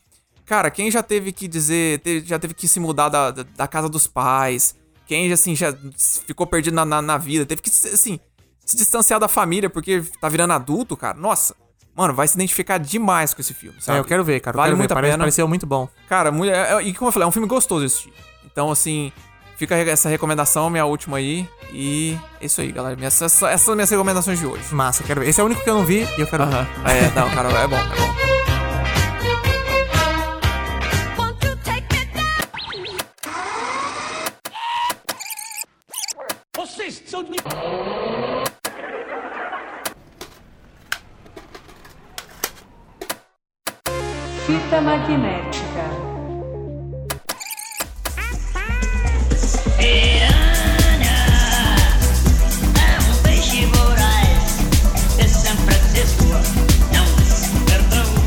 Speaker 4: Cara, quem já teve que dizer. te- já teve que se mudar da, da, da casa dos pais. Quem, assim, já s- ficou perdido na, na, na vida. Teve que, se- assim, se distanciar da família porque tá virando adulto, cara. Nossa. Mano, vai se identificar demais com esse filme, sabe?
Speaker 3: É, eu quero ver, cara. Eu
Speaker 4: Vale
Speaker 3: quero ver.
Speaker 4: muito a
Speaker 3: Parece-
Speaker 4: pena.
Speaker 3: Pareceu muito bom.
Speaker 4: Cara, mu- é- é- e como eu falei, é um filme gostoso de assistir. Então, assim, fica re- essa recomendação, minha última aí. E é isso aí, galera. Minhas- essas, essas são minhas recomendações de hoje.
Speaker 3: Massa, eu quero ver. Esse é o único que eu não vi e eu quero ver.
Speaker 4: É, não, cara, é bom, é bom.
Speaker 2: Won't you take me down?
Speaker 8: Fita magnética.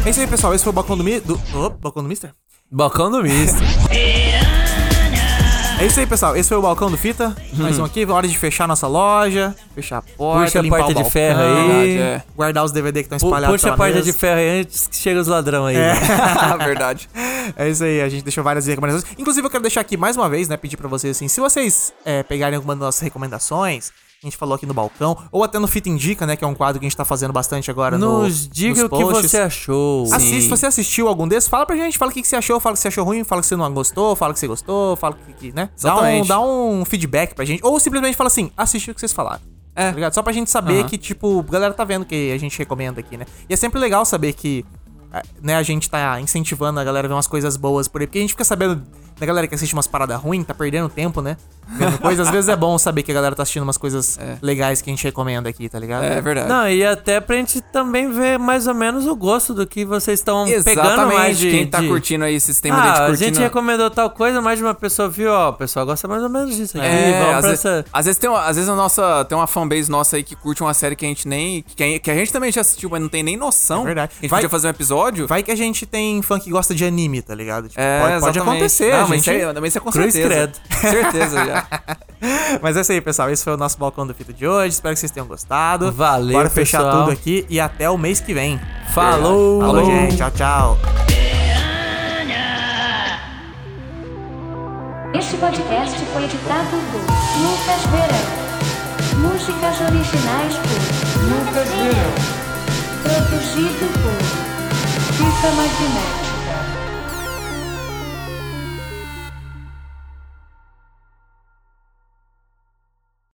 Speaker 3: É isso aí, pessoal. Esse foi o Balcão do Mi... Do... Opa, Balcão do Mister?
Speaker 5: Balcão do misto.
Speaker 3: É isso aí, pessoal. Esse foi o Balcão do Fita.
Speaker 4: Uhum.
Speaker 3: Mais um aqui. Hora de fechar nossa loja, fechar a porta,
Speaker 5: Puxa a
Speaker 3: limpar
Speaker 5: porta
Speaker 3: o
Speaker 5: de
Speaker 3: balcão, Ah,
Speaker 5: ferro aí.
Speaker 4: Verdade, é.
Speaker 3: Guardar os DVD que estão
Speaker 5: Pu-
Speaker 3: espalhados
Speaker 5: Puxa a É,
Speaker 3: pela
Speaker 5: porta
Speaker 3: mesa.
Speaker 5: de ferro aí antes que chegue os ladrão aí.
Speaker 4: tá Verdade.
Speaker 3: É isso aí, a gente deixou várias recomendações. Inclusive, eu quero deixar aqui mais uma vez, né? Pedir pra vocês assim, se vocês é, pegarem alguma das nossas recomendações, que a gente falou aqui no balcão, ou até no Fita Indica, né? Que é um quadro que a gente tá fazendo bastante agora no-
Speaker 5: Nos diga o que
Speaker 3: posts.
Speaker 5: você achou.
Speaker 3: Assista, se você assistiu algum desses, fala pra gente, fala o que, que você achou, fala que você achou ruim, fala que você não gostou, fala que você gostou, fala que, que, né? Dá um,
Speaker 4: Exatamente.
Speaker 3: dá um feedback pra gente. Ou simplesmente fala assim, assistiu o que vocês falaram. É. Tá ligado? Só pra gente saber
Speaker 4: Aham.
Speaker 3: que, tipo, a galera tá vendo o que a gente recomenda aqui, né? E é sempre legal saber que ah, né, a gente tá incentivando a galera a ver umas coisas boas por aí. Porque a gente fica sabendo da galera que assiste umas paradas ruins, tá perdendo tempo, né? Vendo coisa. Às vezes é bom saber que a galera tá assistindo umas coisas legais que a gente recomenda aqui, tá ligado?
Speaker 4: É verdade.
Speaker 5: Não, e até pra gente também ver mais ou menos o gosto do que vocês estão pegando mais de...
Speaker 4: Quem tá
Speaker 5: de-
Speaker 4: curtindo aí esse sistema
Speaker 5: Ah,
Speaker 4: de
Speaker 5: a
Speaker 4: curtindo. né?
Speaker 5: gente recomendou tal coisa, mais de uma pessoa viu, ó, o pessoal gosta mais ou menos disso aqui.
Speaker 4: É,
Speaker 5: vamos
Speaker 4: às,
Speaker 5: pra
Speaker 4: vezes,
Speaker 5: essa...
Speaker 4: às vezes tem uma, às vezes a nossa, tem uma fanbase nossa aí que curte uma série que a gente nem. Que a, que a gente também já assistiu, mas não tem nem noção.
Speaker 3: É verdade.
Speaker 4: A gente
Speaker 3: Vai-
Speaker 4: podia fazer um episódio.
Speaker 3: Vai que a gente tem fã que gosta de anime, tá ligado? Tipo,
Speaker 4: É,
Speaker 3: pode, pode
Speaker 4: exatamente.
Speaker 3: acontecer,
Speaker 4: Não,
Speaker 3: a
Speaker 4: mas
Speaker 3: gente.
Speaker 4: isso aí- mas isso é com
Speaker 3: Cruz
Speaker 4: certeza. Certeza já.
Speaker 3: Mas é isso aí, pessoal. Esse foi o nosso Balcão do Fita de hoje. Espero que vocês tenham gostado.
Speaker 5: Valeu,
Speaker 3: Bora fechar
Speaker 5: pessoal.
Speaker 3: tudo aqui e até o mês que vem.
Speaker 5: Falou!
Speaker 3: Falou, gente. Tchau, tchau.
Speaker 9: Este podcast foi editado por Lucas Verão. Músicas originais por Lucas Verão. Produzido por Fita Magnética.